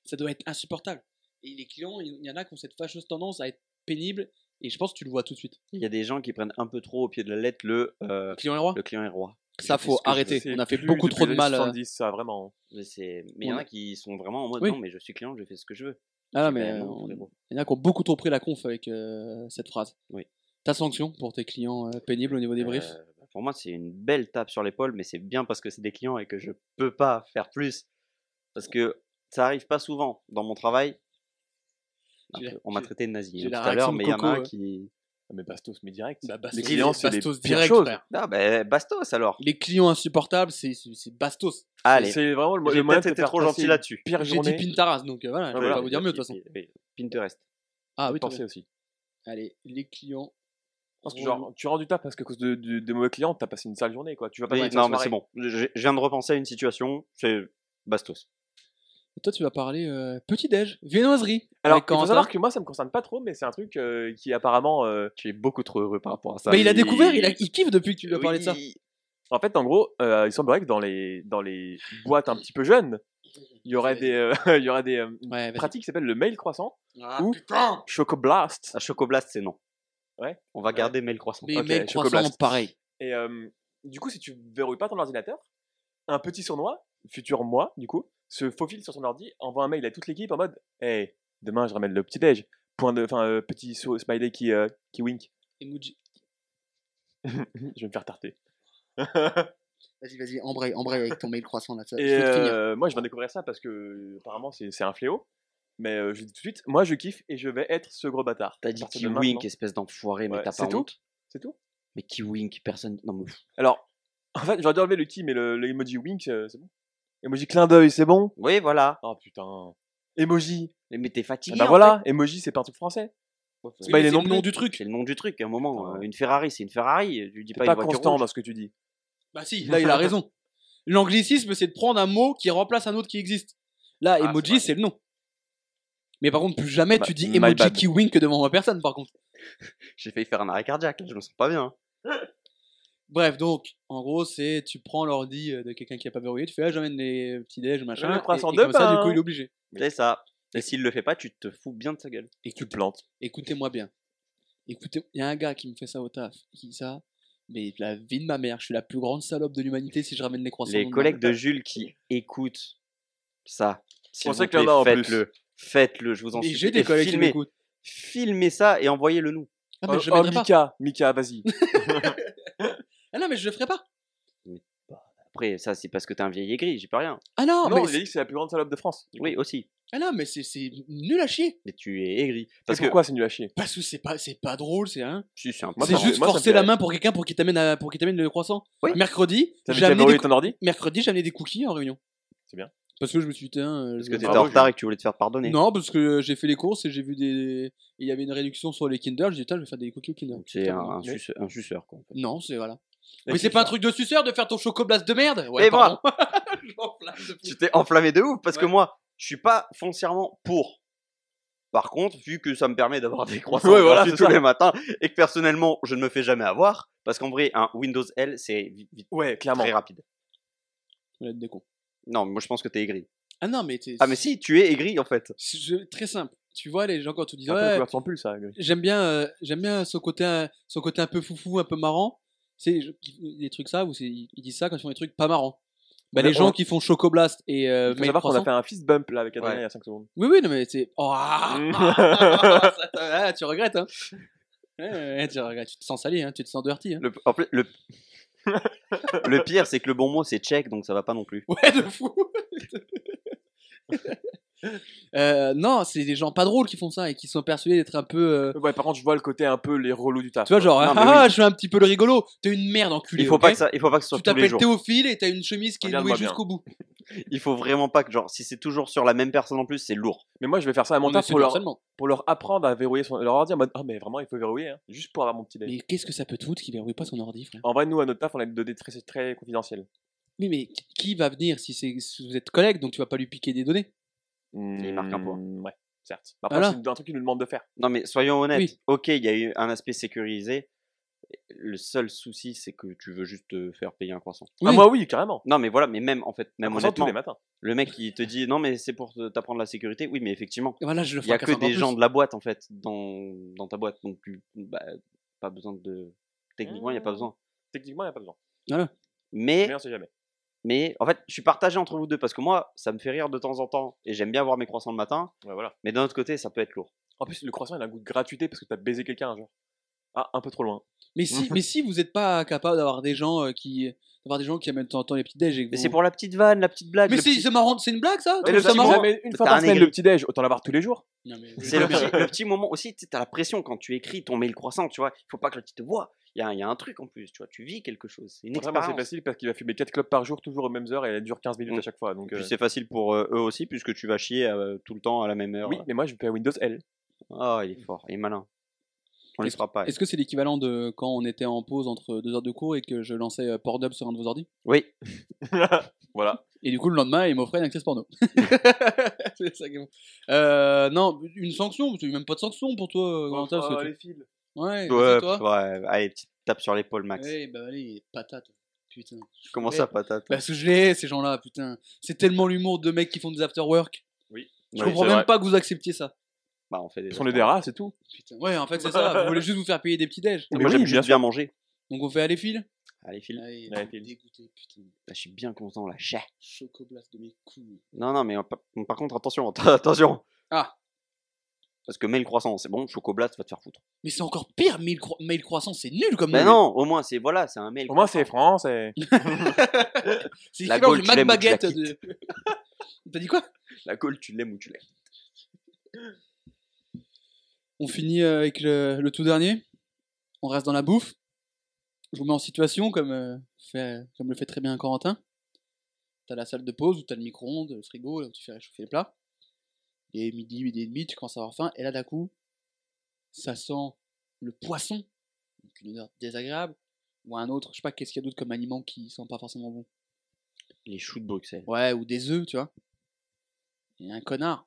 C: ça doit être insupportable. Et les clients, il y en a qui ont cette fâcheuse tendance à être pénible et je pense que tu le vois tout de suite.
A: Il y a des gens qui prennent un peu trop au pied de la lettre le, euh,
C: Le client est roi.
A: le client est roi.
C: Ça,
A: je fais
C: faut
A: ce que je
C: arrêter.
B: C'est
C: On a fait
B: plus
C: beaucoup
B: depuis
C: trop de
B: les
C: mal. euh.
B: 70, ça, vraiment.
A: Mais c'est- mais il y en
C: On
A: a qui sont vraiment en mode
C: Oui.
A: non, mais je suis client, je fais ce que je veux.
C: Ah,
A: Je dis,
C: mais
A: bah,
C: euh,
A: non,
C: on-
A: frérot.
C: il y en a qui ont beaucoup trop pris la conf avec euh, cette phrase.
A: Oui.
C: Ta sanction pour tes clients euh, pénibles au niveau des briefs
A: Euh, bah, pour moi, c'est une belle tape sur l'épaule, mais c'est bien parce que c'est des clients et que je peux pas faire plus. Parce que ça arrive pas souvent dans mon travail. Un
C: J'ai la-
A: peu- On m'a
C: j'ai-
A: traité de nazi
C: j'ai
A: hein, tout
C: la
A: à l'heure,
C: réaction de
A: mais il y en a
C: Coco,
A: un
C: ouais.
A: qui.
B: Ah, Mais Bastos, mais direct.
C: Bah,
B: les
C: Bastos,
B: clients, c'est les
C: Bastos
B: pires
C: direct,
B: choses.
C: frère.
A: Ah, bah, bastos alors.
C: Les clients insupportables, c'est c'est- c'est bastos.
A: Allez,
B: C'est vraiment le,
A: j'ai
B: le moyen
A: peut-être
B: de te
A: été
B: faire
A: trop
B: passer
A: gentil
B: une
A: là-dessus.
B: Pire
C: J'ai dit
B: journée.
C: Pintaras, donc euh, voilà, je
B: Ah,
C: vais
B: voilà.
C: pas vous dire mieux de toute façon.
A: Pinterest.
C: Ah oui, très bien.
B: Pensez aussi.
C: Allez, les clients.
B: Parce que genre, tu rends du taf parce qu'à cause de, de- des mauvais clients, t'as passé une sale journée, quoi. Tu vas pas
A: Oui,
B: passer une
A: non,
B: sale
A: mais c'est
B: soirée.
A: bon. Je, je viens de repenser à une situation. C'est Bastos.
C: Et toi, tu vas parler euh, petit-déj, viennoiserie.
B: Alors, il
C: avec
B: faut
C: Corentin.
B: savoir que moi, ça me concerne pas trop, mais c'est un truc euh, qui apparemment. euh,
A: Tu es beaucoup trop heureux par rapport à ça.
C: Bah, il a découvert, il, a- il kiffe depuis que tu lui as parlé de ça.
B: En fait, en gros, euh, il semblerait que dans les, dans les boîtes un petit peu jeunes, il y aurait des, euh, il y aurait des euh,
C: Ouais, vas-y.
B: pratiques qui s'appellent le mail croissant,
C: Ah,
B: ou-
C: putain
B: Choco Blast.
A: À Chocoblast, c'est non.
B: Ouais.
A: On va garder Mail Croissant.
C: Mais
B: Ok,
C: mec,
B: Choco Blast.
C: croissant, pareil.
B: Et euh, du coup, si tu verrouilles pas ton ordinateur, un petit sournois, futur moi, du coup, se faufile sur son ordi, envoie un mail à toute l'équipe en mode Hey, demain je ramène le petit déj. Point de, enfin, euh, petit sou- smiley qui, euh, qui wink.
C: Emoji.
B: Je vais me faire tarter.
C: Vas-y, vas-y, embraye, embraye avec ton mail croissant là. Ça,
B: Et
C: je vais le finir.
B: euh, moi, je viens de découvrir ça parce que euh, apparemment, c'est c'est un fléau. Mais euh, je le dis tout de suite, moi, je kiffe et je vais être ce gros bâtard.
A: T'as
B: À
A: dit
B: partir de
A: Kiwink,
B: maintenant.
A: espèce d'enfoiré, mais
B: Ouais,
A: t'as
B: c'est
A: pas
B: tout
A: honte.
B: C'est tout.
A: Mais Kiwink, personne. Non, mais pff.
B: Alors, en fait, j'aurais dû enlever le qui, mais le, le emoji wink, euh, c'est bon. Emoji clin d'œil, c'est bon.
A: Oui, voilà.
B: Oh putain. Emoji.
A: Mais- Mais t'es
B: Ah
A: fatigué.
B: bah
A: en
B: voilà, emoji, c'est pas un truc français.
A: fait. Ouais,
B: c'est
A: c'est-
B: pas- il est
C: C'est
B: non
C: le nom
B: plus.
C: du truc.
A: C'est le nom du truc. À un moment,
B: Putain.
A: euh, une Ferrari, c'est une Ferrari. Tu dis
B: T'es
A: pas,
B: pas
A: une voiture
B: constant
A: rouge.
B: dans ce que tu dis.
C: Bah si, là il a raison. L'anglicisme, c'est de prendre un mot qui remplace un autre qui existe. Là,
B: Ah, c'est
C: emoji,
B: vrai.
C: c'est le nom. Mais par contre, plus jamais
B: Bah,
C: tu dis
B: my
C: emoji
B: bad.
C: qui wink devant ma personne, par contre.
A: J'ai failli faire un arrêt cardiaque. là, Je me sens pas bien. hein.
C: Bref, donc, en gros, c'est tu prends l'ordi euh, de quelqu'un qui a pas verrouillé, tu fais, ah, j'amène les petits déj, machin.
B: Le
C: et-
B: croissant
C: et
B: de
C: comme ça, du
B: pain.
C: coup, il est obligé.
A: C'est ça. Et s'il le fait pas, tu te fous bien de sa gueule.
B: Tu plantes.
C: Écoutez-moi bien. Écoutez, il y a un gars qui me fait ça au taf. Qui dit ça Mais la vie de ma mère, je suis la plus grande salope de l'humanité si je ramène les croissants.
A: Les
C: dans le
A: collègues
C: taf.
A: de Jules qui écoutent ça, s'il
B: pour ça
A: vous
B: qu'il y en
A: plaît,
B: a en plus.
A: faites-le. Faites-le, je vous en
C: Mais
A: supplie.
C: j'ai
A: Et
C: des collègues qui
A: filmez,
C: m'écoutent.
A: filmez ça et envoyez-le nous.
C: Ah,
B: Oh,
C: mais je le
B: oh,
C: mettrai pas.
B: Mika, Mika, vas-y.
C: Ah non, mais je le ferai pas.
A: Après, ça, c'est parce que t'es un vieil aigri, j'y peux rien.
C: Ah non,
B: non,
C: mais
B: il a dit que c'est la plus grande salope de France.
A: Oui, aussi.
C: ah non, mais c'est- c'est nul à chier.
A: Mais tu es aigri.
B: Parce
A: Parce que,
B: pourquoi c'est nul à chier
C: Parce que c'est pas, c'est pas drôle, c'est hein.
A: si, c'est un
B: Moi,
A: peu
C: C'est
B: ça me-
C: juste
B: moi, ça me
C: forcer
B: fait
C: la
B: rire.
C: main pour quelqu'un pour qu'il t'amène à- pour qu'il t'amène le croissant.
A: Oui.
C: Mercredi,
B: T'as vu
C: j'ai amené
B: Cabriolet
C: des
B: ton ordi
C: mercredi, j'ai amené des cookies en réunion.
B: C'est bien.
C: Parce que je me suis dit, tiens, euh,
A: parce
C: je-
A: que t'étais
B: Bravo,
A: en
B: Jules.
A: retard et que tu voulais te faire pardonner.
C: Non, parce que euh, j'ai fait les courses et j'ai vu des. Il y avait une réduction sur les Kinder. J'ai dit, tiens, je vais faire des cookies au Kinder.
A: C'est
C: Putain,
A: un,
C: non.
A: un suce- un suceur, quoi. en fait.
C: Non, c'est voilà. Mais c'est pas un truc de suceur de faire ton chocoblast de merde
A: Et
C: pardon. Je m'en flamme de
A: Tu
C: plus.
A: t'es enflammé de ouf parce que
C: Ouais.
A: moi, je suis pas foncièrement pour. Par contre, vu que ça me permet d'avoir des croissants
B: Ouais, voilà,
A: gratuits
B: c'est
A: tous
B: ça.
A: les matins et que personnellement, je ne me fais jamais avoir, parce qu'en vrai, un Windows L, c'est vi- vi-
B: Ouais, clairement.
A: très rapide.
C: On va être des cons.
A: Non, moi je pense que t'es aigri.
C: Ah non, mais t'es-
A: Ah, mais si, tu es aigri en fait.
C: c'est- je- Très simple. Tu vois, les gens, quand tu dis,
B: C'est un peu la
C: ouais,
B: couleur de son pull, ça. Gris.
C: j'aime bien, euh, j'aime bien son côté, euh, son côté un peu foufou, un peu marrant. C'est je- les trucs ça où c'est- ils ils disent ça quand ils font des trucs pas marrants. Bah,
B: Mais
C: les
B: on-
C: gens qui font chocoblast et euh,
B: Il faut
C: mail
B: savoir qu'on a
C: croissant.
B: fait un fist bump là avec Adrien
A: Ouais.
B: il y a 5 secondes.
C: Oui, oui, non, mais c'est. Oh, ah,
A: Mm.
C: ah, ah, ça te- ah, tu regrettes, hein. Ouais, ouais, ouais, tu regrettes, tu te sens salé, hein, tu te sens dirty. Hein.
A: Le, en plus, le... le pire, c'est que le bon mot c'est tchèque, donc ça va pas non plus.
C: Ouais, de fou. Euh, non, c'est des gens pas drôles qui font ça et qui sont persuadés d'être un peu. euh,
B: Ouais, par contre, je vois le côté un peu les relous du taf.
C: Tu vois, genre,
A: Non, mais
C: ah, je suis un petit peu le rigolo. T'es une merde enculé.
A: Il faut,
C: ok
A: pas que ça, il faut pas que ce soit
C: Tu
A: tous les
C: t'appelles
A: jours.
C: Théophile et t'as une chemise qui est
B: Regarde-moi
C: nouée
B: bien.
C: jusqu'au bout.
A: Il faut vraiment pas que, genre, si c'est toujours sur la même personne en plus, c'est lourd.
B: Mais moi, je vais faire ça à mon
C: Non, mais
B: taf
C: c'est
B: pour
C: du
B: leur,
C: harcèlement.
B: pour leur apprendre à verrouiller son leur ordi en mode Ah, mais vraiment, il faut verrouiller, hein, juste pour avoir mon petit déj.
C: Mais qu'est-ce que ça peut te foutre qu'il verrouille pas son ordi, frère
B: En vrai, nous, à notre taf, on a des données très, très confidentielles.
C: Oui, mais qui va venir si, c'est- si vous êtes collègue donc tu vas pas lui piquer des données
A: Il marque un point.
B: Mm, Ouais, certes. Après,
C: Voilà.
B: c'est un truc qu'ils nous demandent de faire.
A: Non, mais soyons honnêtes.
C: Oui.
A: Ok, il y a eu un aspect sécurisé. Le seul souci, c'est que tu veux juste te faire payer un croissant.
B: Ah,
C: Oui.
B: moi, oui, carrément.
A: Non, mais voilà, mais même en fait, même
B: On sort tous
A: honnêtement,
B: les matins.
A: le mec il te dit non, mais c'est pour te- t'apprendre la sécurité. Oui, mais effectivement,
C: Et voilà, je le
A: il y a
C: fracasse
A: que
C: encore
A: des
C: plus.
A: gens de la boîte en fait dans, dans ta boîte, donc tu, bah, pas besoin de. Techniquement, il n'y a pas
B: Mmh.
A: besoin.
B: Techniquement, il n'y a pas besoin.
A: Mais,
B: Mais on sait jamais.
A: mais en fait, je suis partagé entre vous deux parce que moi, ça me fait rire de temps en temps et j'aime bien voir mes croissants le matin,
B: Ouais, voilà.
A: mais d'un autre côté, ça peut être lourd.
B: En plus, le croissant, il a un goût de gratuité parce que t'as baisé quelqu'un un jour. Ah, un peu trop loin.
C: Mais si, mais si vous n'êtes pas capable d'avoir des gens euh, qui, d'avoir des gens qui amènent de temps en temps les petits déj. et que
A: Mais
C: vous-
A: c'est pour la petite vanne, la petite blague.
C: Mais
A: le
C: c'est,
A: petit-
C: c'est marrant, c'est une blague ça
A: Mais
C: Tu
A: le
C: trouves ça
A: petit
B: si vous
C: marrant
B: avez une fois
A: T'as
B: par
A: un
B: semaine
A: aigri.
B: le petit-déj, autant l'avoir tous les jours.
C: Non, mais-
A: C'est le petit, le petit moment aussi, tu as la pression quand tu écris ton mail croissant, tu vois. Il faut pas que le petit te voit. Il y, a un- il y a un truc en plus, tu vois. Tu vis quelque chose. C'est une
B: Contrairement, c'est
A: expérience.
B: facile parce qu'il va fumer 4 clopes par jour, toujours aux mêmes heures et elle dure 15 minutes
A: Mm.
B: à chaque fois. Donc,
A: Puis
B: euh,
A: c'est facile pour euh, eux aussi, puisque tu vas chier euh, tout le temps à la même heure.
B: Oui, mais moi, je vais à Windows L.
A: Ah, il est fort, il est malin. On les fera pas.
C: Est-ce que c'est l'équivalent de quand on était en pause entre deux heures de cours et que je lançais euh, Pornhub sur un de vos ordi
A: Oui,
B: Voilà.
C: Et du coup, le lendemain, il m'offrait une actrice porno. c'est ça qui est bon. Euh, non, une sanction, tu même pas de sanction pour toi, Valentin. parce que tu- Ouais,
A: ouais,
C: c'est toi.
A: ouais, allez, petite tape sur l'épaule, Max.
C: Ouais, bah allez, patate. Putain.
A: Comment ça, patate
C: Bah, Parce que je l'ai, ces gens-là, putain. C'est tellement l'humour de mecs qui font des after-work. Je
A: Ouais,
C: comprends
A: c'est
C: même
A: vrai.
C: pas que vous acceptiez ça.
A: Bah, on fait des.
B: Ils sont les des rats, c'est tout.
C: Putain. Ouais, en fait, c'est ça. Vous voulez juste vous faire payer des petits déj.
A: Moi,
B: Mais oui,
A: j'aime
B: bien
A: juste
B: sûr.
A: bien manger.
C: Donc on fait aller fil.
A: Allez, file.
C: Allez,
B: Allez,
C: t'es
B: file.
C: dégoûté, putain.
A: Bah, je suis bien content, là. Chais.
C: Chocoblast de mes couilles.
A: Non, non, mais euh, par par contre, attention, attention.
C: Ah.
A: Parce que mail croissant, c'est bon, chocoblast, va te faire foutre.
C: Mais c'est encore pire, mail, cro- mail croissant, c'est nul comme
A: Mais
C: nom.
A: Bah non, Mm. au moins, c'est voilà, c'est un mail.
B: Pour moi, c'est France. Et...
C: C'est
A: La
C: l'équivalent
A: Gaule,
C: du
A: tu l'aimes ou tu la
C: McBaguette de. T'as dit quoi
A: La colle, tu l'aimes ou tu l'aimes.
C: On finit euh, avec le, le tout dernier. On reste dans la bouffe. Je vous mets en situation, comme, euh, fait- comme le fait très bien Corentin. T'as la salle de pause où t'as le micro-ondes, le frigo, là où tu fais réchauffer les plats. Et midi, midi et demi, tu commences à avoir faim. Et là, d'un coup, ça sent le poisson. Donc une odeur désagréable. Ou un autre, je sais pas, qu'est-ce qu'il y a d'autre comme aliment qui sent pas forcément bon.
A: Les choux de Bruxelles.
C: Ouais, ou des œufs, tu vois. Et un connard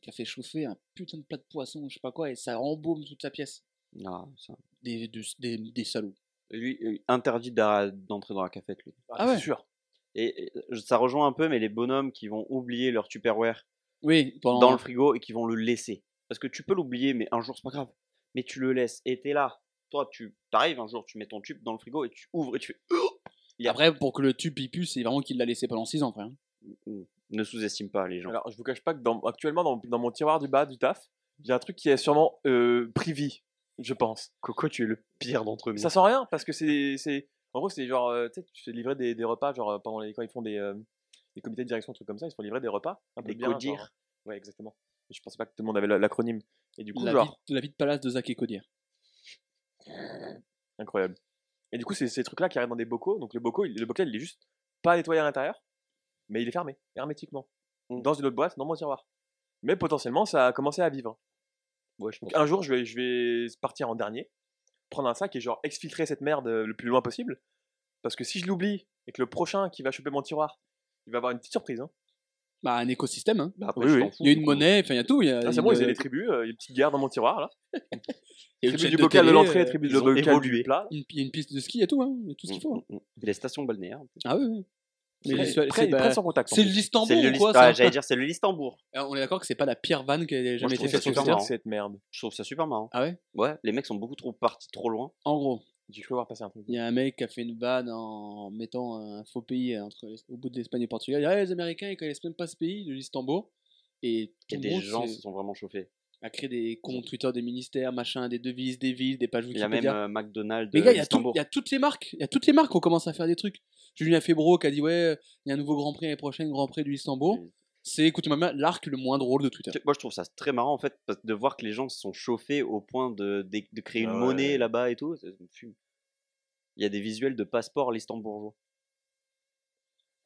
C: qui a fait chauffer un putain de plat de poisson, ou je sais pas quoi, et ça embaume toute la pièce.
A: Ah, ça.
C: Des, de- des, des salauds.
A: Lui, euh, interdit d'a- d'entrer dans la cafette, lui.
C: Ah ouais.
B: C'est sûr.
A: Et et ça rejoint un peu, mais les bonhommes qui vont oublier leur Tupperware
C: Oui, pendant.
A: dans le frigo et qui vont le laisser. Parce que tu peux l'oublier, mais un jour, c'est pas grave. mais tu le laisses et t'es là. Toi, tu arrives un jour, tu mets ton tube dans le frigo et tu ouvres et tu fais.
C: Et après, pour que le tube il pue, c'est vraiment qu'il l'a laissé pendant 6 ans, frère. hein.
A: Ne sous-estime pas les gens.
B: Alors, je vous cache pas que dans, actuellement, dans, dans mon tiroir du bas du taf, j'ai un truc qui est sûrement euh, privy, je pense.
A: Coco, tu es le pire d'entre nous.
B: Ça sent rien parce que c'est. c'est- En gros, c'est genre. euh, tu sais, tu fais livrer des, des repas, genre euh, pendant les, quand ils font des, euh, des comités de direction, des trucs comme ça, ils se font livrer des repas. Un peu
A: Des
B: bien, genre. euh,
A: codir.
B: Ouais, exactement. Et je pensais pas que tout le monde avait la- l'acronyme. Et du coup,
C: la,
B: genre.
C: vie, la vie de palace de Zach et Codier.
B: Incroyable. Et du coup, c'est ces trucs-là qui arrivent dans des bocaux. Donc le bocaux, il- le bocal, il est juste pas nettoyé à l'intérieur, mais il est fermé, hermétiquement.
C: Mm.
B: Dans une autre boîte, dans mon tiroir. Mais potentiellement, ça a commencé à vivre.
A: Ouais, je pense.
B: Donc, un jour, je vais, je vais partir en dernier, prendre un sac et genre exfiltrer cette merde euh, le plus loin possible. Parce que si je l'oublie et que le prochain qui va choper mon tiroir, il va avoir une petite surprise. hein.
C: Bah, un écosystème, hein.
A: Bah, après,
B: Oui,
A: je
B: oui.
A: t'en fous,
C: Il y a
A: du
C: une
A: coup.
C: monnaie, enfin, il y a tout. Ah, Il y a
B: Là, c'est
C: une-
B: bon, ils ont des tribus, euh, il y a une petite guerre dans mon tiroir. Là.
C: il y a une
B: Tribu
C: chaîne
B: du bocal de
C: télé,
B: l'entrée,
C: euh,
B: tribu
A: ils
B: du
A: ont
B: bocal du
A: évolué.
B: plat.
C: une, il y a une piste de ski, il y a tout, hein. Il y a tout ce qu'il faut. hein.
A: Mm, mm, mm. Les stations balnéaires.
C: Ah oui, oui. Mais
B: Très-
C: j'y suis allé-
B: très-
C: c'est, bah,
B: très sans contact. en
C: c'est
B: plus.
C: le Listambourg
A: C'est le
C: ou quoi
A: Listembourg.
C: ça
A: J'allais dire, c'est le Listembourg.
C: Alors, On est d'accord que c'est pas la pire vanne qui ait jamais
A: je
C: été
A: trouve
C: faite
A: ça
C: sur
A: super
C: le
A: marrant.
C: surf.
B: cette merde.
A: Je trouve ça super marrant.
C: Ah ouais
A: Ouais, les mecs sont beaucoup trop partis trop loin.
C: En gros,
B: J'ai cru voir passer un truc.
C: il y a un mec qui a fait une vanne en mettant un faux pays entre, au bout de l'Espagne et le Portugal. Il dit, Ah, les Américains, ils connaissent même pas ce pays, le Listambourg. Et
A: Et
C: tout le
A: des
C: monde
A: gens
C: s'est-
A: se sont vraiment chauffés.
C: a créé des comptes Twitter des ministères, machin, des devises, des villes, des pages
A: Il y a même
C: Wikipédia.
A: euh, McDonald's.
C: Les gars, il y, a tout-
A: Listembourg.
C: il y a toutes les marques. Il y a toutes les marques qui ont commencé à faire des trucs. Julien Febro qui a dit Ouais, il y a un nouveau Grand Prix l'année prochaine, Grand Prix du Luxembourg.
A: Mm.
C: C'est, écoutez-moi bien, l'arc le moins drôle de Twitter.
A: Tu- Moi, je trouve ça très marrant en fait parce- de voir que les gens se sont chauffés au point de, de- de créer une
B: Ah ouais.
A: monnaie là-bas et tout. Ça me fume. Il y a des visuels de passeports listembourgeois.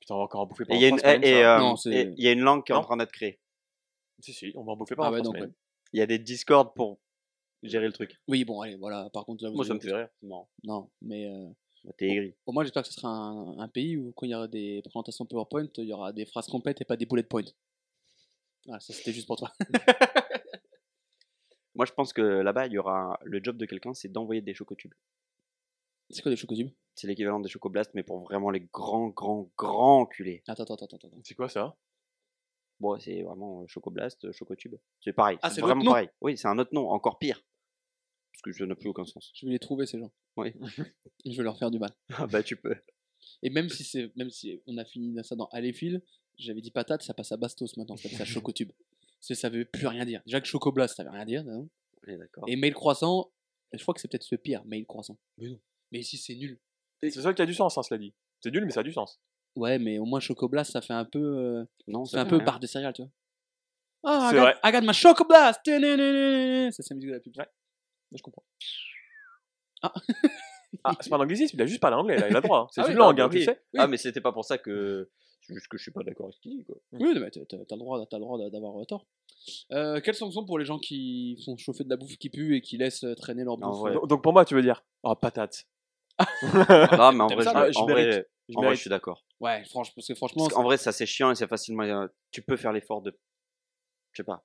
B: Putain, on va encore en bouffer
A: Et
B: pendant
A: il y a
B: trois
A: une,
B: semaines,
A: et,
B: ça.
A: euh,
C: Non,
A: et
C: c'est-
A: il y a une langue qui est en
B: Non.
A: train d'être créée.
B: Si, si, on va en bouffer
C: Ah
B: pendant
C: ouais,
B: trois
C: donc,
B: semaines.
A: Il y a des discords pour gérer le truc.
C: Oui, bon, allez, voilà. Par contre, là, vous
A: Moi,
C: avez
A: ça me
C: compris.
A: fait rire. c'est marrant.
C: Non, mais euh,
A: Bah, T'es aigri.
C: au moins, j'espère que ce sera un, un pays où, quand il y aura des présentations PowerPoint, il y aura des phrases complètes et pas des bullet points. Ah, ça, c'était juste pour toi.
A: Moi, je pense que là-bas, il y aura un- le job de quelqu'un, c'est d'envoyer des chocotubes.
C: C'est quoi des chocotubes
A: C'est l'équivalent des chocoblasts, mais pour vraiment les grands, grands, grands enculés.
C: attends, attends, attends, attends. attends.
B: C'est quoi ça
A: Bon, c'est vraiment euh, Chocoblast, euh, Chocotube. C'est pareil.
C: Ah, c'est
A: c'est
C: l'autre
A: vraiment
C: nom.
A: pareil. Oui, c'est un autre nom, encore pire. Parce que je n'ai plus aucun sens.
C: Je vais les trouver, ces gens.
A: Oui.
C: Et je vais leur faire du mal.
A: Ah bah tu peux.
C: Et même si c'est, même si on a fini dans ça dans Aléphile, j'avais dit patate, ça passe à Bastos maintenant, ça passe à Chocotube. C'est, ça veut plus rien dire. Déjà que Chocoblast, ça veut rien dire. non
A: On est d'accord.
C: Et Mail Croissant, je crois que c'est peut-être ce pire, Mail Croissant. Mais non. Mais si c'est nul.
B: C'est ça qui a du sens, hein, cela dit. C'est nul, mais ça a du sens.
C: Ouais, mais au moins Chocoblast, ça fait un peu, euh,
A: Non,
C: ça fait un
A: fait
C: peu
A: rien.
C: barre de céréales, tu vois. Ah,
B: C'est
C: regarde,
B: vrai.
C: regarde ma Chocoblast Tadadadadada Ça, c'est la musique de la pub.
B: Je comprends.
C: Ah.
B: Ah, c'est pas un anglicisme, il a juste parlé anglais, là, il a droit. hein. C'est
A: Ah
B: une
A: oui,
B: langue,
A: bah
B: hein, tu
A: oui.
B: sais.
A: Ah mais c'était pas pour ça que. C'est juste que je suis pas d'accord avec ce qu'il dit, quoi.
C: Oui, non, mais t'as, t'as- t'as le droit, t'as le droit d'avoir euh, tort. Euh, quelles sanctions pour les gens qui sont chauffés de la bouffe qui pue et qui laissent euh, traîner leur
A: Non,
C: bouffe
A: ouais.
C: euh,
B: Donc pour moi, tu veux dire Oh, patate.
A: non Ah, mais en
C: T'aimes
A: vrai,
C: ça
A: je,
B: Je
A: en
B: mérite.
A: vrai,
B: Je
A: en vrai,
B: mérite.
A: je suis d'accord.
C: Ouais, franchement, parce que franchement,
A: Parce qu'en vrai, ça c'est chiant et c'est facilement. euh, Tu peux faire l'effort de. Je sais pas.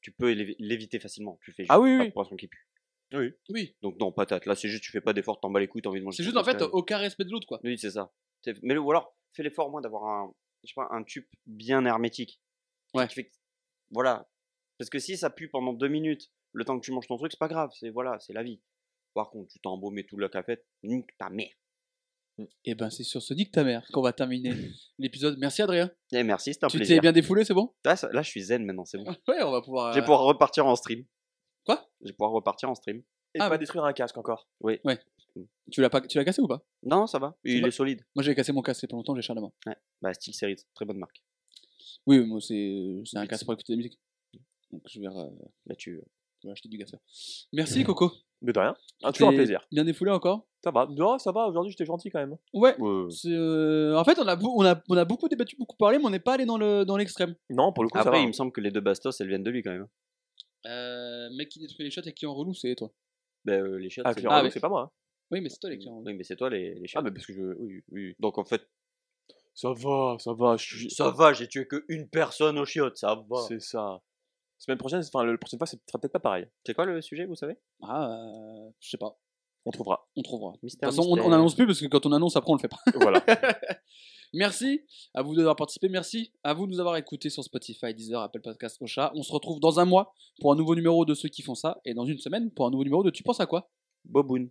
A: Tu peux élever- l'éviter facilement. Tu fais juste
B: Ah oui,
A: pas
B: oui.
A: de poisson qui pue.
C: oui,
A: Donc non, patate. Là, c'est juste tu fais pas d'effort, t'en bats les couilles, t'as envie de manger.
C: C'est
A: ton
C: juste en
A: truc,
C: fait
A: t'as-
C: aucun respect de l'autre quoi.
A: Oui, c'est ça. C'est- Mais le- ou alors, fais l'effort au moins d'avoir un, je sais pas, un tube bien hermétique. Ce
C: Ouais.
A: qui fait que- voilà. Parce que si ça pue pendant deux minutes, le temps que tu manges ton truc, c'est pas grave. C'est voilà, c'est la vie. Par contre, tu t'as embaumé tout la cafette, nique ta mère.
C: Et ben c'est sur ce dit que ta mère qu'on va terminer l'épisode. Merci Adrien.
A: Eh, merci, c'était un
C: Tu t'es
A: plaisir.
C: bien défoulé, c'est bon
A: Là, ça- là, je suis zen maintenant, c'est bon.
C: Ouais, on va pouvoir. euh,
A: J'ai pouvoir repartir en stream.
C: Quoi
A: J'ai pouvoir repartir en stream.
B: Et
C: Ah,
B: pas
C: mais-
B: détruire un casque encore.
C: Tu l'as pas... tu l'as cassé ou pas
A: Non, ça va. Il
C: m'as-
A: est solide.
C: Moi j'ai cassé mon casque il y a pas longtemps, j'ai charlé moi.
A: Bah, Steel Series, très bonne marque.
C: Oui, mais moi c'est c'est un casque pour écouter de la musique. Donc je vais, euh,
A: Là, tu.
C: je vais acheter du gasseur. Merci Coco.
B: Mais de rien. Ah, toujours un
C: T'es
B: plaisir.
C: Bien défoulé encore.
B: Ça va. Non, ça va, aujourd'hui, j'étais gentil quand même.
C: Ouais.
A: Euh,
C: c'est, euh, En fait, on a, beau- on, a, on a beaucoup débattu, beaucoup parlé, mais on n'est pas allé dans le dans l'extrême.
B: Non, pour le coup, Ah, ça va.
A: Après, il me semble que les deux Bastos, elles viennent de lui quand même.
C: Euh, mec qui détruit les shots et qui en relou, c'est toi.
A: Bah, euh, les chiottes,
B: Ah,
A: c'est-
B: Clément,
C: Ah,
B: oui,
C: oui.
B: c'est pas moi. hein.
C: Oui, mais c'est toi les qui en relou.
A: Oui, mais c'est toi les, les
B: Ah,
A: chiottes.
B: mais parce que je. Oui, oui.
A: Donc en fait,
B: Ça va, ça va. je suis-
A: Ça va, j'ai tué que une personne aux chiottes, ça va.
B: C'est ça. Semaine prochaine, enfin, le- la prochaine fois, ce sera peut-être pas pareil.
A: C'est quoi le sujet, vous savez
C: Ah, euh, je sais pas.
B: On trouvera.
C: On trouvera. De
A: Mystère,
C: toute façon, on, on
A: mystère.
C: annonce plus parce que quand on annonce, après on le fait pas.
B: Voilà.
C: Merci à vous d'avoir participé. Merci à vous de nous avoir écoutés sur Spotify, Deezer, Apple Podcast, Ocha. On se retrouve dans un mois pour un nouveau numéro de ceux qui font ça et dans une semaine pour un nouveau numéro de Tu penses à quoi
A: Boboun.